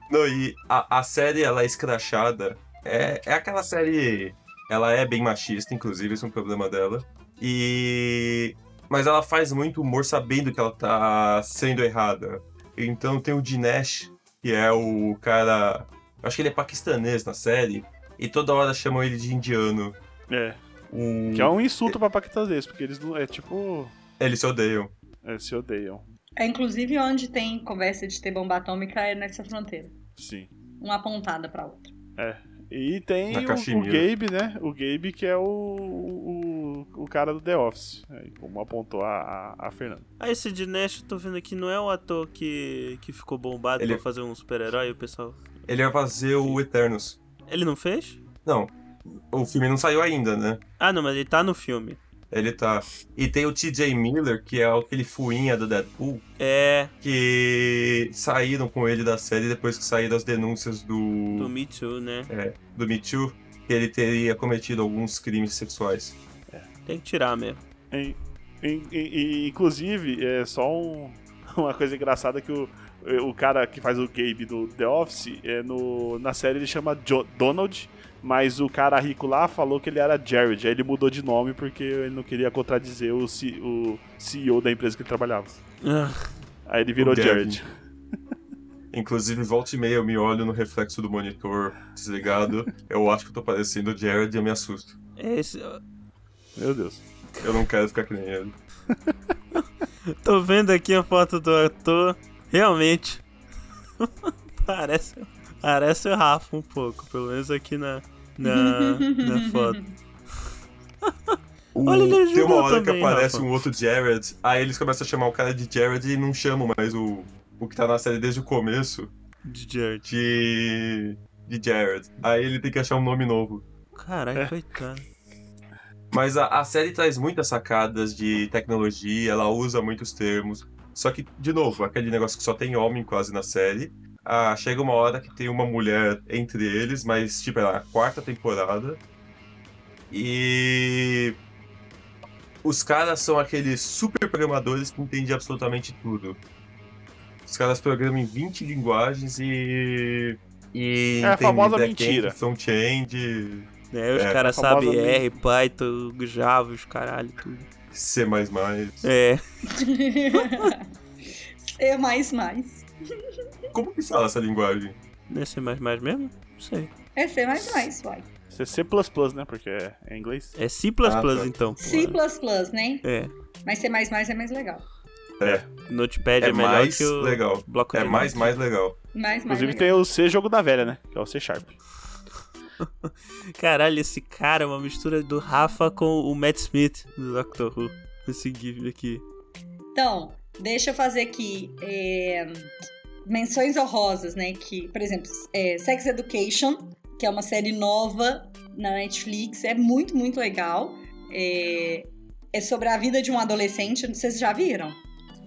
Speaker 3: Não, e a, a série, ela é escrachada. É, é aquela série. Ela é bem machista, inclusive, esse é um problema dela. E. Mas ela faz muito humor sabendo que ela tá sendo errada. Então tem o Dinesh, que é o cara. Acho que ele é paquistanês na série. E toda hora chamam ele de indiano.
Speaker 4: É.
Speaker 3: O...
Speaker 4: Que é um insulto pra paquitanês, porque eles não. É tipo.
Speaker 3: Eles se odeiam.
Speaker 4: é, se odeiam.
Speaker 2: É inclusive onde tem conversa de ter bomba atômica é nessa fronteira.
Speaker 4: Sim.
Speaker 2: Uma apontada pra outra. <laughs>
Speaker 4: E tem
Speaker 3: Na
Speaker 4: o, o
Speaker 3: Caxemira.
Speaker 4: Gabe, né? O Gabe que é o, o, o cara do The Office. Aí, Como apontou a, a, a Fernanda.
Speaker 1: Ah, esse Dinesh, eu tô vendo aqui, não é o ator que, que ficou bombado
Speaker 3: Ele-
Speaker 1: pra fazer um super-herói, o pessoal.
Speaker 3: Ele vai fazer o Eternos.
Speaker 1: Ele não fez?
Speaker 3: Não. O filme não saiu ainda, né?
Speaker 1: Ah, não, mas ele tá no filme.
Speaker 3: Ele tá. E tem o TJ Miller, que é aquele fuinha do Deadpool,
Speaker 1: É,
Speaker 3: que saíram com ele da série depois que saíram as denúncias
Speaker 1: do
Speaker 3: do,
Speaker 1: Me Too, né?
Speaker 3: do Me Too, que ele teria cometido alguns crimes sexuais.
Speaker 1: Tem que tirar mesmo.
Speaker 4: Em- em- em- em- inclusive, é só um- <laughs> uma coisa engraçada que o, o cara que faz o Gabe do The Office, é no, na série ele chama Jo- Donald, mas o cara rico lá falou que ele era Jared. Aí ele mudou de nome porque ele não queria contradizer o, C- o CEO da empresa que ele trabalhava.
Speaker 1: Ah,
Speaker 4: Aí ele virou
Speaker 3: Gavin.
Speaker 4: Jared.
Speaker 3: Inclusive, volta e meia eu me olho no reflexo do monitor
Speaker 1: <laughs>
Speaker 3: desligado. Eu acho que eu tô parecendo o Jared e eu me assusto.
Speaker 1: é Esse,
Speaker 4: Meu Deus.
Speaker 3: Eu não quero ficar que nem ele.
Speaker 1: Tô vendo aqui a foto do ator. Realmente. <laughs> parece, parece o Rafa um pouco, pelo menos aqui na, na, na foto.
Speaker 3: O-
Speaker 1: Olha, ele
Speaker 3: Tem uma
Speaker 1: ajudou
Speaker 3: hora
Speaker 1: também,
Speaker 3: que aparece
Speaker 1: Rafa.
Speaker 3: um outro Jared, aí eles começam a chamar o cara de Jared e não chamam mais o, o que tá na série desde o começo
Speaker 1: De Jared.
Speaker 3: de, de Jared. Aí ele tem que achar um nome novo. É.
Speaker 1: Caralho, coitado.
Speaker 3: Mas a, a série traz muitas sacadas de tecnologia, ela usa muitos termos. Só que, de novo, aquele negócio que só tem homem quase na série. Ah, chega uma hora que tem uma mulher entre eles, mas, tipo, é na quarta temporada. E. Os caras são aqueles super programadores que entendem absolutamente tudo. Os caras programam em 20 linguagens e. e
Speaker 4: É a
Speaker 3: entendem
Speaker 4: famosa
Speaker 3: back-end,
Speaker 4: mentira.
Speaker 3: Front-end.
Speaker 1: É, os
Speaker 3: É,
Speaker 1: caras
Speaker 4: a famosa
Speaker 1: sabem R, Python, Java, os caralho, tudo.
Speaker 3: C.
Speaker 1: É.
Speaker 2: É mais, mais.
Speaker 3: Como que fala essa linguagem?
Speaker 1: Não é C mesmo? Não sei.
Speaker 2: É C, mais, mais, uai.
Speaker 4: Isso é C, né? Porque é é inglês.
Speaker 1: É C
Speaker 3: Ah, tá.
Speaker 1: então.
Speaker 2: C++,
Speaker 1: porra.
Speaker 2: né?
Speaker 1: É.
Speaker 2: Mas C++ é mais legal.
Speaker 1: Notepad é,
Speaker 3: É,
Speaker 1: melhor
Speaker 3: mais
Speaker 1: que o
Speaker 3: legal.
Speaker 1: bloco
Speaker 3: É
Speaker 1: de
Speaker 3: mais,
Speaker 1: notas.
Speaker 3: mais legal.
Speaker 2: Mais, mais
Speaker 4: Inclusive
Speaker 2: legal.
Speaker 4: tem o C jogo da velha, né? Que é o C Sharp.
Speaker 1: Caralho, esse cara é uma mistura do Rafa com o Matt Smith do Doctor Who. Esse GIF aqui.
Speaker 2: Então, deixa eu fazer aqui é, menções honrosas, né? Que, por exemplo, é, Sex Education, que é uma série nova na Netflix, é muito, muito legal. É, é sobre a vida de um adolescente, vocês já viram?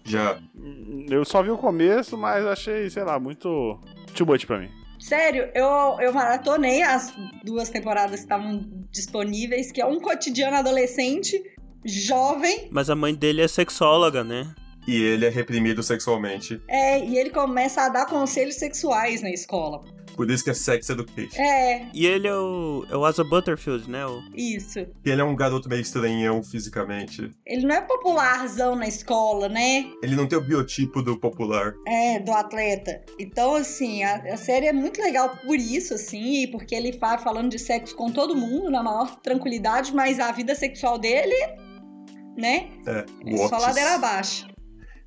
Speaker 3: Já.
Speaker 4: Hum, Eu só vi o começo, mas achei, sei lá, muito. Too much pra mim.
Speaker 2: Sério, eu, eu maratonei as duas temporadas que estavam disponíveis, que é um cotidiano adolescente, jovem,
Speaker 1: Mas a mãe dele é sexóloga, né?
Speaker 3: E ele é reprimido sexualmente.
Speaker 2: É, e ele começa a dar conselhos sexuais na escola.
Speaker 3: Por isso que é sex education.
Speaker 2: É,
Speaker 1: E ele é o, é o Asa Butterfield, né? O-
Speaker 2: isso.
Speaker 3: E Ele é um garoto meio estranhão fisicamente.
Speaker 2: Ele não é popularzão na escola, né?
Speaker 3: Ele não tem o biotipo do popular.
Speaker 2: É, do atleta. Então, assim, a, a série é muito legal por isso, assim, e porque ele vai falando de sexo com todo mundo na maior tranquilidade, mas a vida sexual dele, né?
Speaker 3: É,
Speaker 2: É só
Speaker 3: Watts.
Speaker 2: ladeira abaixo.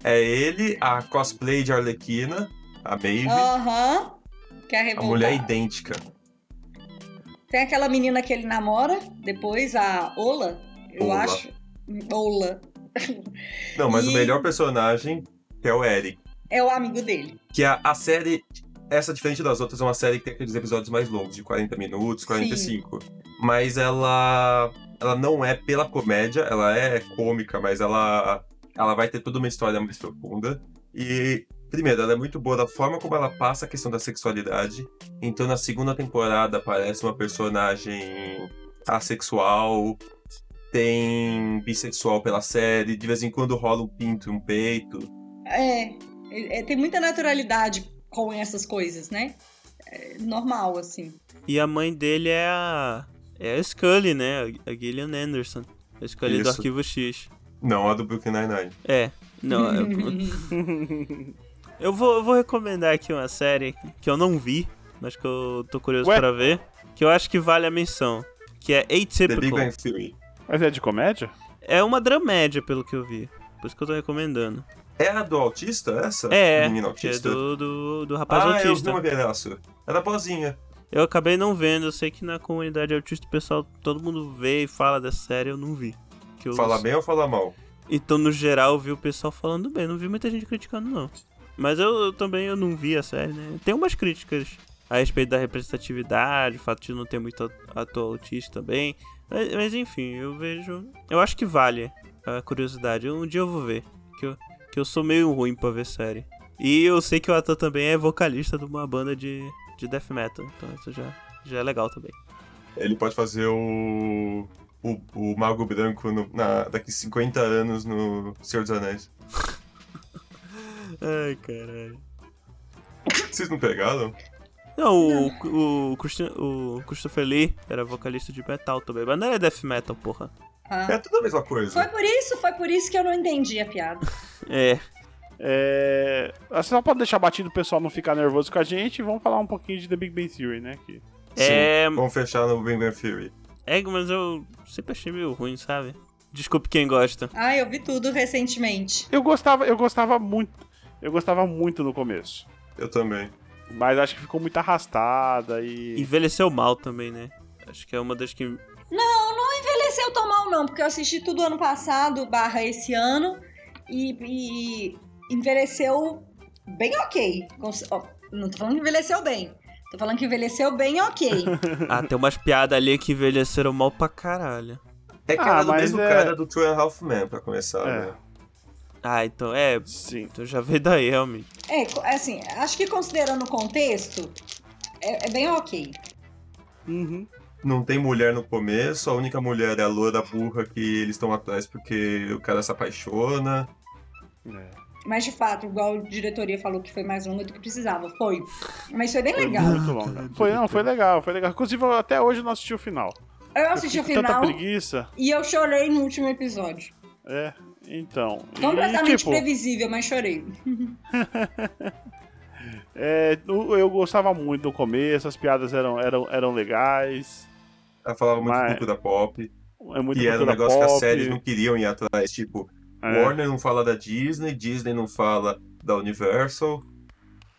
Speaker 3: É ele, a cosplay de Arlequina, a Maeve,
Speaker 2: Aham. Quer
Speaker 3: Uhum. a
Speaker 2: revoltar.
Speaker 3: mulher idêntica.
Speaker 2: Tem aquela menina que ele namora, depois a Ola, eu
Speaker 3: Ola.
Speaker 2: acho. Ola.
Speaker 3: Não, mas
Speaker 2: E-
Speaker 3: o melhor personagem é o Eric.
Speaker 2: É o amigo dele.
Speaker 3: Que a, a série, essa diferente das outras, é uma série que tem aqueles episódios mais longos, de 40 minutos, 45. Mas ela ela não é pela comédia, ela é cômica, mas ela, ela vai ter toda uma história mais profunda. E, primeiro, ela é muito boa da forma como ela passa a questão da sexualidade. Então, na segunda temporada, aparece uma personagem assexual, tem bissexual pela série, de vez em quando rola um pinto e um peito.
Speaker 2: É, é, é, tem muita naturalidade com essas coisas, né? É normal, assim.
Speaker 1: E a mãe dele é a. É a Scully, né? A Gillian Anderson. A Scully do
Speaker 3: Isso.
Speaker 1: Arquivo X.
Speaker 3: Não, a do Brooklyn Nine-Nine.
Speaker 1: É. Não,
Speaker 3: <laughs>
Speaker 1: eu, eu vou, eu vou recomendar aqui uma série que eu não vi, mas que eu tô curioso
Speaker 4: Ué?
Speaker 1: pra ver. Que eu acho que vale a menção. Que é
Speaker 3: The Big
Speaker 1: Atypical.
Speaker 3: Bang Theory.
Speaker 4: Mas é de comédia?
Speaker 1: É uma dramédia, pelo que eu vi. Por isso que eu tô recomendando.
Speaker 3: É a do autista, essa?
Speaker 1: É,
Speaker 3: Do menino
Speaker 1: que é
Speaker 3: autista?
Speaker 1: do, do, do rapaz
Speaker 3: Ah, eu vi
Speaker 1: autista.
Speaker 3: uma É pedaço. Era bozinha.
Speaker 1: Eu acabei não vendo, eu sei que na comunidade autista o pessoal, todo mundo vê e fala dessa série, eu não vi. Que eu-
Speaker 3: Fala bem ou fala mal?
Speaker 1: Então, no geral, eu vi o pessoal falando bem, não vi muita gente criticando, não. Mas eu, eu também eu não vi a série, né? Tem umas críticas a respeito da representatividade, o fato de não ter muito at- ator autista também. Mas, mas, enfim, eu vejo. Eu acho que vale a curiosidade. Um dia eu vou ver. Que eu, que eu sou meio ruim pra ver série. E eu sei que o ator também é vocalista de uma banda de, de death metal. Então isso já, já é legal também.
Speaker 3: Ele pode fazer o. O, o Mago Branco no- na, daqui 50 anos no Senhor dos Anéis.
Speaker 1: Ai, caralho.
Speaker 3: Vocês não pegaram?
Speaker 1: Não, o, o, Christian- o Christopher Lee era vocalista de metal também, mas não era death metal, porra.
Speaker 2: Ah.
Speaker 3: É tudo a mesma
Speaker 2: Foi
Speaker 3: coisa.
Speaker 2: por isso, foi por isso que eu não entendi a piada.
Speaker 1: É.
Speaker 4: É, só pra deixar batido o pessoal não ficar nervoso com a gente, vamos falar um pouquinho de The Big Bang Theory, né? Que
Speaker 1: É,
Speaker 3: Vamos fechar no Big Bang Theory.
Speaker 1: é, mas eu sempre achei meio ruim, sabe? Desculpe quem gosta.
Speaker 2: Ah, eu vi tudo recentemente.
Speaker 4: eu gostava, eu gostava muito. Eu gostava muito no começo.
Speaker 3: Eu também.
Speaker 4: Mas acho que ficou muito arrastada e.
Speaker 1: Envelheceu mal também, né? Acho que é uma das que.
Speaker 2: Não, não envelheceu tão mal, não, porque eu assisti tudo ano passado, barra esse ano, e, e envelheceu bem ok. Cons- ó, Não tô falando que envelheceu bem. Tô falando que envelheceu bem
Speaker 4: <laughs>
Speaker 2: ok.
Speaker 1: Ah, tem umas piadas ali que envelheceram mal pra caralho.
Speaker 3: É que
Speaker 4: Ah,
Speaker 3: ela é do
Speaker 4: mas
Speaker 3: mesmo
Speaker 4: é-
Speaker 3: cara do Two and a Half Men, pra começar,
Speaker 4: É.
Speaker 3: né?
Speaker 1: Ah, então é.
Speaker 4: Sim.
Speaker 1: Então já veio daí, realmente.
Speaker 2: É, co- assim, acho que considerando o contexto, é, é bem ok.
Speaker 4: Uhum.
Speaker 3: Não tem mulher no começo, a única mulher é a loura burra que eles estão atrás porque o cara se apaixona.
Speaker 4: É.
Speaker 2: Mas de fato, igual a diretoria falou que foi mais longa do que precisava. Foi. Mas foi bem
Speaker 4: Foi
Speaker 2: legal.
Speaker 4: muito longa. Foi, não, foi legal, foi legal. Inclusive, eu até hoje eu não assisti o final.
Speaker 2: Eu
Speaker 4: Eu
Speaker 2: assisti o
Speaker 4: fiquei com Tanta
Speaker 2: final
Speaker 4: preguiça.
Speaker 2: e eu chorei no último episódio.
Speaker 4: É, então. E,
Speaker 2: Completamente
Speaker 4: tipo,
Speaker 2: previsível, mas chorei.
Speaker 4: é, eu, eu gostava muito do começo, as piadas eram, eram, eram legais.
Speaker 3: Ela falava muito
Speaker 4: Mas-
Speaker 3: do cultura pop.
Speaker 4: É muito
Speaker 3: e era um
Speaker 4: cultura
Speaker 3: negócio que
Speaker 4: pop,
Speaker 3: as séries não queriam ir atrás. Tipo,
Speaker 4: é.
Speaker 3: Warner não fala da Disney, Disney não fala da Universal.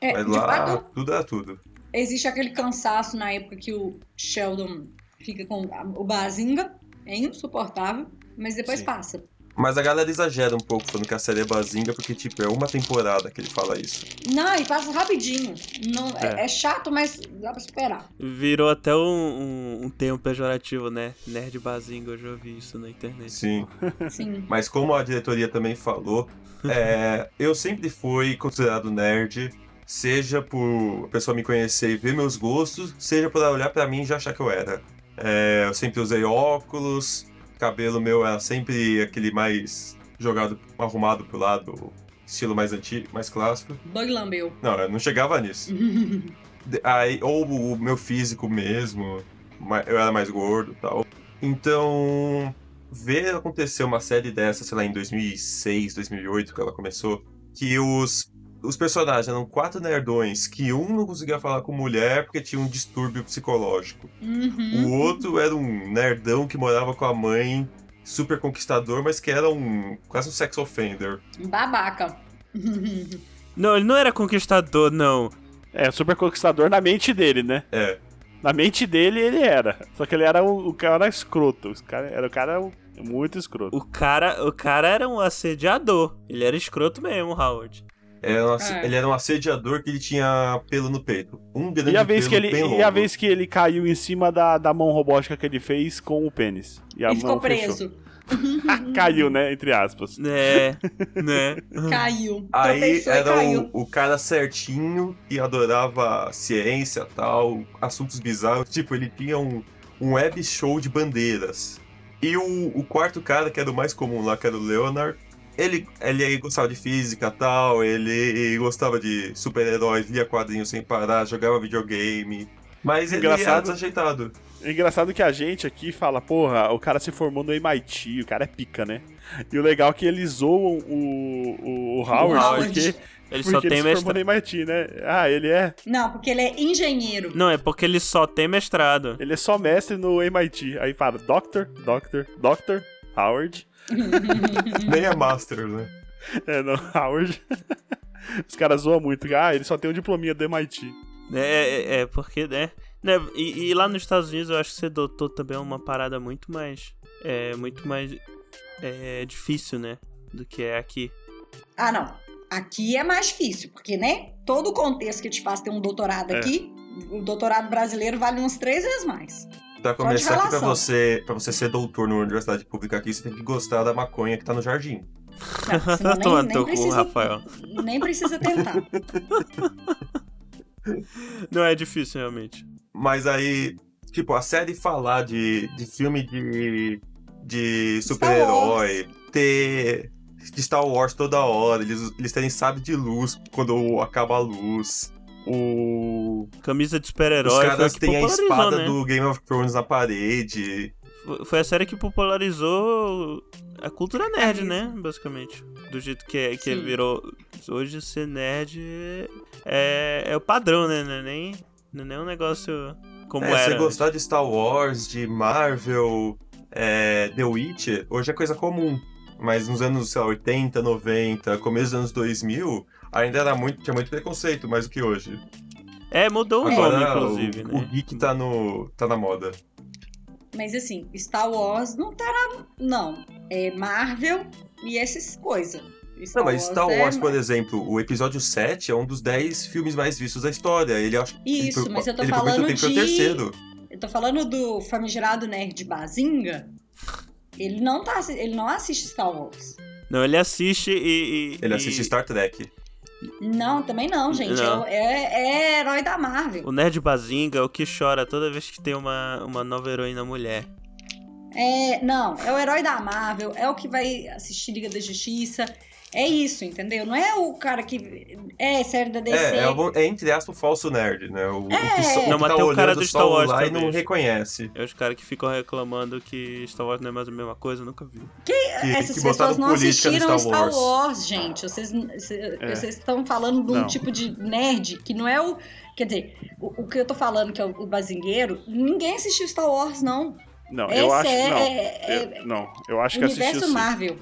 Speaker 2: É,
Speaker 3: Mas
Speaker 2: de fato,
Speaker 3: lá tudo era tudo.
Speaker 2: existe aquele cansaço na época que o Sheldon fica com a- o Bazinga. É insuportável, mas depois
Speaker 4: Sim.
Speaker 2: passa.
Speaker 3: Mas a galera exagera um pouco falando que a série é bazinga, porque, tipo, é uma temporada que ele fala isso.
Speaker 2: Não, e passa rapidinho. Não, é.
Speaker 4: É.
Speaker 2: é chato, mas dá
Speaker 1: <laughs>
Speaker 2: pra superar.
Speaker 1: Virou até um, um, um termo pejorativo, né? Nerd bazinga, eu já ouvi isso na internet.
Speaker 3: Sim.
Speaker 2: Sim.
Speaker 3: Mas como a diretoria também falou, é, eu sempre fui considerado nerd, seja por a pessoa me conhecer e ver meus gostos, seja por ela olhar pra mim e já achar que eu era. É, eu sempre usei óculos, cabelo meu era sempre aquele mais jogado, arrumado pro lado, estilo mais antigo, mais clássico.
Speaker 2: Bug lambeu. <laughs>
Speaker 3: Não, eu não chegava nisso. De- Aí, ou o meu físico mesmo, ma- eu era mais gordo e tal. Então, ver acontecer uma série dessa, sei lá, em 2006, 2008, que ela começou, que os, os personagens eram quatro nerdões, que um não conseguia falar com mulher porque tinha um distúrbio psicológico.
Speaker 2: Uhum.
Speaker 3: O outro era um nerdão que morava com a mãe, super conquistador, mas que era um quase um sex offender.
Speaker 2: Babaca.
Speaker 1: Não, ele não era conquistador, não.
Speaker 4: É, super conquistador na mente dele, né?
Speaker 3: É,
Speaker 4: Na mente dele ele era. Só que ele era o, o cara escroto. O cara, era o cara muito escroto.
Speaker 1: O cara, o cara era um assediador. Ele era escroto mesmo, Howard.
Speaker 3: Era um asse-
Speaker 2: É.
Speaker 3: Ele era um assediador que ele tinha pelo no peito. Um grande
Speaker 4: E a, vez
Speaker 3: pelo
Speaker 4: que ele,
Speaker 3: bem
Speaker 4: e a
Speaker 3: longo.
Speaker 4: vez que ele caiu em cima da, da mão robótica que ele fez com o pênis. E a
Speaker 2: Ele ficou
Speaker 4: mão fechou.
Speaker 2: preso.
Speaker 4: <laughs> caiu, né? Entre aspas.
Speaker 1: É, né?
Speaker 2: Caiu.
Speaker 3: Aí
Speaker 2: Tropeçou Então e
Speaker 3: era
Speaker 2: caiu.
Speaker 3: o, o cara certinho que adorava ciência tal, assuntos bizarros. Tipo, ele tinha um, um web show de bandeiras. E o, o quarto cara, que era o mais comum lá, que era o Leonard, ele, ele aí gostava de física tal, ele gostava de super-heróis, lia quadrinhos sem parar, jogava videogame. Mas ele era
Speaker 4: Engraçado.
Speaker 3: desajeitado.
Speaker 4: É engraçado que a gente aqui fala, porra, o cara se formou no MIT, o cara é pica, né? E o legal é que eles zoam o, o, o Howard,
Speaker 2: Howard.
Speaker 4: porque,
Speaker 1: Ele
Speaker 4: porque
Speaker 1: só
Speaker 4: ele
Speaker 1: tem
Speaker 4: se formou
Speaker 1: mestrado.
Speaker 4: no MIT, né? Ah, ele é.
Speaker 2: Não, porque ele é engenheiro.
Speaker 1: Não, é porque ele só tem mestrado.
Speaker 4: Ele é só mestre no MIT. Aí fala, Doctor, Doctor, Doctor, Howard. <laughs>
Speaker 3: Nem a Master, né?
Speaker 4: É, não, <laughs> Howard. Os caras zoam muito. Ah, ele só tem um diplominha do MIT.
Speaker 1: É, é, é, porque, né? né, E, e lá nos Estados Unidos eu acho que ser doutor também é uma parada muito mais. É, muito mais. É, difícil, né? Do que é aqui.
Speaker 2: Ah, não. Aqui é mais difícil, porque, né? Todo o contexto que te faz ter um doutorado
Speaker 4: É.
Speaker 2: aqui, o doutorado brasileiro vale umas três vezes mais.
Speaker 3: Pra começar
Speaker 2: falar,
Speaker 3: aqui, pra
Speaker 2: Sam.
Speaker 3: você, pra você ser doutor numa universidade pública aqui, você tem que gostar da maconha que tá no jardim.
Speaker 1: <laughs>
Speaker 2: Não, senão nem-
Speaker 1: Toma
Speaker 2: nem
Speaker 1: teu cu,
Speaker 2: precisa-
Speaker 1: Rafael.
Speaker 2: Nem precisa tentar.
Speaker 1: Não é difícil, realmente.
Speaker 3: Mas aí, tipo, a série falar de, de filme de, de super-herói, ter de Star Wars toda hora, eles, eles terem sabre de luz quando acaba a luz. O...
Speaker 1: Camisa de
Speaker 3: Os
Speaker 1: super-herói. foi
Speaker 3: caras
Speaker 1: o que
Speaker 3: têm a
Speaker 1: popularizou,
Speaker 3: espada
Speaker 1: né?
Speaker 3: do Game of Thrones na parede.
Speaker 1: Fo- Foi a série que popularizou a cultura nerd, né? Basicamente. Do jeito que, é- que
Speaker 2: É Sim.
Speaker 1: virou. Hoje ser nerd é, é o padrão, né? Não é nem, não é nem um negócio como
Speaker 3: É, você
Speaker 1: era.
Speaker 3: gostar de Star Wars, de Marvel, é, The Witcher, hoje é coisa comum. Mas nos anos, sei lá, 80, 90, começo dos anos 2000, ainda era muito, tinha muito preconceito, mais do que hoje.
Speaker 1: É, mudou o nome,
Speaker 3: Agora,
Speaker 1: inclusive,
Speaker 3: o,
Speaker 1: né?
Speaker 3: o geek tá, no, tá na moda.
Speaker 2: Mas assim, Star Wars não tá na... Não. É Marvel e essas coisas.
Speaker 3: Não, mas Star Wars,
Speaker 2: é...
Speaker 3: por exemplo, o episódio 7 é um dos 10 filmes mais vistos da história. Ele acho ele
Speaker 2: Isso,
Speaker 3: por-
Speaker 2: mas eu tô
Speaker 3: ele por muito
Speaker 2: falando
Speaker 3: tempo foi o
Speaker 2: de-
Speaker 3: terceiro.
Speaker 2: Eu tô falando do famigerado nerd Bazinga. Ele não, tá, assi- ele não assiste Star Wars.
Speaker 1: Não, ele assiste e. e-
Speaker 3: Ele
Speaker 1: e-
Speaker 3: assiste Star Trek.
Speaker 2: Não, também não, gente.
Speaker 1: Não.
Speaker 2: É, é- é herói da Marvel.
Speaker 1: O Nerd Bazinga é o que chora toda vez que tem uma, uma nova heroína mulher.
Speaker 2: É, não, é o herói da Marvel, é o que vai assistir Liga da Justiça. É isso, entendeu? Não é o cara que. É, série da DC.
Speaker 3: É, é, o- é entre aspas o falso nerd, né? O, o que, só-
Speaker 2: É.
Speaker 3: o
Speaker 1: Não,
Speaker 3: que
Speaker 1: mas
Speaker 3: tá
Speaker 1: tem o cara
Speaker 3: olhando
Speaker 1: do
Speaker 3: só
Speaker 1: Star
Speaker 3: o
Speaker 1: Wars
Speaker 3: lá e
Speaker 1: também.
Speaker 3: não reconhece.
Speaker 1: É os caras que ficam reclamando que Star Wars não é mais a mesma coisa, eu nunca vi.
Speaker 3: Que,
Speaker 2: É, Essas
Speaker 3: que
Speaker 2: pessoas
Speaker 3: botaram
Speaker 2: não
Speaker 3: política no
Speaker 2: assistiram
Speaker 3: Star
Speaker 2: Star,
Speaker 3: Wars.
Speaker 2: Wars. gente. Vocês
Speaker 4: É.
Speaker 2: vocês estão falando de um
Speaker 4: Não.
Speaker 2: tipo de nerd que não é o. Quer dizer, o, o que eu tô falando, que é o, o bazingueiro, ninguém assistiu Star Wars, não.
Speaker 4: Não,
Speaker 2: Esse
Speaker 4: eu acho.
Speaker 2: é,
Speaker 4: Não,
Speaker 2: é- é-
Speaker 4: eu, não, eu acho que assistiu
Speaker 2: universo
Speaker 4: sim.
Speaker 2: Marvel.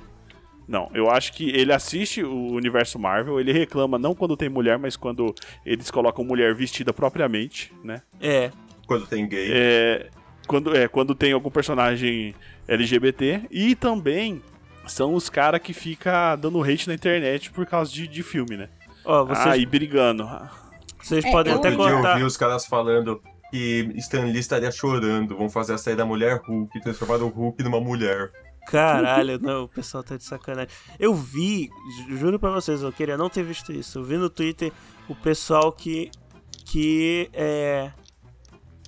Speaker 4: Não, eu acho que ele assiste o universo Marvel, ele reclama não quando tem mulher, mas quando eles colocam mulher vestida propriamente, né?
Speaker 1: É,
Speaker 3: Quando tem gay.
Speaker 4: É, quando, é, quando tem algum personagem LGBT. E também são os caras que fica dando hate na internet por causa de, de filme, né?
Speaker 1: ó,
Speaker 4: Aí
Speaker 3: Ah,
Speaker 1: vocês,
Speaker 4: brigando. Ah,
Speaker 1: vocês
Speaker 2: É,
Speaker 1: podem
Speaker 2: eu-
Speaker 1: até
Speaker 3: Outro dia eu
Speaker 1: cortar.
Speaker 3: vi os caras falando que Stan Lee estaria chorando, vão fazer a saída da mulher Hulk, transformar o Hulk numa mulher.
Speaker 1: Caralho, não, o pessoal tá de sacanagem. Eu vi, ju- juro pra vocês, eu queria não ter visto isso. Eu vi no Twitter o pessoal que. que. é.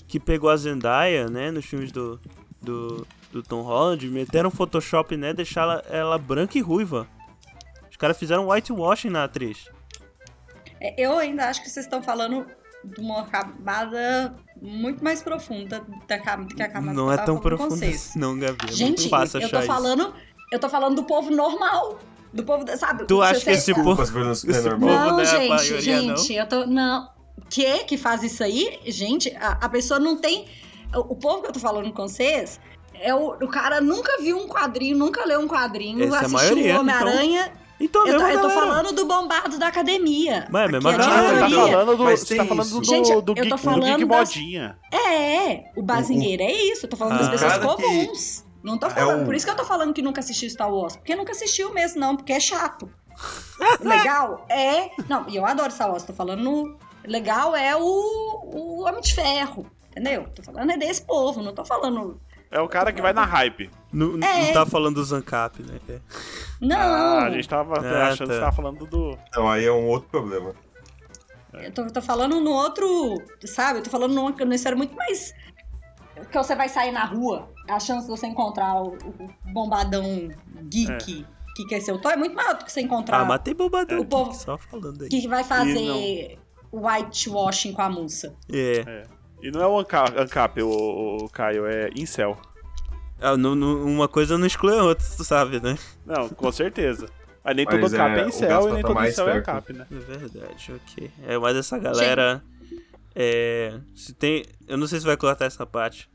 Speaker 1: que pegou a Zendaya, né, nos filmes do. do, do Tom Holland, meteram Photoshop, né, deixaram ela, ela branca e ruiva. Os caras fizeram whitewashing na atriz.
Speaker 2: É, Eu ainda acho que vocês estão falando de uma camada muito mais profunda da camada que a camada que
Speaker 1: Não
Speaker 2: eu
Speaker 1: é
Speaker 2: tava
Speaker 1: tão
Speaker 2: falando com
Speaker 1: profundo
Speaker 2: vocês.
Speaker 1: assim, não, Gabi. É
Speaker 2: Gente,
Speaker 1: muito fácil
Speaker 2: eu
Speaker 1: achar
Speaker 2: tô falando, eu tô falando do povo normal, do povo, da- sabe?
Speaker 1: Tu
Speaker 2: Se
Speaker 1: acha que esse povo-
Speaker 3: Desculpas, Bruno, não é
Speaker 1: Esse
Speaker 3: normal.
Speaker 1: povo
Speaker 2: Não,
Speaker 1: não é a
Speaker 2: gente,
Speaker 1: maioria, não?
Speaker 2: gente, eu tô não. Que que faz isso aí? Gente, a, a pessoa não tem o, o povo que eu tô falando com vocês é o, o cara nunca viu um quadrinho, nunca leu um quadrinho,
Speaker 1: Essa é a maioria,
Speaker 2: assistiu o
Speaker 1: então.
Speaker 2: Homem-Aranha.
Speaker 1: isso. Então,
Speaker 2: Eu, tô-
Speaker 1: mesmo,
Speaker 2: eu tô
Speaker 1: galera.
Speaker 2: falando do bombado da academia.
Speaker 1: Mas é a mesma
Speaker 2: Aqui,
Speaker 1: galera.
Speaker 2: a
Speaker 4: você tá
Speaker 2: maioria.
Speaker 4: falando do,
Speaker 3: Mas
Speaker 4: você
Speaker 3: tem
Speaker 4: tá falando do,
Speaker 3: isso.
Speaker 2: Gente, eu tô
Speaker 4: do, geek, do
Speaker 2: falando
Speaker 4: geek
Speaker 2: das-
Speaker 4: modinha.
Speaker 2: É, o bazingueiro é isso. Eu tô falando das
Speaker 1: Ah.
Speaker 2: pessoas
Speaker 3: Cara que-
Speaker 2: comuns. Não tô falando.
Speaker 3: o-
Speaker 2: Por isso que eu tô falando que nunca assistiu Star Wars. Porque nunca assistiu mesmo, não, porque é chato. O legal é. Não, e eu adoro Star Wars, tô falando. no- Legal é o... o Homem de Ferro. Entendeu? Tô falando é desse povo, não tô falando.
Speaker 4: É o cara que vai na hype.
Speaker 1: Não, não
Speaker 2: É.
Speaker 1: tá falando do Zancap, né? É.
Speaker 2: Não!
Speaker 4: Ah, a gente tava
Speaker 1: Ah,
Speaker 4: achando
Speaker 1: tá.
Speaker 4: que você tava falando do.
Speaker 3: Não, aí é um outro problema.
Speaker 2: Eu tô, tô falando no outro, sabe? Eu tô falando num num cenário muito mais. Que você vai sair na rua, a chance de você encontrar o, o bombadão geek que quer ser o Thor é muito maior do que você encontrar
Speaker 1: Ah, mas tem bobadão
Speaker 2: O
Speaker 1: aqui,
Speaker 2: povo-
Speaker 1: só falando aí.
Speaker 2: que vai
Speaker 4: E
Speaker 2: fazer whitewashing com a moça.
Speaker 1: É.
Speaker 4: E não é o Anca- Ancap, o, o, o Caio, é Incel.
Speaker 1: Ah, não- não- uma coisa não exclui a outra, tu sabe, né?
Speaker 4: Não, com certeza. Mas nem
Speaker 3: Mas
Speaker 4: todo Ancap
Speaker 3: é,
Speaker 4: é
Speaker 3: o
Speaker 4: Incel
Speaker 3: Gaspa
Speaker 4: e nem
Speaker 3: tá
Speaker 4: todo
Speaker 3: mais
Speaker 4: Incel é
Speaker 3: perto.
Speaker 4: Ancap, né?
Speaker 1: É verdade, ok. É, mas essa galera. É. Se tem. Eu não sei se vai cortar essa
Speaker 2: <laughs>
Speaker 1: parte.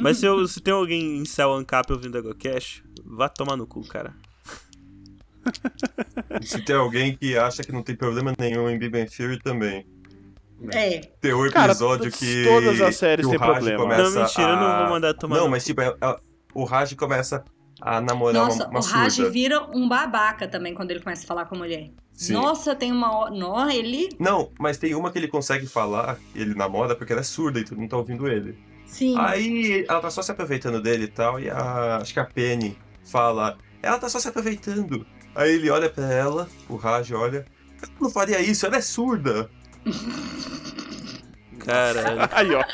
Speaker 1: Mas se, eu- se tem alguém em céu Ancap ouvindo a GoCast, vá tomar no cu, cara.
Speaker 3: Se tem alguém que acha que não tem problema nenhum em Big Bang Theory também.
Speaker 2: É.
Speaker 3: Tem o
Speaker 4: Cara,
Speaker 3: episódio
Speaker 4: todas-
Speaker 3: que.
Speaker 4: todas as séries
Speaker 3: que o
Speaker 4: têm
Speaker 3: Raj
Speaker 4: problema.
Speaker 3: começa
Speaker 1: Não, mentira,
Speaker 3: a...
Speaker 1: eu não vou mandar tomar
Speaker 3: Não,
Speaker 1: no
Speaker 3: mas tipo, é- é- o Raj começa a namorar
Speaker 2: Nossa,
Speaker 3: é uma, uma
Speaker 2: o Raj
Speaker 3: surda.
Speaker 2: vira um babaca também quando ele começa a falar com a mulher.
Speaker 3: Sim.
Speaker 2: Nossa, tem uma. hora- Nó, ele.
Speaker 3: Não, mas tem uma que ele consegue falar, ele namora, porque ela é surda e todo mundo tá ouvindo ele.
Speaker 2: Sim.
Speaker 3: Aí ela tá só se aproveitando dele e tal, e a, acho que a Penny fala, ela tá só se aproveitando. Aí ele olha pra ela, o Raj olha, ela não faria isso, ela é surda.
Speaker 1: Caralho.
Speaker 2: <laughs>
Speaker 4: Aí, ó.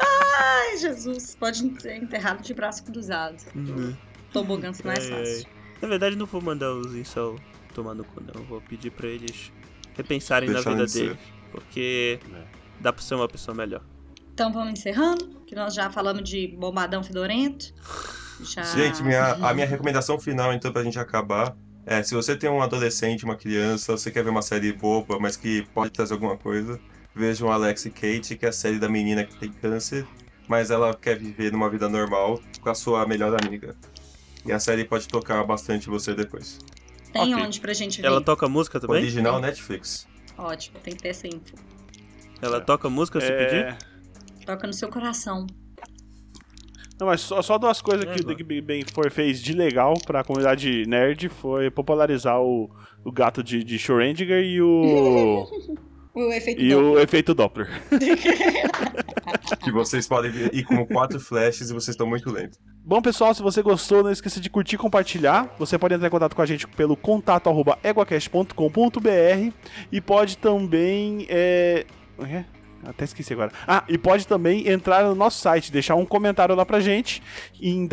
Speaker 2: Ai, Jesus, pode ser enterrado de braço cruzado. Hum.
Speaker 1: Uhum.
Speaker 2: Tobogã fica mais
Speaker 1: Ai,
Speaker 2: é fácil.
Speaker 1: Na verdade, não vou mandar os incel tomar no cu, não. Vou pedir pra eles repensarem na
Speaker 3: Deixar
Speaker 1: vida
Speaker 3: eles ser.
Speaker 1: deles. Porque dá pra ser uma pessoa melhor.
Speaker 2: Então vamos encerrando, que nós já falamos de bombadão fedorento. Já...
Speaker 3: Gente, minha, a minha recomendação final, então, pra gente acabar, é se você tem um adolescente, uma criança, você quer ver uma série boba, mas que pode trazer alguma coisa, vejam Alex e Kate, que é a série da menina que tem câncer, mas ela quer viver numa vida normal com a sua melhor amiga. E a série pode tocar bastante você depois.
Speaker 2: Tem
Speaker 1: Ok.
Speaker 2: onde pra gente ver?
Speaker 1: Ela toca música também?
Speaker 3: Original Netflix.
Speaker 2: Ótimo, tem que ter essa info.
Speaker 1: Ela toca música se pedir?
Speaker 4: É...
Speaker 2: Toca no seu coração.
Speaker 4: Não, mas só, só duas coisas
Speaker 1: É,
Speaker 4: que o
Speaker 1: mano.
Speaker 4: Dig Big Bang foi, fez de legal pra comunidade nerd foi popularizar o, o gato de, de Schrödinger e o,
Speaker 2: O efeito
Speaker 4: e o efeito Doppler.
Speaker 3: Que vocês podem ir com quatro flashes e vocês estão muito lentos.
Speaker 4: Bom, pessoal, se você gostou, não esqueça de curtir e compartilhar. Você pode entrar em contato com a gente pelo contato arroba eguacast.com.br e pode também. É... é? Até esqueci agora. Ah, e pode também entrar no nosso site, deixar um comentário lá pra gente em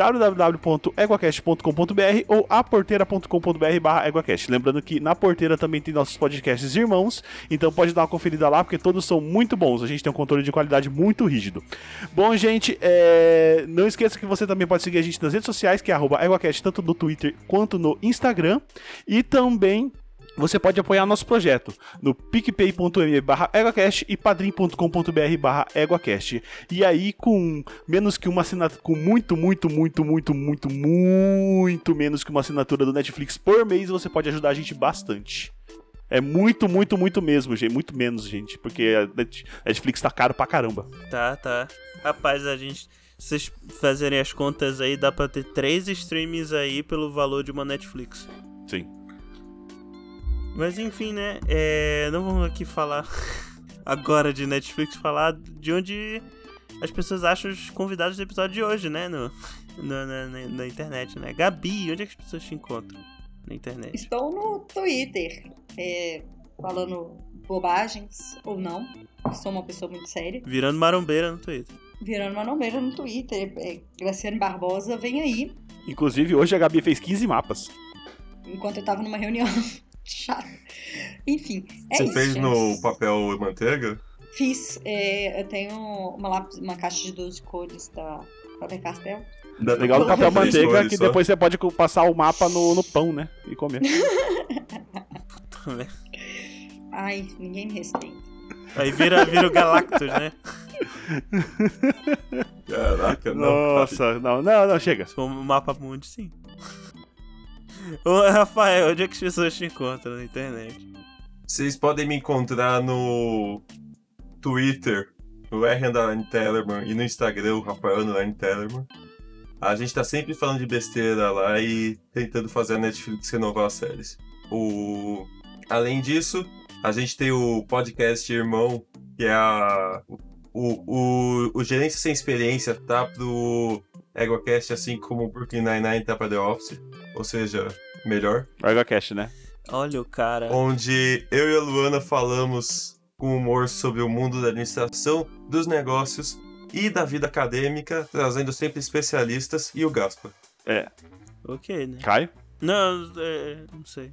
Speaker 4: www.eguacast.com.br ou aporteira.com.br barra eguacast. Lembrando que na Porteira também tem nossos podcasts irmãos, então pode dar uma conferida lá, porque todos são muito bons. A gente tem um controle de qualidade muito rígido. Bom, gente, é, não esqueça que você também pode seguir a gente nas redes sociais, que é arroba eguacast, tanto no Twitter quanto no Instagram. E também você pode apoiar nosso projeto no picpay.me barra EguaCast e padrim.com.br barra EguaCast. E aí, com menos que uma assinatura, com muito, muito, muito, muito, muito, muito menos que uma assinatura do Netflix por mês, você pode ajudar a gente bastante. É muito, muito, muito mesmo, gente. Muito menos, gente. Porque a Net- Netflix tá caro pra caramba.
Speaker 1: Tá, tá. Rapaz, a gente. Se vocês fazerem as contas aí, dá pra ter três streams aí pelo valor de uma Netflix.
Speaker 4: Sim.
Speaker 1: Mas enfim, né? É, não vamos aqui falar <laughs> agora de Netflix, falar de onde as pessoas acham os convidados do episódio de hoje, né? No, no- na, na- na internet, né? Gabi, onde é que as pessoas te encontram? Na internet.
Speaker 2: Estou no Twitter, é, falando bobagens ou não. Sou uma pessoa muito séria.
Speaker 1: Virando marombeira no Twitter. <laughs>
Speaker 2: Virando uma nomeira no Twitter. É, Graciane Barbosa, vem aí.
Speaker 4: Inclusive, hoje a Gabi fez 15 mapas.
Speaker 2: Enquanto eu tava numa reunião. <laughs> Chato. Enfim, é
Speaker 3: Você
Speaker 2: isso.
Speaker 3: fez
Speaker 2: gente.
Speaker 3: no papel manteiga?
Speaker 2: Fiz. é, eu tenho uma, lápis, uma caixa de 12 cores da Faber Castell.
Speaker 3: Dá
Speaker 4: Legal do
Speaker 3: pra
Speaker 4: papel
Speaker 3: fazer
Speaker 4: manteiga,
Speaker 3: flores
Speaker 4: que
Speaker 3: só.
Speaker 4: depois você pode co- passar o mapa no, no pão, né? E comer.
Speaker 2: Ai, ninguém me respeita.
Speaker 1: Aí vira, vira o Galactus, né?
Speaker 3: Caraca, não. tá
Speaker 4: Nossa, não, não, não, chega.
Speaker 1: Se for um mapa mundo, sim. <laughs> Ô, Rafael, onde é que as pessoas te encontram na internet?
Speaker 3: Vocês podem me encontrar no Twitter, no R Underline Tellerman, e no Instagram, o Rafael Underline Tellerman. A gente tá sempre falando de besteira lá e tentando fazer a Netflix renovar as séries. O... Além disso, a gente tem o podcast Irmão, que é a... O, o, o Gerência Sem Experiência tá pro EgoCast, assim como o Brooklyn Nine-Nine tá pra The Office. Ou seja, melhor
Speaker 4: Orga Cash, né?
Speaker 1: Olha o cara.
Speaker 3: onde eu e a Luana falamos com humor sobre o mundo da administração, dos negócios e da vida acadêmica, trazendo sempre especialistas e o Gaspa.
Speaker 4: É,
Speaker 1: Ok, né?
Speaker 4: Caio?
Speaker 1: Não, é, não sei.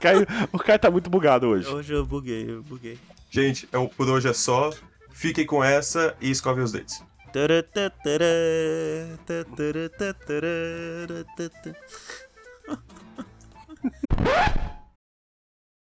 Speaker 4: Caio, o Caio tá muito bugado hoje.
Speaker 1: Hoje eu buguei, eu buguei.
Speaker 3: Gente, é o- por hoje é só. Fiquem com essa e escovem os dentes.
Speaker 1: Tará, tá, tará, tá, tará, tá, tará, tá, tá.